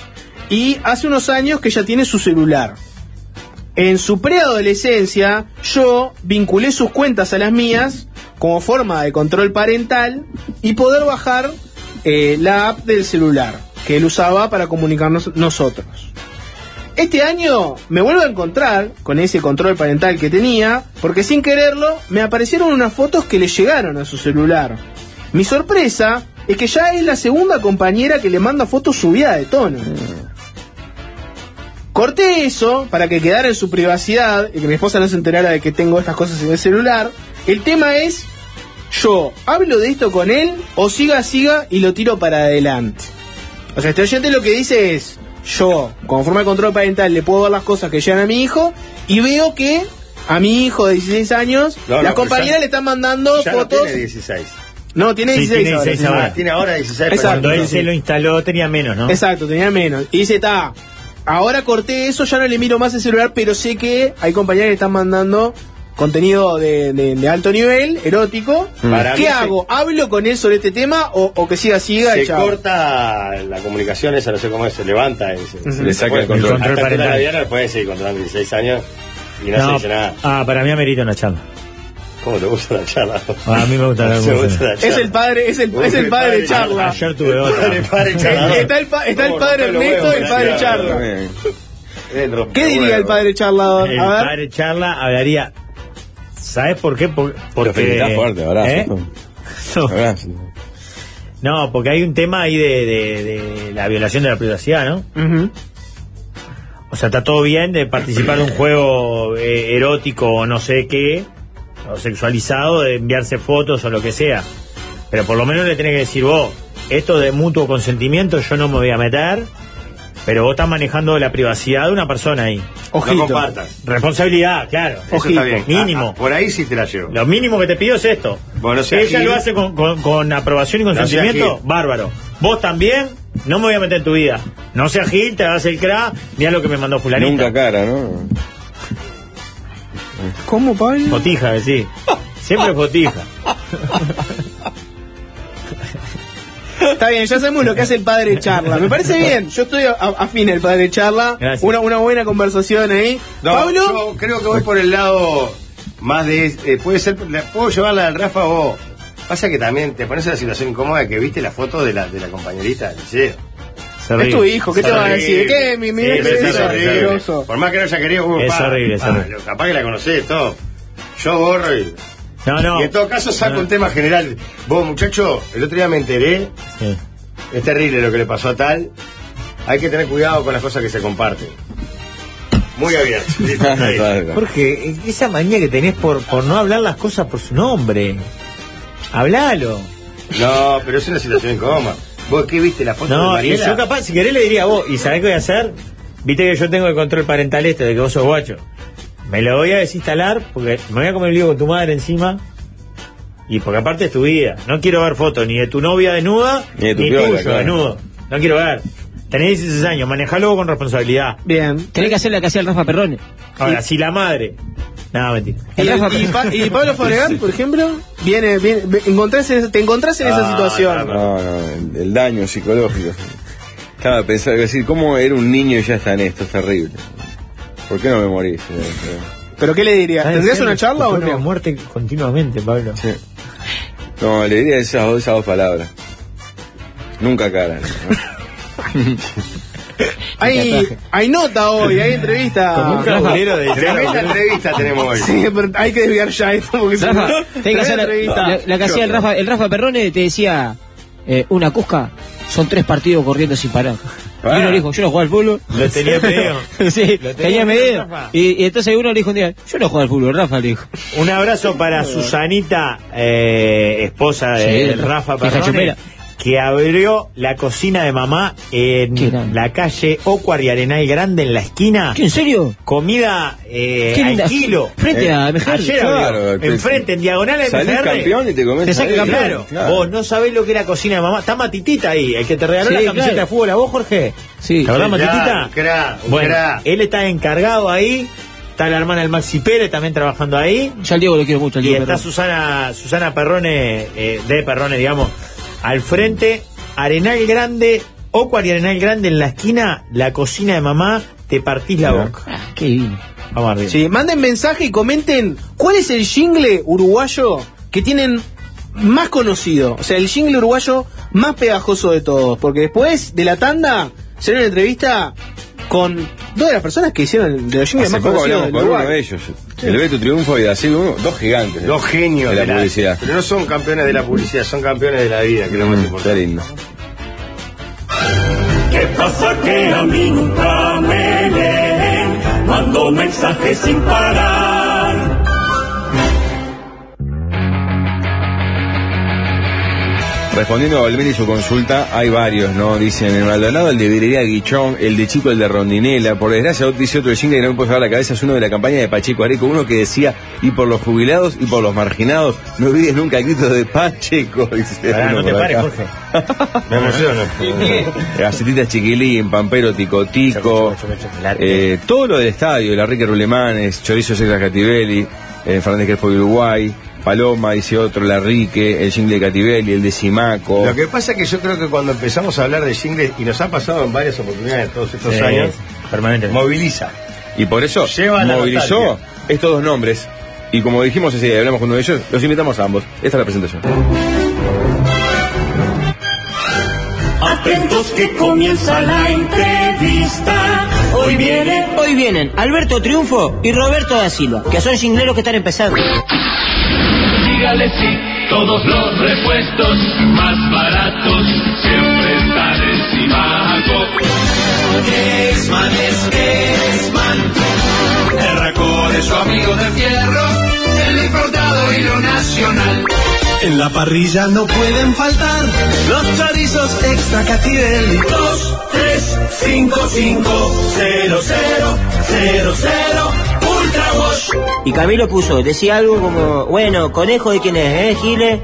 S7: y hace unos años que ya tiene su celular. En su preadolescencia yo vinculé sus cuentas a las mías como forma de control parental y poder bajar eh, la app del celular que él usaba para comunicarnos nosotros. Este año me vuelvo a encontrar con ese control parental que tenía, porque sin quererlo me aparecieron unas fotos que le llegaron a su celular. Mi sorpresa es que ya es la segunda compañera que le manda fotos subida de tono. Corté eso para que quedara en su privacidad y que mi esposa no se enterara de que tengo estas cosas en el celular. El tema es, yo hablo de esto con él o siga, siga y lo tiro para adelante. O sea, este oyente lo que dice es, yo, conforme al control parental, le puedo ver las cosas que llegan a mi hijo y veo que a mi hijo de 16 años,
S5: No, no,
S7: las
S5: pero
S7: compañeras
S5: ya-
S7: le están mandando
S5: ya no
S7: fotos...
S5: tiene 16.
S7: No, tiene
S5: Sí,
S7: 16
S5: tiene 16 ahora.
S7: señora.
S5: Tiene ahora 16, pero
S7: Exacto.
S5: cuando él se lo
S6: instaló tenía menos, ¿no?
S7: Exacto, tenía menos. Y dice, ta, ahora corté eso, ya no le miro más el celular, pero sé que hay compañeras que están mandando contenido de, de- de alto nivel, erótico.
S5: Para mí
S7: ¿Qué
S5: se-
S7: hago? ¿Hablo con él sobre este tema o, o que siga, siga y
S5: Se
S7: chao?
S5: corta la comunicación esa, no sé cómo es, se levanta. y
S4: Se le saca el
S5: puede-
S4: control.
S5: Hasta
S4: El control
S5: que la
S4: parental.
S5: Diana no puede seguir controlando 16 años y no, se dice nada.
S6: Ah, para mí amerita una charla. Ah,
S5: ¿Cómo te gusta la charla?
S6: A mí me gusta la
S5: Se gusta la
S6: charla.
S5: charla.
S7: Es el padre, es el,
S5: Uy,
S7: es el padre de charla.
S6: Ayer tuve otra.
S7: Está el, pa- está el padre Ernesto y el padre Charla. ¿Qué diría el padre Charla? A
S6: El
S7: ver.
S6: padre charla hablaría. ¿Sabes por qué? Por- porque.
S4: felicitás fuerte, abrazo.
S6: ¿Eh? No.
S4: Abrazo.
S6: No, porque hay un tema ahí de, de- de la violación de la privacidad, ¿no?
S7: Ujú.
S6: O sea, está todo bien de participar de un juego eh, erótico o no sé qué, o sexualizado, de enviarse fotos o lo que sea. Pero por lo menos le tenés que decir vos, esto de mutuo consentimiento yo no me voy a meter, pero vos estás manejando la privacidad de una persona ahí.
S5: No
S7: Ojito.
S5: compartas.
S6: Responsabilidad, claro.
S5: Eso está bien.
S6: Mínimo.
S5: Ah, por ahí sí te la llevo.
S6: Lo mínimo que te pido es esto.
S5: Bueno,
S6: si
S5: sea
S6: ella
S5: gil.
S6: lo hace con, con- con aprobación y consentimiento,
S5: sea gil.
S6: bárbaro. Vos también, no me voy a meter en tu vida. No seas gil, te hagas el cra, mira lo que me mandó fulanito.
S4: Nunca cara, ¿no?
S7: ¿Cómo, Pablo?
S6: Fotija, decís. Siempre fotija.
S7: Está bien, ya sabemos lo que hace el padre Charla. Me parece bien. Yo estoy a- afín al padre Charla.
S6: Gracias.
S7: Una, una buena conversación ahí.
S5: No,
S7: Pablo.
S5: yo creo que voy por el lado más de. eh, puede ser. la- puedo llevarla al Rafa o. Pasa que también te pones en la situación incómoda de que viste la foto de la, de la compañerita del liceo.
S7: Es tu hijo, ¿qué te va a decir? ¿Qué? Mi, mi
S5: Sí,
S7: ex
S5: pero
S7: es
S5: es horrible.
S7: asqueroso.
S5: Por más que no haya querido. uh,
S6: Es
S5: pa,
S6: horrible, es
S5: pa,
S6: horrible.
S5: lo- Capaz que la conocés, todo. Yo borro y.
S6: No, no.
S5: y en todo caso saco
S6: No.
S5: un tema general. Vos, muchacho, el otro día me enteré.
S6: Sí.
S5: Es terrible lo que le pasó a tal. Hay que tener cuidado con las cosas que se comparten. Muy abierto. Ahí.
S6: Jorge, eh, esa manía que tenés por, por no hablar las cosas por su nombre. Hablalo.
S5: No, pero es una situación incómoda. ¿Vos qué viste la foto de
S6: No, y
S5: Mariela?
S6: yo capaz, si querés le diría a vos, ¿y sabés qué voy a hacer? Viste que yo tengo el control parental este de que vos sos guacho. Me lo voy a desinstalar porque me voy a comer el lío con tu madre encima. Y porque aparte es tu vida. No quiero ver fotos ni de tu novia desnuda,
S4: Ni
S6: ni,
S4: de tu piola,
S6: tuyo
S4: claro.
S6: desnudo. No quiero ver. Tenés 16 años, manejalo vos con responsabilidad.
S7: Bien.
S8: Tenés que hacer la que hacía el Rafa Perrone.
S6: Ahora, si la madre. Nada, mentira.
S7: Y,
S8: El Rafa
S7: y Pa- y Pablo Fabregat, por ejemplo, viene, viene- ve- encontrás en- te encontrás en esa
S5: Ah,
S7: situación.
S4: No, no, el, el daño psicológico. Claro, pensar, decir, ¿cómo era un niño y ya está en esto? Es terrible. ¿Por qué no me morís? Eh,
S7: ¿Pero qué le dirías?
S6: ¿Sabés
S7: ¿Tendrías
S6: qué?
S7: una charla o
S6: Una
S7: no?
S6: muerte continuamente, Pablo.
S4: Sí. No, le diría esas dos, esas dos palabras. Nunca cara. ¿no?
S7: Hay, hay nota hoy, hay entrevista.
S6: Como un cabulero de
S5: Tremenda entrevista tenemos hoy.
S7: Sí, pero hay que desviar ya esto porque si
S8: Rafa,
S7: no-
S8: tenés que hacer la,
S7: entrevista.
S8: la- la que hacía el Rafa, el Rafa Perrone te decía eh, una cusca, son tres partidos corriendo sin parar. Y uno le dijo, yo no juego al fútbol.
S6: Lo tenía pedido.
S8: sí,
S6: Lo tenía
S8: Ah. tenía medido.
S6: Rafa.
S8: Y, y entonces uno le dijo un día, yo no juego al fútbol, Rafa le dijo.
S6: Un abrazo para Susanita, eh, esposa de
S8: Sí,
S6: Rafa
S8: hija
S6: Perrone,
S8: chupera.
S6: que abrió la cocina de mamá
S8: Qué
S6: en
S8: grande.
S6: la calle Ocua y Arenal Grande, en la esquina.
S8: ¿Qué, en serio?
S6: Comida eh,
S8: Qué
S6: al
S8: linda-
S6: kilo.
S8: Frente
S4: Eh,
S8: a MGR.
S6: Ayer
S4: Claro,
S6: abrió,
S4: te-
S6: enfrente, en diagonal a
S4: Salís
S6: MGR.
S4: campeón y te comés
S6: Te saca
S4: ahí,
S6: campeón.
S4: claro, claro.
S6: Vos no sabés lo que era cocina de mamá. Está Matitita ahí, el que te regaló
S8: Sí,
S6: la camiseta
S8: claro.
S6: de fútbol a vos, Jorge.
S8: Sí.
S6: ¿La verdad,
S5: Un
S6: Matitita?
S5: crack, un crack, un
S6: bueno,
S5: crack.
S6: él está encargado ahí. Está la hermana del Maxi Pérez también trabajando ahí.
S8: Yo al Diego lo quiero mucho, al
S6: Y
S8: Diego
S6: está
S8: Perrone.
S6: Susana, Susana Perrone, eh, de Perrone, digamos, al frente, Arenal Grande, Ocuar y Arenal Grande en la esquina, la cocina de mamá, te partís la boca.
S8: Ah, qué divino.
S6: Vamos arriba.
S7: Sí, manden mensaje y comenten cuál es el jingle uruguayo que tienen más conocido. O sea, el jingle uruguayo más pegajoso de todos. Porque después de la tanda, será una entrevista con dos de las personas que hicieron de los jingles
S4: Hace
S7: más
S4: poco
S7: conocidos
S4: hablamos
S7: del
S4: con uno
S7: lugar.
S4: de ellos. El Beto Triunfo y Daciel, uno- dos gigantes. ¿eh?
S5: Dos genios
S4: de la publicidad.
S5: Pero no son campeones de la publicidad, son campeones de la vida, que no me importa.
S4: lindo.
S12: ¿Qué pasa que a mí nunca me leen? Mando mensajes sin parar.
S4: Respondiendo a Balmín y su consulta, hay varios, ¿no? Dicen el Maldonado, el de Virería Guichón, el de Chico, el de Rondinela. Por desgracia, dice otro jingle que no me puede llevar la cabeza, es uno de la campaña de Pacheco Areco, uno que decía, y por los jubilados y por los marginados, no olvides nunca el grito de Pacheco. Dice
S5: Pará,
S4: uno
S5: no te
S4: por
S5: pares,
S4: acá.
S5: Jorge. Me emociono.
S4: Gacetitas Chiquilín, Pampero Ticotico, eh, todo lo del estadio, la Rica Rulemanes, Chorizo Secra Cativelli, eh, Fernández Crespo de Uruguay, Paloma, dice otro, la Rique, el jingle de Cativelli, el de Simaco.
S5: Lo que pasa es que yo creo que cuando empezamos a hablar de jingles, y nos ha pasado en varias oportunidades todos estos
S6: Sí,
S5: años,
S6: permanente.
S5: moviliza.
S4: Y por eso
S5: Lleva la
S4: movilizó
S5: nostalgia.
S4: estos dos nombres. Y como dijimos ese día y hablamos con uno de ellos, los invitamos a ambos. Esta es la presentación.
S12: Atentos que comienza la entrevista. Hoy viene
S8: Hoy vienen Alberto Triunfo y Roberto da Silva, que son jingleros que están empezando.
S12: Dígale sí, todos los repuestos más baratos siempre están en Simaco.
S1: Esman es Esman. El racón es su amigo de fierro, el importado y lo nacional.
S2: En la parrilla no pueden faltar los chorizos extra cativelli.
S12: 2, 3, 5, 5, 0, 0, 0, 0, Ultra Wash.
S8: Y Camilo puso, decía algo como, bueno, conejo de quién es, ¿eh, Giles?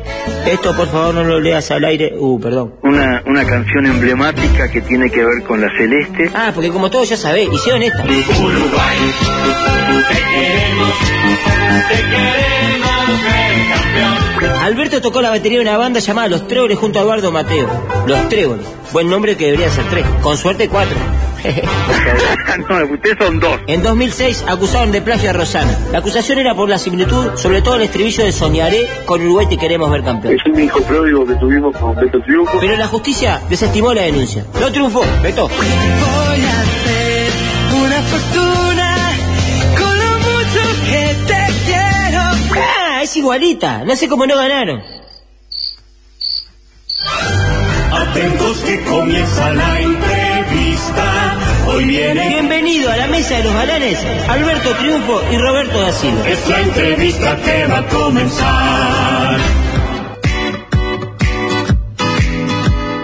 S8: Esto por favor no lo leas al aire. Uh, perdón.
S13: Una, una canción emblemática que tiene que ver con la celeste.
S8: Ah, porque como todos ya sabés, hicieron esta.
S12: Uruguay, te queremos, te queremos ver campeón.
S8: Alberto tocó la batería de una banda llamada Los Tréboles junto a Eduardo Mateo. Los Tréboles. Buen nombre que deberían ser tres. Con suerte cuatro.
S13: no, ustedes son dos.
S8: En 2006 acusaron de plagio a Rosana. La acusación era por la similitud, sobre todo el estribillo de Soñaré con Uruguay te queremos ver campeón.
S13: Es un hijo pródigo que tuvimos con Beto Triunfo.
S8: Pero la justicia desestimó la denuncia. No triunfó, Beto.
S1: Voy a hacer una fortuna con lo mucho que te quiero.
S8: Ah, es igualita. No sé cómo no ganaron.
S12: Atentos que comienza la entrevista. Hoy viene,
S8: Bienvenido a la mesa de los galanes, Alberto Triunfo y Roberto da Silva.
S12: es la entrevista que va a comenzar.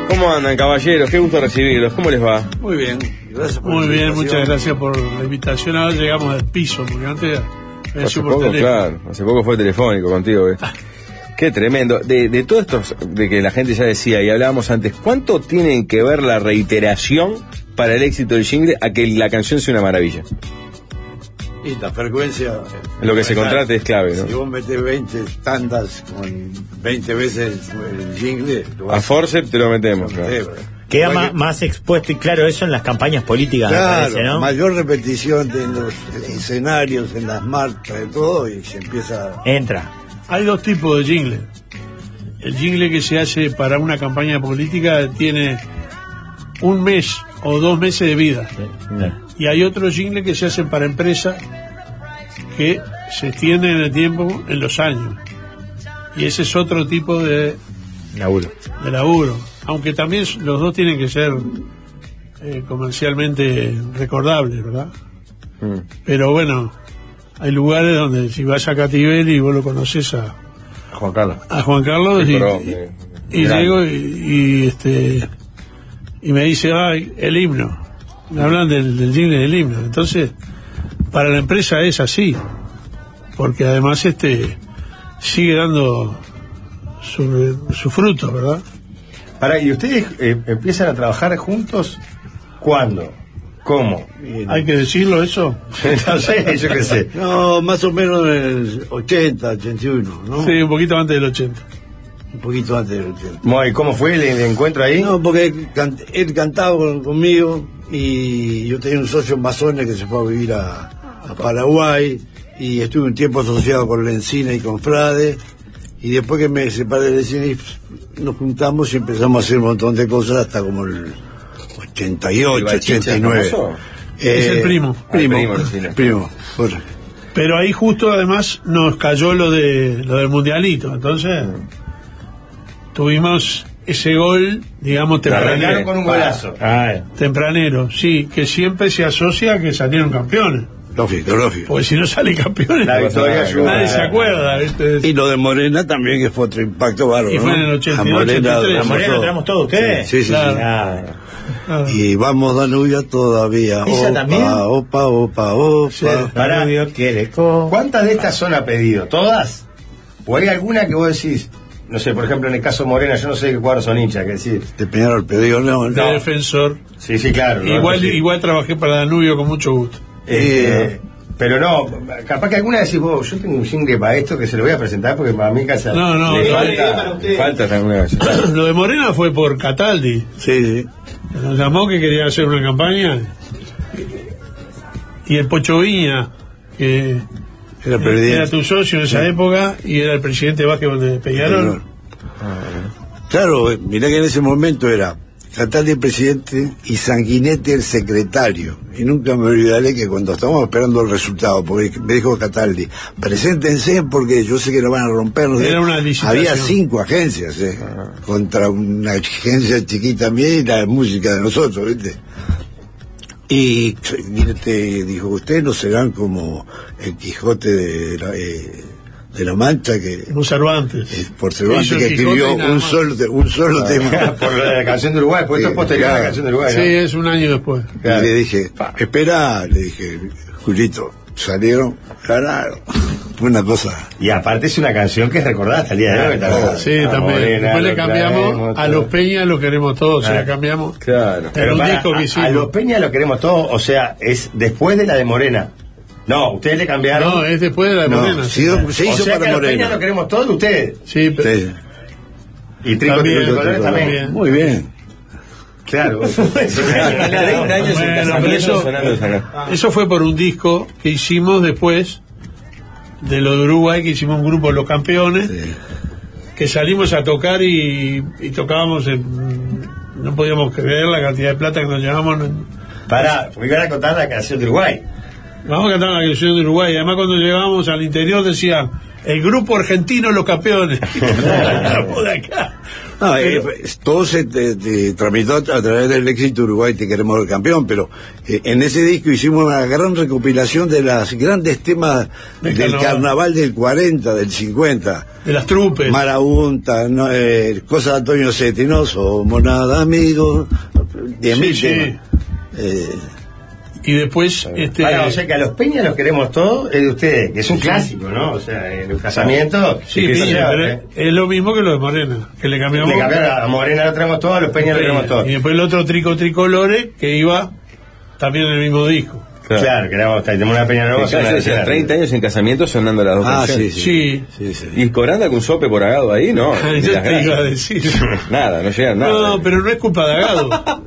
S4: ¿Cómo andan, caballeros? Qué gusto recibirlos. ¿Cómo les va?
S9: Muy bien. Muy bien, muchas gracias por la invitación. Ahora llegamos al piso, porque antes me
S4: Hace
S9: decía por
S4: poco,
S9: teléfono.
S4: claro. Hace poco fue telefónico contigo. eh. Qué tremendo. De, de todos estos, de que la gente ya decía y hablábamos antes, ¿cuánto tienen que ver la reiteración para el éxito del jingle a que la canción sea una maravilla?
S9: Y la frecuencia.
S4: Lo que se contrate es clave, ¿no?
S9: Si vos metés 20 tandas con 20 veces el jingle, lo
S4: A
S9: vas
S4: forceps te lo metemos, claro.
S9: hacer, ¿verdad?
S6: Queda
S9: Porque-
S6: ma- más expuesto y claro eso en las campañas políticas, me
S9: Claro,
S6: parece, ¿no?
S9: mayor repetición de- en los escenarios, en las marchas, de todo, y se empieza.
S6: Entra.
S14: Hay dos tipos de jingle. El jingle que se hace para una campaña política tiene un mes o dos meses de vida. Y hay otros jingles que se hacen para empresas que se extienden en el tiempo, en los años. Y ese es otro tipo de,
S6: Laburo.
S14: de laburo. Aunque también los dos tienen que ser eh, comercialmente recordables, ¿verdad? Pero bueno, hay lugares donde si vas a Cativelli y vos lo conoces a,
S4: Juan Carlos.
S14: a Juan Carlos
S4: Sí,
S14: y,
S4: pero,
S14: y-
S4: eh,
S14: y
S4: grande.
S14: llego y, y, este y me dice ay el himno me hablan del, del jingle del himno entonces para la empresa es así porque además este sigue dando su, su fruto verdad
S5: Para, ¿y ustedes eh, empiezan a trabajar juntos? ¿Cuándo? ¿Cómo?
S14: hay que decirlo eso
S5: no sé, yo qué sé.
S9: No, más o menos en el 80, 81, ¿no?
S14: sí un poquito antes del 80
S9: Un poquito antes del 80.
S5: Bueno, ¿y cómo fue el, el encuentro ahí?
S9: No, porque can- él cantaba con- conmigo y yo tenía un socio masones que se fue a vivir a, a Paraguay y estuve un tiempo asociado con Lencina y con Frade y después que me separé de Lencina y nos juntamos y empezamos a hacer un montón de cosas hasta como el 88,
S4: ¿Y Bachicha
S9: 89.
S4: no pasó?
S14: Es el primo. Eh, Primo.
S4: El primo. Jorge.
S14: Pero ahí justo además nos cayó lo de lo del mundialito, entonces tuvimos ese gol, digamos, tempranero.
S5: Arrancaron con un golazo.
S14: Ah, Tempranero, sí, que siempre se asocia a que salieron campeones.
S4: Lógico, lógico.
S14: Porque si no salen campeones,
S4: La victoria
S14: nadie
S4: ayuda.
S14: se acuerda. ¿viste?
S4: Y lo de Morena también, que fue otro impacto bárbaro.
S14: Y fue en el
S4: ¿no?
S14: 82,
S4: A Morena,
S14: 83.
S4: damos
S14: A Morena
S4: todo.
S14: entramos todos ustedes.
S4: Sí, sí, sí,
S14: Claro.
S4: sí. Y vamos Danubio todavía.
S5: ¿Esa
S4: opa,
S5: también?
S4: Opa, opa, opa.
S5: Pará. ¿Cuántas de estas son a pedido? ¿Todas? ¿O hay alguna que vos decís? No sé, por ejemplo, en el caso Morena, yo no sé de qué cuadros son hinchas, que decir.
S4: De Peñarol pedido, no.
S14: De defensor.
S5: Sí, Ah, sí, claro. ¿no?
S14: Igual,
S5: Sí.
S14: igual trabajé para Danubio con mucho gusto.
S5: Eh, pero no, capaz que alguna decís vos, yo tengo un jingle para esto que se lo voy a presentar porque para mí casa.
S14: No, no,
S5: le
S14: no, eh,
S5: falta.
S7: Le Falta alguna vez.
S14: lo de Morena fue por Cataldi.
S4: Sí, sí.
S14: Nos llamó que quería hacer una campaña. Y el Pocho Viña, que
S4: era,
S14: era tu socio en esa época y era el presidente de básquetbol de Peñarol.
S4: Claro, eh, mirá que en ese momento era Cataldi el presidente y Sanguinetti el secretario. Y nunca me olvidaré que cuando estábamos esperando el resultado, porque me dijo Cataldi, preséntense porque yo sé que lo van a romper. no sé".
S14: Era una licitación. Ah.
S4: Había cinco agencias, eh, contra una agencia chiquita mía y la música de nosotros, ¿viste? Y Sanguinetti dijo, ustedes no serán como el Quijote de la, eh, de la Mancha que
S14: Un Cervantes.
S4: por Cervantes
S14: Hizo el
S4: que escribió
S14: Quijote y nada
S4: un
S14: más.
S4: solo, te- un solo tema.
S5: Por lo de la canción de Uruguay, porque esto es posterior a la
S4: claro.
S5: canción de Uruguay.
S14: Sí, es un año después.
S4: Y le dije, espera, le dije, Julito, salieron, ganaron. Fue una cosa.
S5: Y aparte es una canción que es recordada hasta el día de hoy. también.
S14: Sí,
S5: Ah,
S14: también.
S5: Morena,
S14: Después le
S5: lo
S14: cambiamos
S5: traemos,
S14: a
S5: todo.
S14: los Peña, lo queremos todos. Se
S5: Claro.
S14: la cambiamos.
S7: Claro.
S5: Pero
S14: un
S5: para,
S14: disco que
S5: a- a,
S14: hicimos.
S5: los Peña lo queremos todo, o sea, es después de la de Morena. No, ustedes le cambiaron.
S14: No, es después de la de
S5: No,
S14: Morena.
S5: sí, se hizo para Morena.
S14: Peña
S5: lo queremos todos ustedes.
S14: Sí, pero.
S5: Y Trico
S14: También,
S5: Tricolores también.
S14: también.
S4: Muy bien.
S5: Claro.
S14: Bueno, pero eso, Ah. eso fue por un disco que hicimos después de lo de Uruguay, que hicimos un grupo Los Campeones, que salimos a tocar y, y tocábamos, en- no podíamos creer la cantidad de plata que nos llevamos.
S5: Pará, porque van a contar la canción de Uruguay.
S14: Vamos a cantar la canción de Uruguay. Además, cuando llegábamos al interior decían, el grupo argentino Los Campeones.
S4: No, eh, pues, todo se te- te tramitó a través del éxito Uruguay, te queremos el campeón, pero eh, en ese disco hicimos una gran recopilación de las grandes temas
S14: Del
S4: del
S14: carnaval.
S4: carnaval, del 40, del 50.
S14: De las trupes.
S4: Marabunta, no, eh, cosas de Antonio Cetinoso, Monada Amigo, 10.000
S14: Sí, sí.
S4: temas. Eh,
S14: y después, este.
S5: Pará, o sea que a los Peña los queremos todos, es de ustedes, que es un clásico, ¿no? O sea, en los casamientos.
S14: Sí,
S5: que
S14: Piña,
S5: se lleva,
S14: pero
S5: ¿eh?
S14: es, es lo mismo que lo de Morena, que le cambiamos.
S5: Le cambiaron a Morena lo traemos todo, a los Peña lo traemos todo.
S14: Y después el otro Trico Tricolores, que iba también en el mismo disco.
S5: Claro, que éramos- tenemos una Peña nueva.
S7: Claro, yo decía, 30 años en casamiento sonando las dos
S5: Ah,
S7: canciones.
S5: sí,
S7: Y cobrando algún sope por agado ahí, no.
S14: Yo
S7: Ni
S14: te
S7: las gracias.
S14: iba a decir.
S7: Nada, no llegan nada.
S14: No, pero no es culpa de Agado.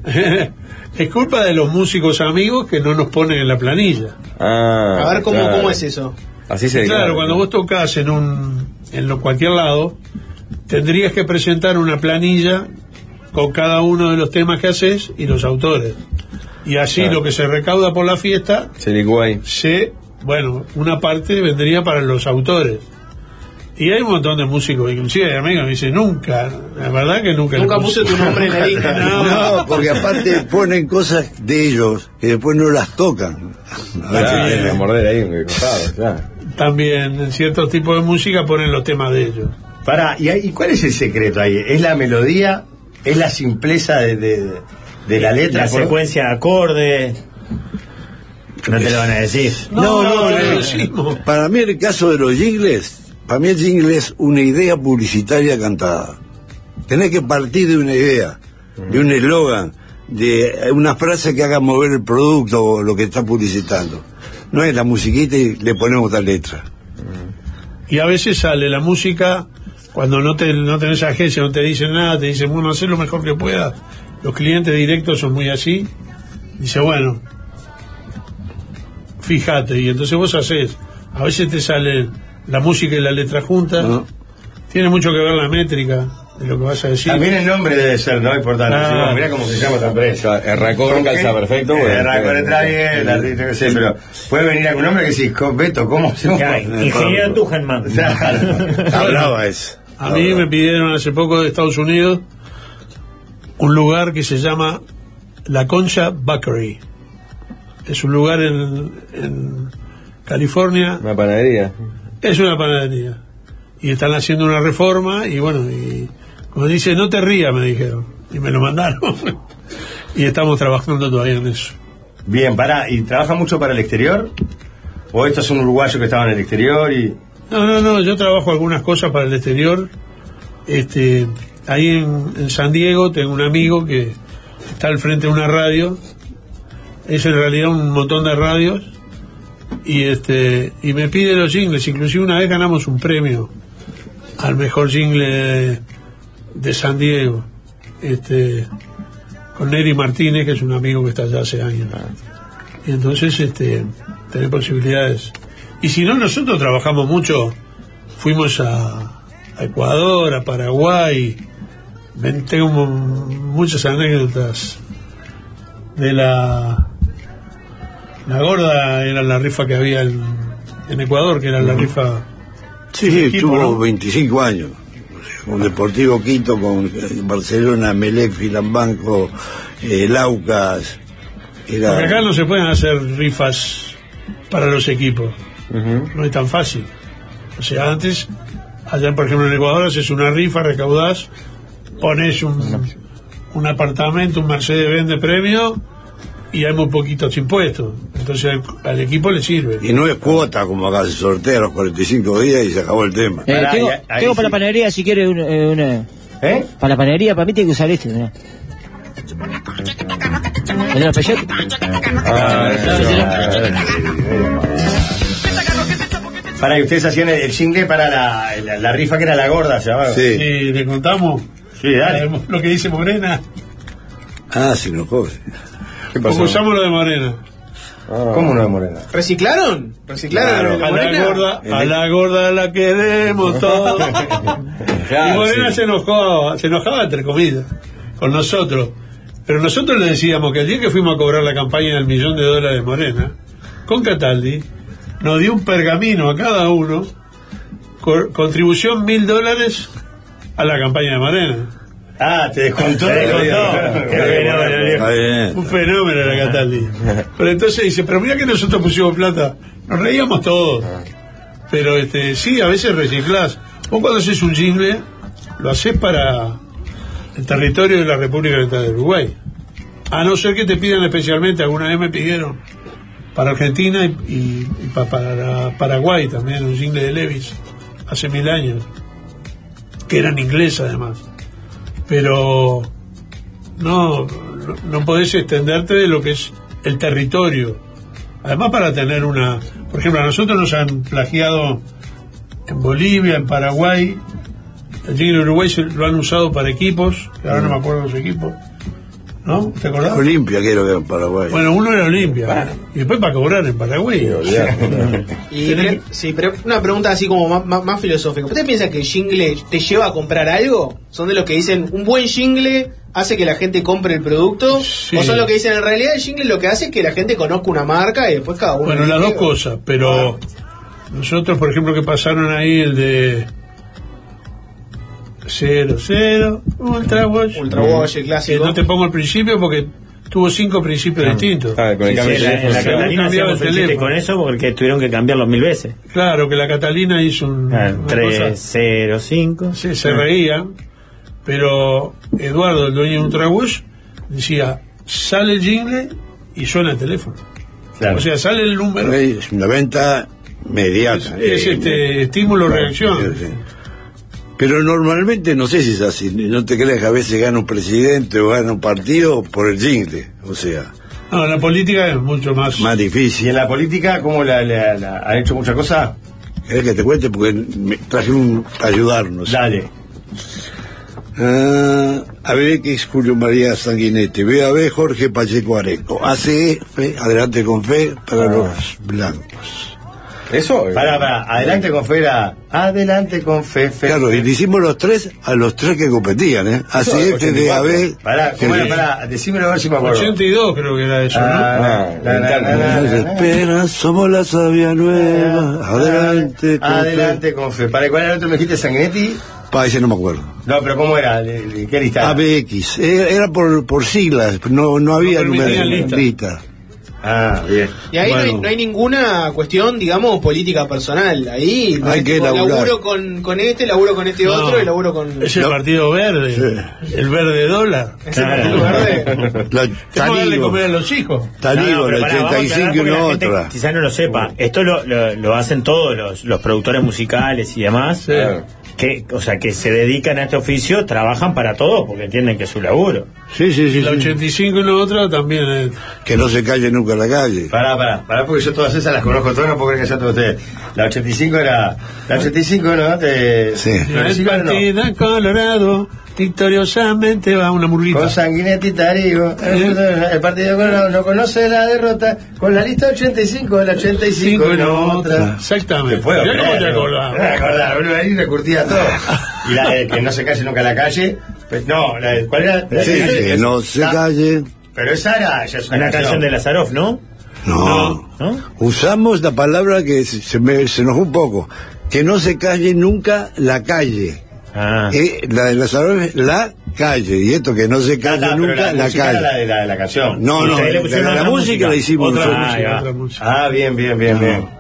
S14: es culpa de los músicos amigos que no nos ponen en la planilla.
S7: Ah,
S14: A ver cómo-
S7: claro.
S14: cómo es eso.
S7: Así se
S14: Claro,
S7: declara.
S14: cuando vos tocas en un en lo- cualquier lado, tendrías que presentar una planilla con cada uno de los temas que haces y los autores. Y así
S7: Claro.
S14: lo que se recauda por la fiesta
S7: Se licúa ahí.
S14: se, bueno, una parte vendría para los autores. Y hay un montón de músicos, inclusive hay amigos que dicen nunca, la verdad que nunca. le
S4: Nunca
S14: puse".
S4: puse tu nombre en la lista. No, porque aparte ponen cosas de ellos que después no las tocan.
S7: Claro,
S14: Sí.
S7: a Ah, morder ahí en el costado, claro.
S14: También en ciertos tipos de música ponen los temas de ellos.
S5: Pará, ¿y, hay- y cuál es el secreto ahí? ¿Es la melodía? ¿Es la simpleza de, de- de la letra?
S6: La
S5: por-
S6: secuencia de acordes.
S5: No te lo van a decir.
S4: No, no,
S5: no,
S4: no. Para mí el caso de los jingles, para mí el jingle es una idea publicitaria cantada. Tenés que partir de una idea, de un eslogan, de eh, una frase que haga mover el producto o lo que está publicitando. No es la musiquita y le ponemos tal letra.
S14: Y a veces sale la música, cuando no, te, no tenés agencia, no te dicen nada, te dicen, bueno, haz lo mejor que puedas. Los clientes directos son muy así. Dice, bueno, fíjate, y entonces vos haces. A veces te sale la música y la letra juntas. Tiene mucho que ver la métrica. de lo que vas a decir.
S5: También el nombre debe ser, ¿no? Importante.
S14: Ah.
S5: Si no, mirá cómo se llama esta empresa.
S4: Erracor
S5: ¿Con qué?
S4: calza perfecto, bueno.
S5: Erracor entra bien, la rita, qué sé, pero puede venir algún hombre que decís, "Co- Beto, ¿cómo se
S14: Ya, ingeniero
S5: Tujanman. Hablaba eso.
S14: A mí me pidieron hace poco de Estados Unidos un lugar que se llama La Concha Bakery. Es un lugar en, en California.
S4: Una panadería.
S14: Es una panadería. Y están haciendo una reforma y bueno, y como dice, no te rías, me dijeron. Y me lo mandaron. y estamos trabajando todavía en eso.
S5: Bien, pará, ¿y trabaja mucho para el exterior? ¿O esto es un uruguayo que estaba en el exterior y
S14: No, no, no, yo trabajo algunas cosas para el exterior. Este, ahí en, en San Diego tengo un amigo que está al frente de una radio. Es en realidad un montón de radios. Y este y me pide los jingles. Inclusive una vez ganamos un premio al mejor jingle de, de San Diego. Este, con Neri Martínez, que es un amigo que está allá hace años. Y entonces este, tener posibilidades. Y si no, nosotros trabajamos mucho. Fuimos a, a Ecuador, a Paraguay. Ven, Tengo mu- muchas anécdotas de la. La gorda era la rifa que había en, en Ecuador, que era la rifa.
S9: Sí,
S14: del
S9: sí,
S14: equipo,
S9: tuvo
S14: ¿no?
S9: 25 años. Con Deportivo Quito, con
S4: eh,
S9: Barcelona, Melec, Filambanco, eh, Laucas. Era...
S14: Porque acá no se pueden hacer rifas para los equipos. No es tan fácil. O sea, antes, allá por ejemplo en Ecuador haces una rifa, recaudás, pones un, un apartamento, un Mercedes-Benz de premio y hay muy poquitos impuestos. Entonces al, al equipo le sirve.
S9: Y no es cuota como acá se sortea a los 45 días y se acabó el tema.
S8: Eh, tengo tengo para la panadería si quiere un- eh, una.
S5: ¿Eh?
S8: Para la panadería, para mí tiene que usar este, mirá. ¿El de la Peugeot?
S6: Ah,
S5: Para que ustedes hacían el, el jingle para la, la, la rifa que era la gorda, se llamaba.
S9: Sí.
S14: le contamos
S5: Sí, dale.
S14: Lo que dice Morena,
S9: Ah, si no coge. ¿Qué
S14: porque usamos lo de Morena.
S5: ¿Cómo no de Morena?
S7: ¿Reciclaron? ¿Reciclaron
S14: Claro,
S7: a la
S14: a
S7: morena?
S14: la gorda, a la gorda la queremos todos.
S4: Ah,
S14: y Morena se enojó, se enojaba entre comillas, con nosotros. Pero nosotros le decíamos que el día que fuimos a cobrar la campaña del millón de dólares de Morena, con Cataldi, nos dio un pergamino a cada uno, co- contribución mil dólares a la campaña de Morena.
S5: Ah, te descontó.
S14: Te descontó.
S5: Qué fenómeno, viejo.
S9: Está bien.
S14: Un fenómeno la Cataldi. Pero entonces dice, pero mira que nosotros pusimos plata. Nos reíamos todos. Pero este, sí, a veces reciclás. Vos cuando haces un jingle, lo haces para el territorio de la República Oriental del Uruguay. A no ser que te pidan especialmente, alguna vez me pidieron para Argentina y, y- y pa- para Paraguay también, un jingle de Levis, hace mil años, que era en inglés además. Pero no, no- no podés extenderte de lo que es el territorio. Además para tener una... Por ejemplo, a nosotros nos han plagiado en Bolivia, en Paraguay, el Giro Uruguay se- lo han usado para equipos, que ahora no me acuerdo de su equipo. ¿No? ¿Te acordás?
S9: Olimpia, que era de Paraguay.
S14: Bueno, uno era Olimpia. Y después para cobrar en Paraguay.
S7: Y pre- sí, pero una pregunta así como más, más- más filosófica. ¿Usted piensa que el jingle te lleva a comprar algo? ¿Son de los que dicen un buen jingle hace que la gente compre el producto? ¿O son los que dicen en realidad el jingle lo que hace es que la gente conozca una marca y después cada uno...
S14: Bueno, las dos cosas, pero nosotros, por ejemplo, que pasaron ahí el de 00 Ultra Watch.
S7: Ultra Watch, el clásico.
S14: Y no te pongo el principio porque tuvo cinco principios distintos.
S4: ah,
S6: Sí, sí, la- en la Catalina
S14: Cambiaba
S6: hacíamos
S14: el
S6: el chiste
S14: teléfono.
S6: con eso porque tuvieron que cambiarlo mil veces.
S14: Claro, que la Catalina hizo un.
S6: Ah,
S14: Ah, una cosa.
S6: 305.
S14: Sí, se reía, pero Eduardo, el dueño de Ultrabush, decía, sale el jingle y suena el teléfono. O sea, sale el número.
S9: Es una venta mediata.
S14: Es este estímulo-reacción.
S9: Pero normalmente, no sé si es así, no te creas que a veces gana un presidente o gana un partido por el jingle. O sea,
S14: No, la política es mucho más...
S9: más difícil.
S5: ¿Y en la política cómo la, la- la- han hecho mucha cosa?
S9: ¿Querés que te cuente? Porque me traje un para ayudarnos.
S5: Dale.
S9: Ah, a ver, que es Julio María Sanguinete. B, Jorge Ah, Pacheco Areco. ACF, adelante con fe, para los blancos.
S4: Eso.
S5: Pará, pará. Adelante con Fera. Adelante con Fefe.
S9: Claro, y le hicimos los tres a los tres que competían, ¿eh? Así
S5: Eso,
S9: es, de a
S5: 84.
S9: ver.
S5: Pará, ¿cómo era? Pará, decímelo a ver si me acuerdo.
S14: 82 creo que era eso, ¿no?
S5: Ah,
S14: Ah,
S5: la, la, la, la, la, la.
S9: Espera, somos la sabia nueva. Adelante, con
S5: Adelante con Fefe. ¿Para cuál era el otro? ¿Me dijiste Sanguinetti?
S9: Pa, ese no me acuerdo.
S5: No, pero ¿cómo era? ¿Le- le- ¿Qué lista?
S9: ABX. Era era por, por siglas, no, no había
S5: No permitían
S9: número
S5: lista.
S9: lista.
S5: Ah, bien.
S7: Y ahí no, hay, no hay ninguna cuestión, digamos, política personal. Ahí
S9: Hay
S7: es
S9: que
S7: tipo,
S9: laburar.
S7: laburo con, con este, laburo con este
S14: No.
S7: otro y laburo con.
S14: Es el partido verde, el verde dólar. ¿Cómo darle comer a los hijos?
S6: No, no, pero pará, vamos a aclarar porque la gente Quizás no lo sepa. Esto lo, lo- lo hacen todos los, los productores musicales y demás. Que, o sea, que se dedican a este oficio, trabajan para todos porque entienden que es su laburo.
S9: Sí, sí, sí.
S14: La 85 y la otra también. eh.
S9: Que no se calle nunca la calle.
S5: Pará, pará, pará, porque yo todas esas las conozco todas, no puedo creer que sean todas ustedes. La 85 era. La 85, ¿no? De,
S9: Sí.
S5: La
S14: El
S5: 85 no.
S14: partido colorado victoriosamente va una murguita.
S5: Con Sanguinetti Tarigo. El partido colorado no conoce la derrota. Con la lista 85, la 85
S14: Cinco y
S5: y
S14: la
S5: no
S14: otra.
S5: otra.
S14: Exactamente.
S5: Te puedo
S14: Mirá
S5: creer,
S14: cómo te
S5: ¿no?
S9: Eh,
S14: acordás.
S5: Me acordaba, boludo, ahí te curtía todo. Y la de que no se calle nunca la calle. Pues, no, la de, ¿cuál era? La
S9: Sí,
S5: de-
S9: que no se calle.
S5: Pero esa era. Ya es una,
S6: Una canción de Lazaroff, ¿no?
S9: No. Usamos la palabra que se, se me- se enojó un poco. Que no se calle nunca la calle.
S6: Ah.
S9: Eh, la de Lazarov es la calle. Y esto que no se calle
S5: Ah, pero
S9: nunca
S5: la,
S9: la,
S5: música
S9: calle.
S5: era la de la, la canción.
S9: No, no,
S5: Ustedes le
S9: la-
S5: pusieron
S9: la,
S5: otra
S9: música, la hicimos
S5: Otra
S9: nosotros.
S5: música,
S9: Ah,
S5: otra música. Ah, bien, bien, bien, bien.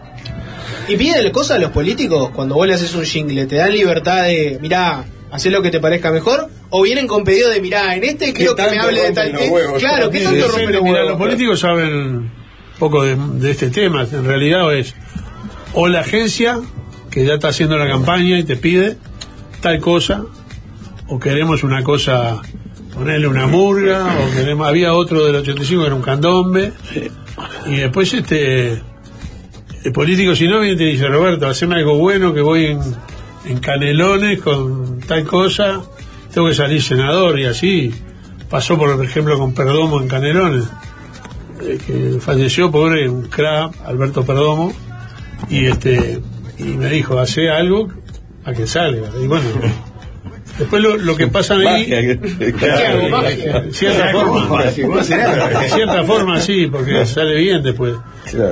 S7: Y pídenle cosas a los políticos cuando vos le haces un jingle. ¿Te dan libertad de, mirá, hacer lo que te parezca mejor? ¿O vienen con pedido de, mirá, en este quiero que me
S4: tanto
S7: hable de tal.
S4: rompen los huevos?
S7: claro, ¿qué tanto
S14: Sí,
S7: rompe los
S14: mira,
S7: huevos?
S14: los políticos saben poco de, de este tema. En realidad es o la agencia que ya está haciendo la campaña y te pide tal cosa, o queremos una cosa, ponerle una murga, o queremos, había otro del 85 que era un candombe, y después este el político si no viene y te dice Roberto, haceme algo bueno que voy en, en canelones con tal cosa, tengo que salir senador y así. Pasó por ejemplo con Perdomo en Canelones, eh, que falleció pobre un crap, Alberto Perdomo, y este y me dijo, hace algo a que salga. Y bueno, después lo, lo que pasa ahí... De cierta forma, de cierta forma sí, porque sale bien después.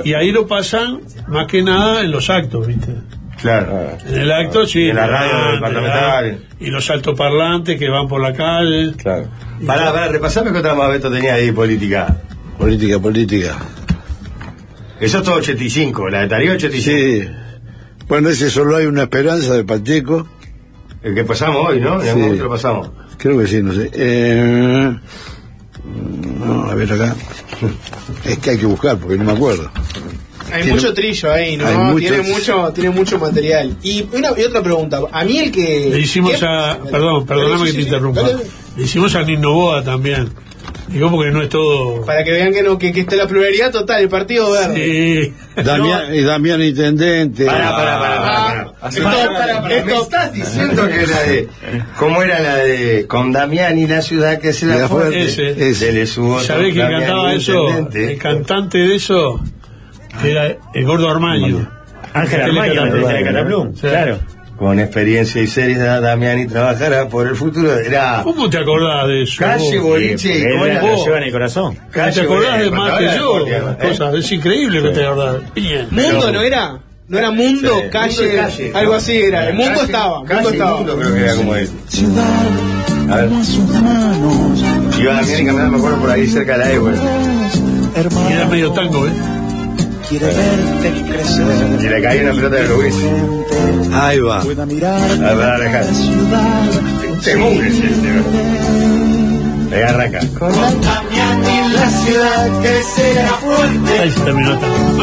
S14: Y ahí lo pasan más que nada en los actos, ¿viste?
S5: Claro.
S14: En el acto, sí.
S5: En la radio,
S14: adelante,
S5: del parlamentario.
S14: Y los altoparlantes que van por la calle.
S4: Claro.
S5: Pará, pará, repasame qué otra más Beto tenía ahí, política.
S9: Política, política.
S5: Eso es todo 85, la de Tarío 85.
S9: Sí. Bueno, ese solo hay una esperanza de Pacheco.
S5: El que pasamos hoy, ¿no? En algún
S9: Sí.
S5: momento lo pasamos.
S9: Creo que sí, no sé. Eh, no, a ver acá. Es que hay que buscar porque no me acuerdo.
S7: Hay
S9: Tiene-
S7: mucho trillo ahí, ¿no?
S9: hay mucho-
S7: Tiene, mucho, tiene mucho material. Y, una, y otra pregunta. A mí el que...
S14: Le hicimos
S7: ¿Qué?
S14: a. Perdón, perdóname que te interrumpa.
S7: Dale, dale.
S14: Le hicimos a Ninnovoa también. Digo porque no es todo.
S7: Para que vean que no que, que está la pluralidad total, el partido verde.
S14: Sí.
S9: Damián, y Damián Intendente.
S5: Pará, pará, pará, pará, pará.
S7: Esto-
S5: Me
S7: esto-
S5: estás diciendo que era de. ¿Cómo era la de. Con Damián y la ciudad que se
S9: Era
S5: la
S9: fuerte.
S5: fuerte?
S14: Ese.
S5: Se le subo.
S14: ¿Sabés quién
S5: Damián,
S14: cantaba
S5: el
S14: eso?
S5: intendente.
S14: El cantante de eso era el gordo Armaño.
S6: Ángel
S14: Teleca-
S6: Armaño, la
S14: Teleca-
S6: de Cataplum.
S14: Sí.
S6: Claro.
S5: Con experiencia y seriedad, Damián y trabajará por el futuro. Era.
S14: ¿Cómo te acordás de eso?
S5: Calle,
S14: vos?
S5: boliche y
S14: eh,
S6: Él
S5: cola.
S6: la lo lleva en el corazón.
S14: ¿Te acordás de más que yo? Cosas, es increíble que
S5: Sí.
S14: te acordás. Bien.
S7: Mundo no era, no era mundo,
S5: Sí,
S7: calle,
S5: mundo y calle.
S7: algo así era. El mundo
S5: Calle-
S7: estaba,
S5: calle
S7: mundo
S5: y
S7: estaba.
S5: mundo creo que era como él. A ver. Iba Damián y caminaba, me acuerdo, por ahí cerca de la Ébora.
S14: Y era medio tango, ¿eh?
S5: Y le caía una pelota de Luis.
S9: Ahí va.
S5: A ver, arranca. Te mueves, este, ¿no? Ahí arranca.
S14: Ahí se terminó el tango.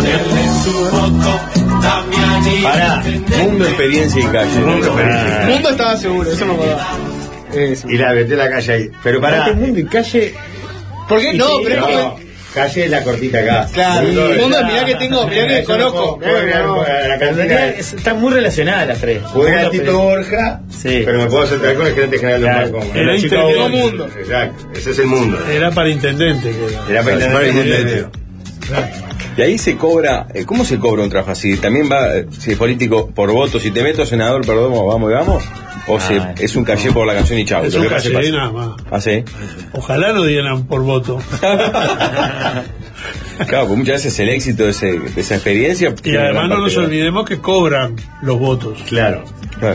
S5: Pará.
S4: Mundo, experiencia y calle.
S5: Mundo,
S7: El
S5: pará.
S7: mundo estaba seguro, eso me acuerdo.
S5: Y la metí a la calle ahí. Pero pará.
S14: mundo y calle.
S7: ¿Por qué? No, pero es
S5: No,
S7: que-
S5: calle es la cortita acá.
S7: Claro,
S5: Sí,
S7: el mundo,
S5: claro.
S7: mirá que tengo, mirá que
S5: Eso no
S7: conozco.
S5: puedo- puedo crear- la canción
S6: Tenía-
S5: era-
S6: Están muy relacionadas las tres.
S5: Juega
S6: Mundo,
S5: Tito Borja,
S6: Sí.
S5: pero me puedo centrar con el gerente general de
S6: Claro.
S5: Banco.
S14: Era
S5: Era
S14: Chicago
S5: Chicago
S14: Bulls.
S5: mundo. Exacto, ese es el mundo.
S14: Era para intendente. que era.
S5: Era para
S9: Para
S5: entender.
S9: intendente.
S4: Y ahí se cobra, eh, ¿cómo se cobra un trabajo así? ¿También va, eh, si es político, por voto? Si te meto senador, perdón, vamos y vamos? ¿O se- es un caché por la canción y chau?
S14: Es
S4: Lo
S14: un
S4: que pase,
S14: caché,
S4: pase.
S14: nada más.
S4: ¿Ah, sí?
S14: Ojalá lo dieran por voto.
S4: Claro, pues muchas veces el éxito de, ese- de esa experiencia.
S14: Y además no nos olvidemos que cobran los votos.
S4: Claro.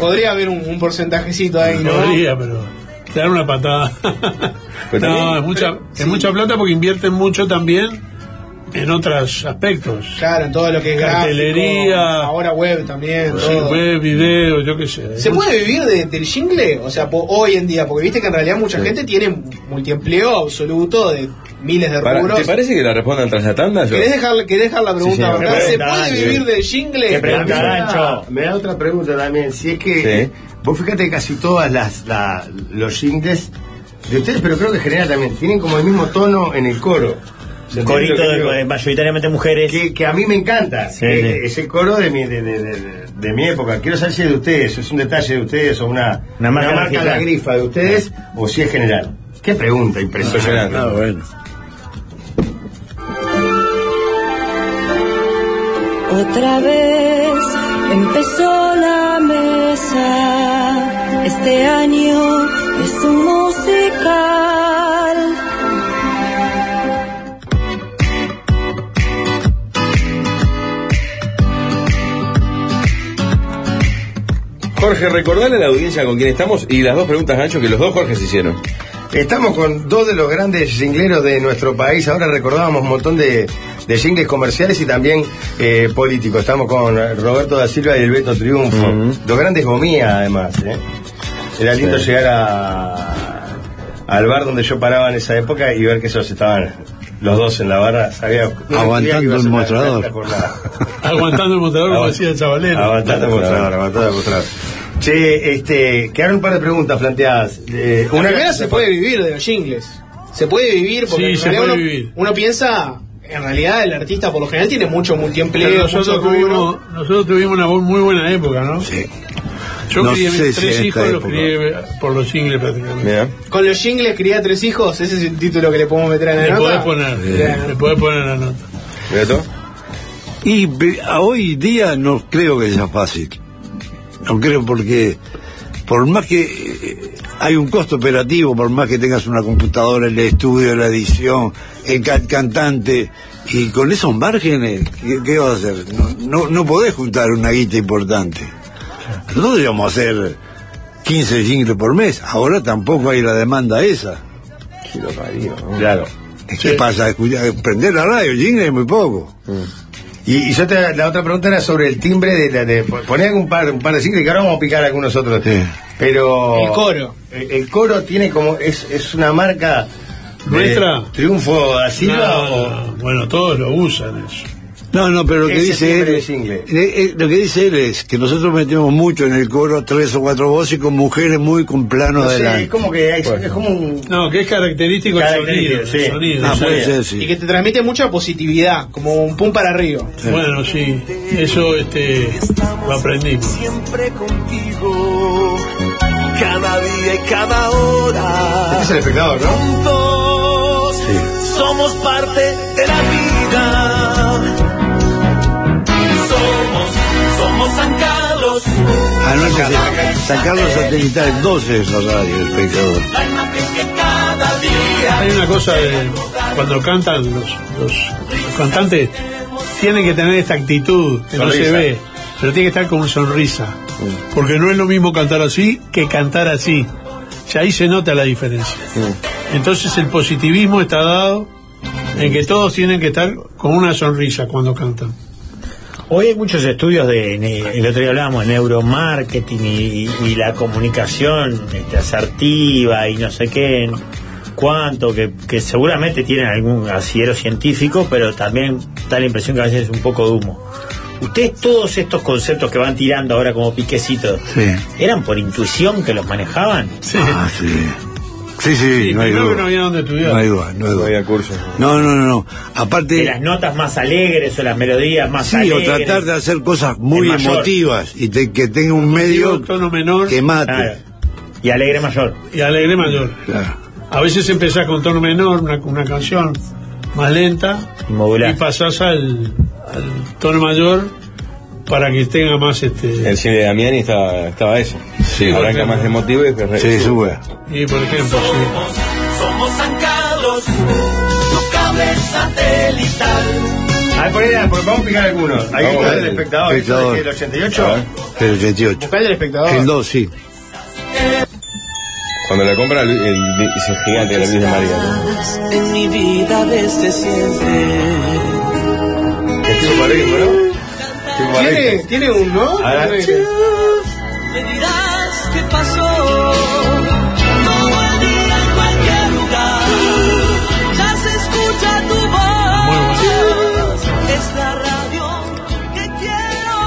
S7: Podría haber un, un porcentajecito ahí, ¿no?
S14: Podría, pero te dan una patada. no, es mucha, es mucha plata porque invierten mucho también en otros aspectos.
S7: Claro, en todo lo que es gráfico,
S14: Cartelería,
S7: ahora web también.
S14: sí,
S7: todo.
S14: web, video, yo qué sé.
S7: ¿Se
S14: Mucho-
S7: puede vivir de- del jingle? O sea, po- hoy en día, porque viste que en realidad mucha gente tiene multiempleo absoluto de miles de
S4: Para-
S7: rubros.
S4: ¿Te parece que la respondan tras la tanda? Yo?
S7: ¿Querés dejar, querés dejar la pregunta
S4: señor.
S7: acá? ¿Se
S4: Pregunta,
S7: puede
S4: Ángel.
S7: vivir del jingle?
S4: ¿Qué pregunta,
S7: Me da-
S5: Ah, me da otra pregunta también. Si es que vos fíjate que casi todas las la- los jingles de ustedes, pero creo que en general también tienen como el mismo tono en el coro. ¿Se entiende
S6: Corito
S5: lo que
S6: de-
S5: digo?
S6: de mayoritariamente mujeres.
S5: Que, que a mí me encanta.
S6: Sí,
S5: Eh,
S6: sí.
S5: Ese coro de mi, de, de- de- de mi época. Quiero saber si es de ustedes, o es un detalle de ustedes, o una,
S6: Una marca
S5: a la
S6: registrada.
S5: grifa de ustedes, o si es general. Qué pregunta impresionante.
S4: Ah,
S9: bueno.
S15: Otra vez empezó la mesa. Este año es un musical.
S4: Jorge, recordale a la audiencia con quién estamos y las dos preguntas, Gancho, que los dos Jorge se hicieron.
S5: Estamos con dos de los grandes jingleros de nuestro país. Ahora recordábamos un montón de, de jingles comerciales y también eh, políticos. Estamos con Roberto da Silva y el Beto Triunfo. Dos grandes gomías, además. ¿eh? Era lindo
S4: Sí.
S5: llegar a, al bar donde yo paraba en esa época y ver que esos estaban los dos en la barra. Sabía, no sabía que iba a ser
S9: Aguantando el
S5: la-
S9: mostrador.
S5: la jornada.
S14: Aguantando el mostrador, como decía el chavalero.
S5: Aguantando el mostrador, aguantando el mostrador. Che, este, quedaron un par de preguntas planteadas. Eh,
S7: La primera se puede vivir de los jingles. Se puede vivir porque
S5: Sí,
S7: en
S5: se
S7: realidad
S5: puede
S7: uno,
S5: vivir.
S7: uno piensa, en realidad el artista por lo general tiene mucho
S14: Pero
S7: multiempleo, mucho
S14: nosotros,
S7: rubro.
S14: tuvimos, nosotros tuvimos una bu- muy buena época, ¿no? Sí. Yo
S7: No
S14: crié a mis
S7: sé si
S14: tres
S7: en esta
S14: hijos, los
S7: época.
S14: crié eh, por los jingles prácticamente.
S7: Con los jingles cría tres hijos, ese es el título que le podemos meter en la
S14: Le
S7: nota.
S14: podés poner, le podés poner la nota.
S9: Y ve- a hoy día no creo que sea fácil. No creo porque, por más que eh, hay un costo operativo, por más que tengas una computadora, el estudio, la edición, el ca- cantante, y con esos márgenes, ¿qué, qué vas a hacer? No, no, no podés juntar una guita importante. No debíamos hacer 15 jingles por mes, ahora tampoco hay la demanda esa.
S5: Claro.
S9: ¿Qué pasa? Escuchar- Prender la radio, jingle es muy poco.
S5: Y, y yo te- la otra pregunta era sobre el timbre de, la, de poner un par, un par de siglas que ahora vamos a picar algunos otros. Pero
S7: El coro.
S5: el, el coro tiene como es, es una marca de
S14: ¿Nuestra?
S5: Triunfo da Silva
S14: No,
S5: o-
S14: Bueno, todos lo usan eso.
S9: No, no, pero lo que
S14: Ese
S9: dice
S14: timbre
S9: él,
S14: de jingle.
S9: eh, eh, lo que dice él es que nosotros metemos mucho en el coro tres o cuatro voces con mujeres muy con plano
S5: no sé,
S9: adelante.
S5: es como que es,
S9: Bueno.
S5: es como un
S14: No, que es característico,
S5: Característico,
S14: el sonido. el sonido,
S9: Ah,
S14: el
S9: puede ser,
S14: sonido.
S9: sí.
S7: Y que te transmite mucha positividad, como un pum para arriba.
S14: Bueno, sí, eso este, lo aprendimos.
S16: siempre contigo, cada día y cada hora.
S5: Este es el espectador, ¿no?
S16: Juntos somos parte de la vida. Somos, somos San Carlos,
S9: Anoche se- sacaron los satelitales 12 de esa radio, el espectador.
S16: la imagen que cada día.
S14: Hay una cosa de cuando cantan los, los cantantes, tienen que tener esta actitud que no se
S5: Sonrisa.
S14: ve, pero tiene que estar con sonrisa, porque no es lo mismo cantar así que cantar así. O sea, ahí se nota la diferencia. Entonces el positivismo está dado en que todos tienen que estar con una sonrisa cuando cantan.
S6: Hoy hay muchos estudios de, ne- el otro día hablábamos, de neuromarketing y, y la comunicación este, asertiva y no sé qué, en cuánto, que, que seguramente tienen algún asidero científico, pero también da la impresión que a veces es un poco de humo. Ustedes todos estos conceptos que van tirando ahora como piquecitos,
S9: Sí.
S6: ¿eran por intuición que los manejaban?
S9: Ah, sí. Sí, sí, no hay
S6: primero
S9: duda.
S6: que no había dónde estudiar.
S9: No hay duda, no hay duda.
S4: curso.
S9: No, no, no, no. Aparte.
S6: De las notas más alegres o las melodías más
S9: sí,
S6: alegres.
S9: o tratar de hacer cosas muy
S6: El mayor.
S9: emotivas y te- que tenga un medio
S14: tono menor
S9: que mate.
S14: Claro.
S6: Ah, Y alegre mayor.
S14: Y alegre mayor.
S9: Claro.
S14: A veces empezás con tono menor, una, una canción, más lenta
S6: y modular.
S14: y pasás al, al tono mayor para que tenga más este
S4: El cine de Damiani estaba, estaba eso. Sí, arranca más emotivo y después
S14: Sí,
S4: sube.
S14: y por ejemplo sí.
S1: Somos San Carlos, no cable satelital.
S9: Ahí ponela, porque vamos a picar algunos. Ahí
S5: Vamos
S9: está
S5: a ver.
S9: el espectador.
S5: Espectador.
S9: El 88.
S5: El 88.
S7: Buscá el del espectador.
S5: El 2, sí.
S4: Cuando la compra, el, el- ese gigante de la Virgen María. ¿no?
S1: En mi vida desde siempre.
S7: Tiene, tiene un no.
S1: Ahora- Me dirás qué pasó. Todo el día en cualquier lugar. Ya se escucha tu voz. Es la radio que quiero.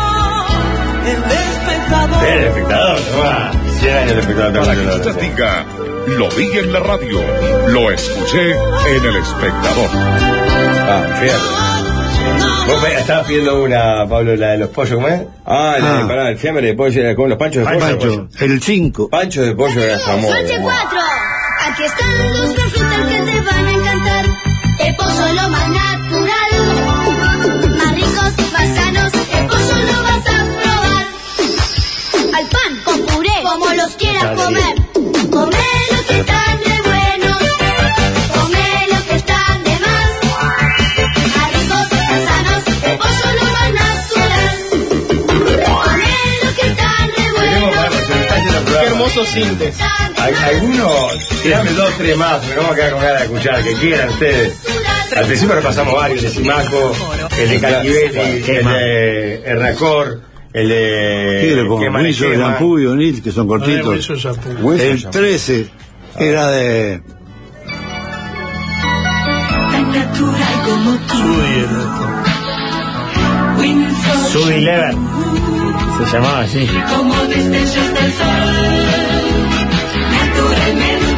S1: El despertador.
S9: El espectador, toma. Llega el espectadador.
S17: Para que
S9: toma,
S17: usted
S9: toma.
S17: diga, lo vi en la radio, lo escuché en el espectador.
S4: Ah, eh,
S9: fíjate. Vos me- estabas pidiendo una, Pablo, la de los pollos, ¿cómo es?
S4: Ah, el,
S9: Ah.
S4: pará, el fiambre de pollo era como los panchos de pollo.
S9: Pancho,
S4: El 5. Pancho de pollo era famoso.
S18: Noche 4. Aquí están los consultas que te van a encantar. El pollo lo más natural. Más ricos, más sanos. El pollo lo vas a probar. Al pan, con puré, como los quieras
S1: Está
S18: comer. Come lo que están de bueno. Come lo que están de más. Más ricos, más sanos. El pollo lo más natural. Come lo que están de bueno.
S7: Qué
S5: Ah,
S7: hermoso cintes.
S9: Hay algunos, tirame dos, tres más, pero vamos a quedar con ganas de escuchar, que quieran ustedes. Al principio repasamos varios, el de Simaco, el de Cachivelli, Eh, el de Hernacor, el
S5: Sí,
S9: de
S5: lo pongo.
S9: Quema de
S5: Wilson,
S9: Quema.
S5: Lampú y O'Neill, que son
S9: Ah,
S5: cortitos.
S9: Wilson, Lampú.
S5: El
S9: Wilson,
S5: 13 era de.
S1: Tan natural como Windsor.
S6: Sudi Lever. Se llamaba así.
S1: Como destellos del sol. Naturalmente.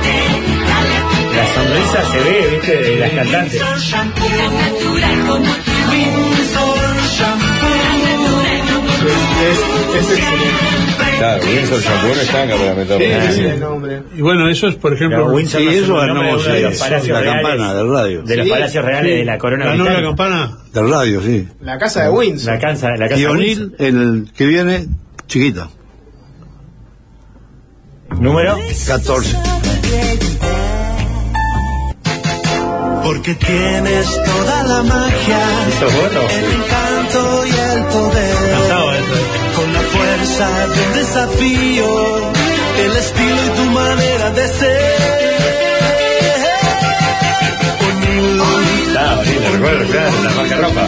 S6: La sonrisa se ve, viste, de las cantantes.
S1: Windsor shampoo. Tan natural como tú. Windsor shampoo. Tan natural como tú.
S4: Claro, Wilson Shampoo no está acá para meterlo.
S14: Sí, sí. Y bueno, eso es, por ejemplo,
S5: Pero Windsor Sí, nació eso con el nombre ganó, de uno de sí, los palacios la reales. campana del radio. De los palacios reales de la corona
S14: ¿Ganó la
S5: británica.
S14: campana?
S5: Del radio, sí.
S7: La casa de Windsor.
S6: La casa, la
S5: Y O'Neill, el que viene, chiquita.
S6: Número
S5: 14.
S1: Porque tienes toda la magia, el encanto y el poder.
S6: ¿eh?
S1: Con la fuerza de un desafío, el estilo y tu manera de ser.
S4: Ah,
S9: Está bonito, recuerdo, claro, la marca ropa.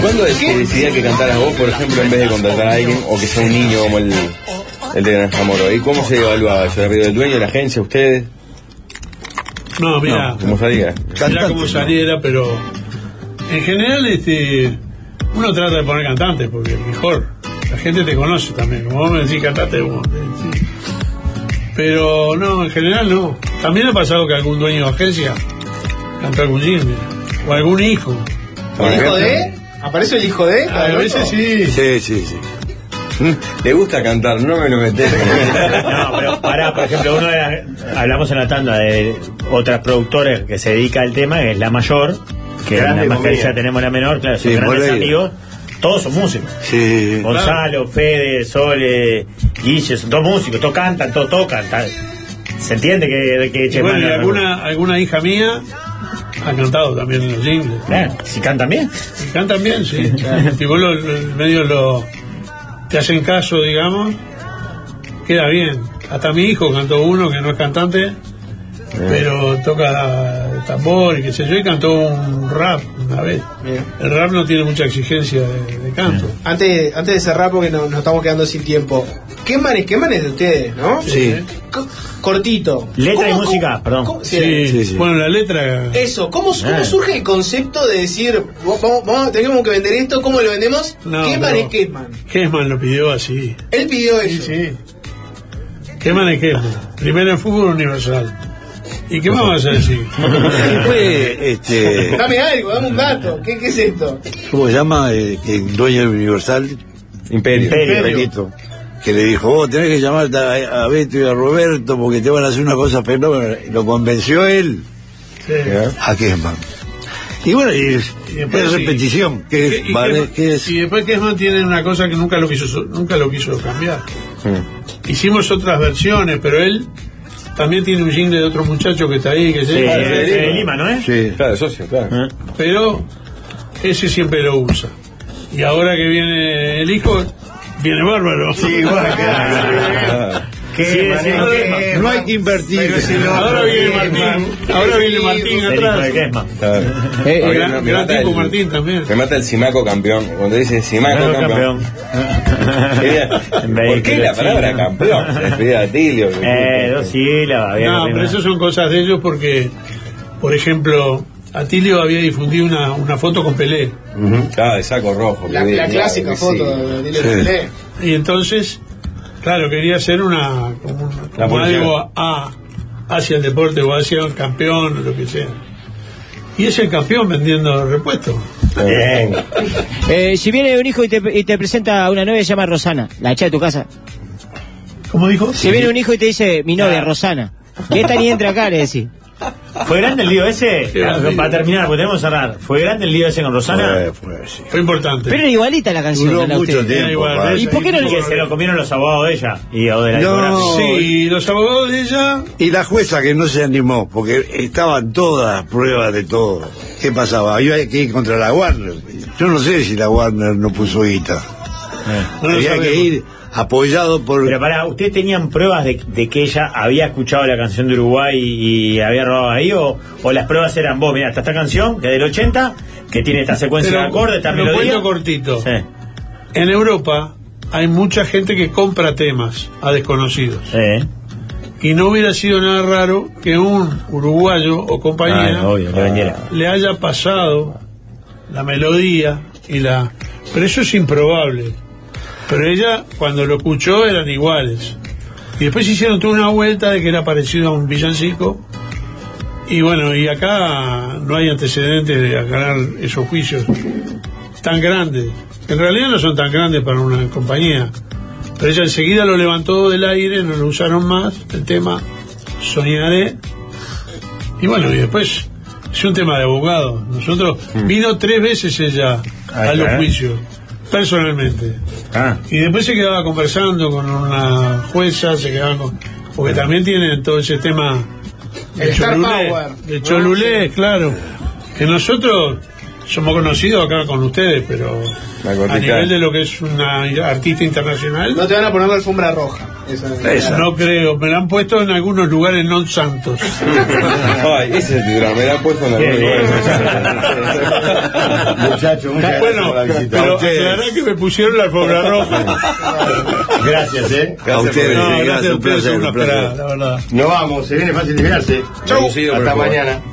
S4: ¿Cuándo es que decidían que cantaras vos, por ejemplo, en vez de contratar a alguien o que sea un niño como el, el de Granja Moro? ¿Y cómo se evaluaba eso? ¿Era pedido del dueño, la agencia, ustedes?
S14: No, mira.
S4: No, como salía.
S14: Era como saliera, pero en general este uno trata de poner cantantes porque mejor la gente te conoce también. Como vos me decís cantante, vos me decís. pero no, en general no. También ha pasado que algún dueño de agencia cantó algún jingle o algún hijo.
S7: ¿El hijo de? ¿Aparece el hijo de?
S14: A veces sí.
S5: Sí, sí, sí.
S4: Le gusta cantar, no me lo metes.
S6: No, pero pará, por ejemplo, uno de las- hablamos en la tanda de otras productoras que se dedica al tema, que es la mayor, que
S5: Grande
S6: la mascarilla
S5: comida.
S6: tenemos la menor, claro, son
S5: Sí,
S6: grandes
S5: Moreira.
S6: amigos, todos son músicos.
S5: Sí.
S6: Gonzalo, Fede, Sole, Guille, son todos músicos, todos cantan, todos tocan. tal. Se entiende que, que
S14: Y
S6: eche
S14: bueno,
S6: mano,
S14: y
S6: ¿no?
S14: alguna, alguna hija mía ha cantado también en los jingles.
S6: Claro, si cantan bien.
S14: Si cantan bien, sí. Si vos lo, lo- medio lo, te hacen caso, digamos, queda bien. Hasta mi hijo cantó uno que no es cantante,
S7: Eh.
S14: pero toca tambor y qué sé yo, y cantó un rap una vez. El rap no tiene mucha exigencia de, de canto.
S7: Antes, antes de cerrar, porque no- nos estamos quedando sin tiempo. ¿Qué manes, qué manes de ustedes, no?
S14: Sí.
S7: Co- Cortito.
S6: Letra y
S7: ¿Cómo-
S6: música, perdón.
S7: cómo- sí.
S14: Bueno, la letra...
S7: Eso, ¿cómo, su-
S14: Ah.
S7: cómo surge el concepto de decir, "Vos- vamos, vamos, tenemos que vender esto, ¿cómo lo vendemos?
S14: No,
S7: ¿Qué
S14: pero-
S7: manes, qué man?
S14: Kesman lo pidió así.
S7: Él pidió eso.
S14: Queman es Kesman. Primero en fútbol universal. ¿Y qué más vas a decir?
S5: Después, este.
S7: Dame algo, dame un dato. ¿Qué, qué es esto?
S5: ¿Cómo se llama? Eh, que el dueño del Universal.
S4: Imperio.
S5: Imperio.
S7: Imperio.
S5: Benito.
S9: que le dijo, vos tenés que llamarte a, a Beto y a Roberto porque te van a hacer una cosa fenómena. Y Lo convenció él a Kesman. Y bueno, y es,
S14: después
S9: es
S14: sí.
S9: repetición. que es,
S14: Y- y
S9: vale,
S14: Kesman- Y después Kesman tiene una cosa que nunca lo quiso, so- nunca lo quiso cambiar. Hicimos otras versiones, pero él también tiene un jingle de otro muchacho que está ahí, que es
S6: Sí,
S14: él.
S6: eh, Federico Lima, ¿no es?
S9: Sí.
S4: Claro, socio,
S9: ¿Eh?
S4: claro.
S14: Pero ese siempre lo usa. Y ahora que viene el hijo, viene bárbaro.
S6: Ah,
S14: Sí,
S5: Qué manera, qué-
S9: no hay que invertir.
S14: ahora viene Martín, ahora viene Martín atrás.
S4: Eh, eh,
S14: Gran-
S4: no, me
S14: gran
S4: mata
S14: tipo
S4: el-
S14: Martín también.
S4: Me mata el Simaco campeón. Cuando dice Simaco
S14: Simaco
S4: campeón. ¿Por qué la palabra campeón? Se despide a Tilio.
S14: Eh, dos
S6: sílabas.
S14: No, pero eso son cosas de ellos porque, por ejemplo, Atilio había difundido una, una foto con Pelé.
S4: Claro, de saco rojo.
S14: La-
S4: que
S14: la
S4: vi,
S14: clásica
S4: que
S14: foto
S4: sí.
S14: de Atilio de Pelé. Y entonces, claro, quería hacer una, como una-
S4: La
S14: como
S4: publicidad.
S14: algo a- hacia el deporte o hacia un campeón o lo que sea. Y es el campeón vendiendo repuestos.
S5: Bien.
S8: Eh, si viene un hijo y te, y te presenta a una novia, se llama Rosana, la echa de tu casa.
S14: ¿Cómo dijo?
S8: Si viene un hijo y te dice, mi novia, Rosana, que esta ni entra acá, le decís.
S6: ¿Fue grande el lío ese? Claro, Para terminar, porque tenemos que cerrar. ¿Fue grande el lío ese con Rosana.
S14: Fue importante.
S8: Pero era igualita la canción.
S6: Duró
S8: a la
S6: mucho
S8: usted.
S6: tiempo, Era igual, padre.
S8: ¿Y por qué no le
S6: Que se lo comieron los abogados de ella. Y, o de la discográfica.
S14: Sí, los abogados de ella.
S9: Y la jueza que no se animó, porque estaban todas las pruebas de todo. ¿Qué pasaba? Había que ir contra la Warner. Yo no sé si la Warner no puso guita.
S6: Eh. No lo
S9: Había
S6: sabemos.
S9: que ir apoyado por.
S6: Pero pará, ¿ustedes tenían pruebas de, de que ella había escuchado la canción de Uruguay y, y había robado ahí? O, o las pruebas eran vos? Mira, está esta canción, que es del 80, que tiene esta secuencia
S14: Pero-
S6: de acordes, esta
S14: pero
S6: melodía.
S14: cuento cortito.
S6: Sí.
S14: En Europa hay mucha gente que compra temas a desconocidos. Y no hubiera sido nada raro que un uruguayo o compañía
S6: Ah, obvio, le vendiera.
S14: le haya pasado la melodía y la... Pero eso es improbable. Pero ella, cuando lo escuchó, eran iguales. Y después hicieron toda una vuelta de que era parecido a un villancico. Y bueno, y acá no hay antecedentes de ganar esos juicios tan grandes. En realidad no son tan grandes para una compañía. Pero ella enseguida lo levantó del aire, no lo usaron más, el tema Soñaré. Y bueno, y después es un tema de abogado. Nosotros vino tres veces ella a
S5: Mm. Ahí
S14: los
S5: está, ¿eh?
S14: juicios, personalmente.
S6: Ah.
S14: Y después se quedaba conversando con una jueza, se quedaba con... Porque también tienen todo ese tema
S7: El
S14: de
S7: Star
S14: Cholulé,
S7: Power,
S14: de
S7: ¿no?
S14: Cholulé, claro. Que nosotros somos conocidos acá con ustedes, pero
S4: La
S14: a
S4: gordita.
S14: nivel de lo que es una artista internacional,
S7: No te van a poner la alfombra roja. Esa-
S14: no creo. Me la han puesto en algunos lugares no santos.
S4: Ay, ese es el titular, me la han puesto en la
S9: Muchachos,
S14: muchas gracias por la visita. Pero aclará que me pusieron la alfombra roja. Ah,
S5: Gracias, eh.
S9: A ustedes,
S5: No,
S9: gracias,
S5: gracias a
S9: un
S5: ustedes,
S9: placer,
S5: una
S9: un placer.
S5: esperada, la verdad. Nos vamos, se viene fácil de mirarse.
S9: Chau.
S5: Hasta mañana.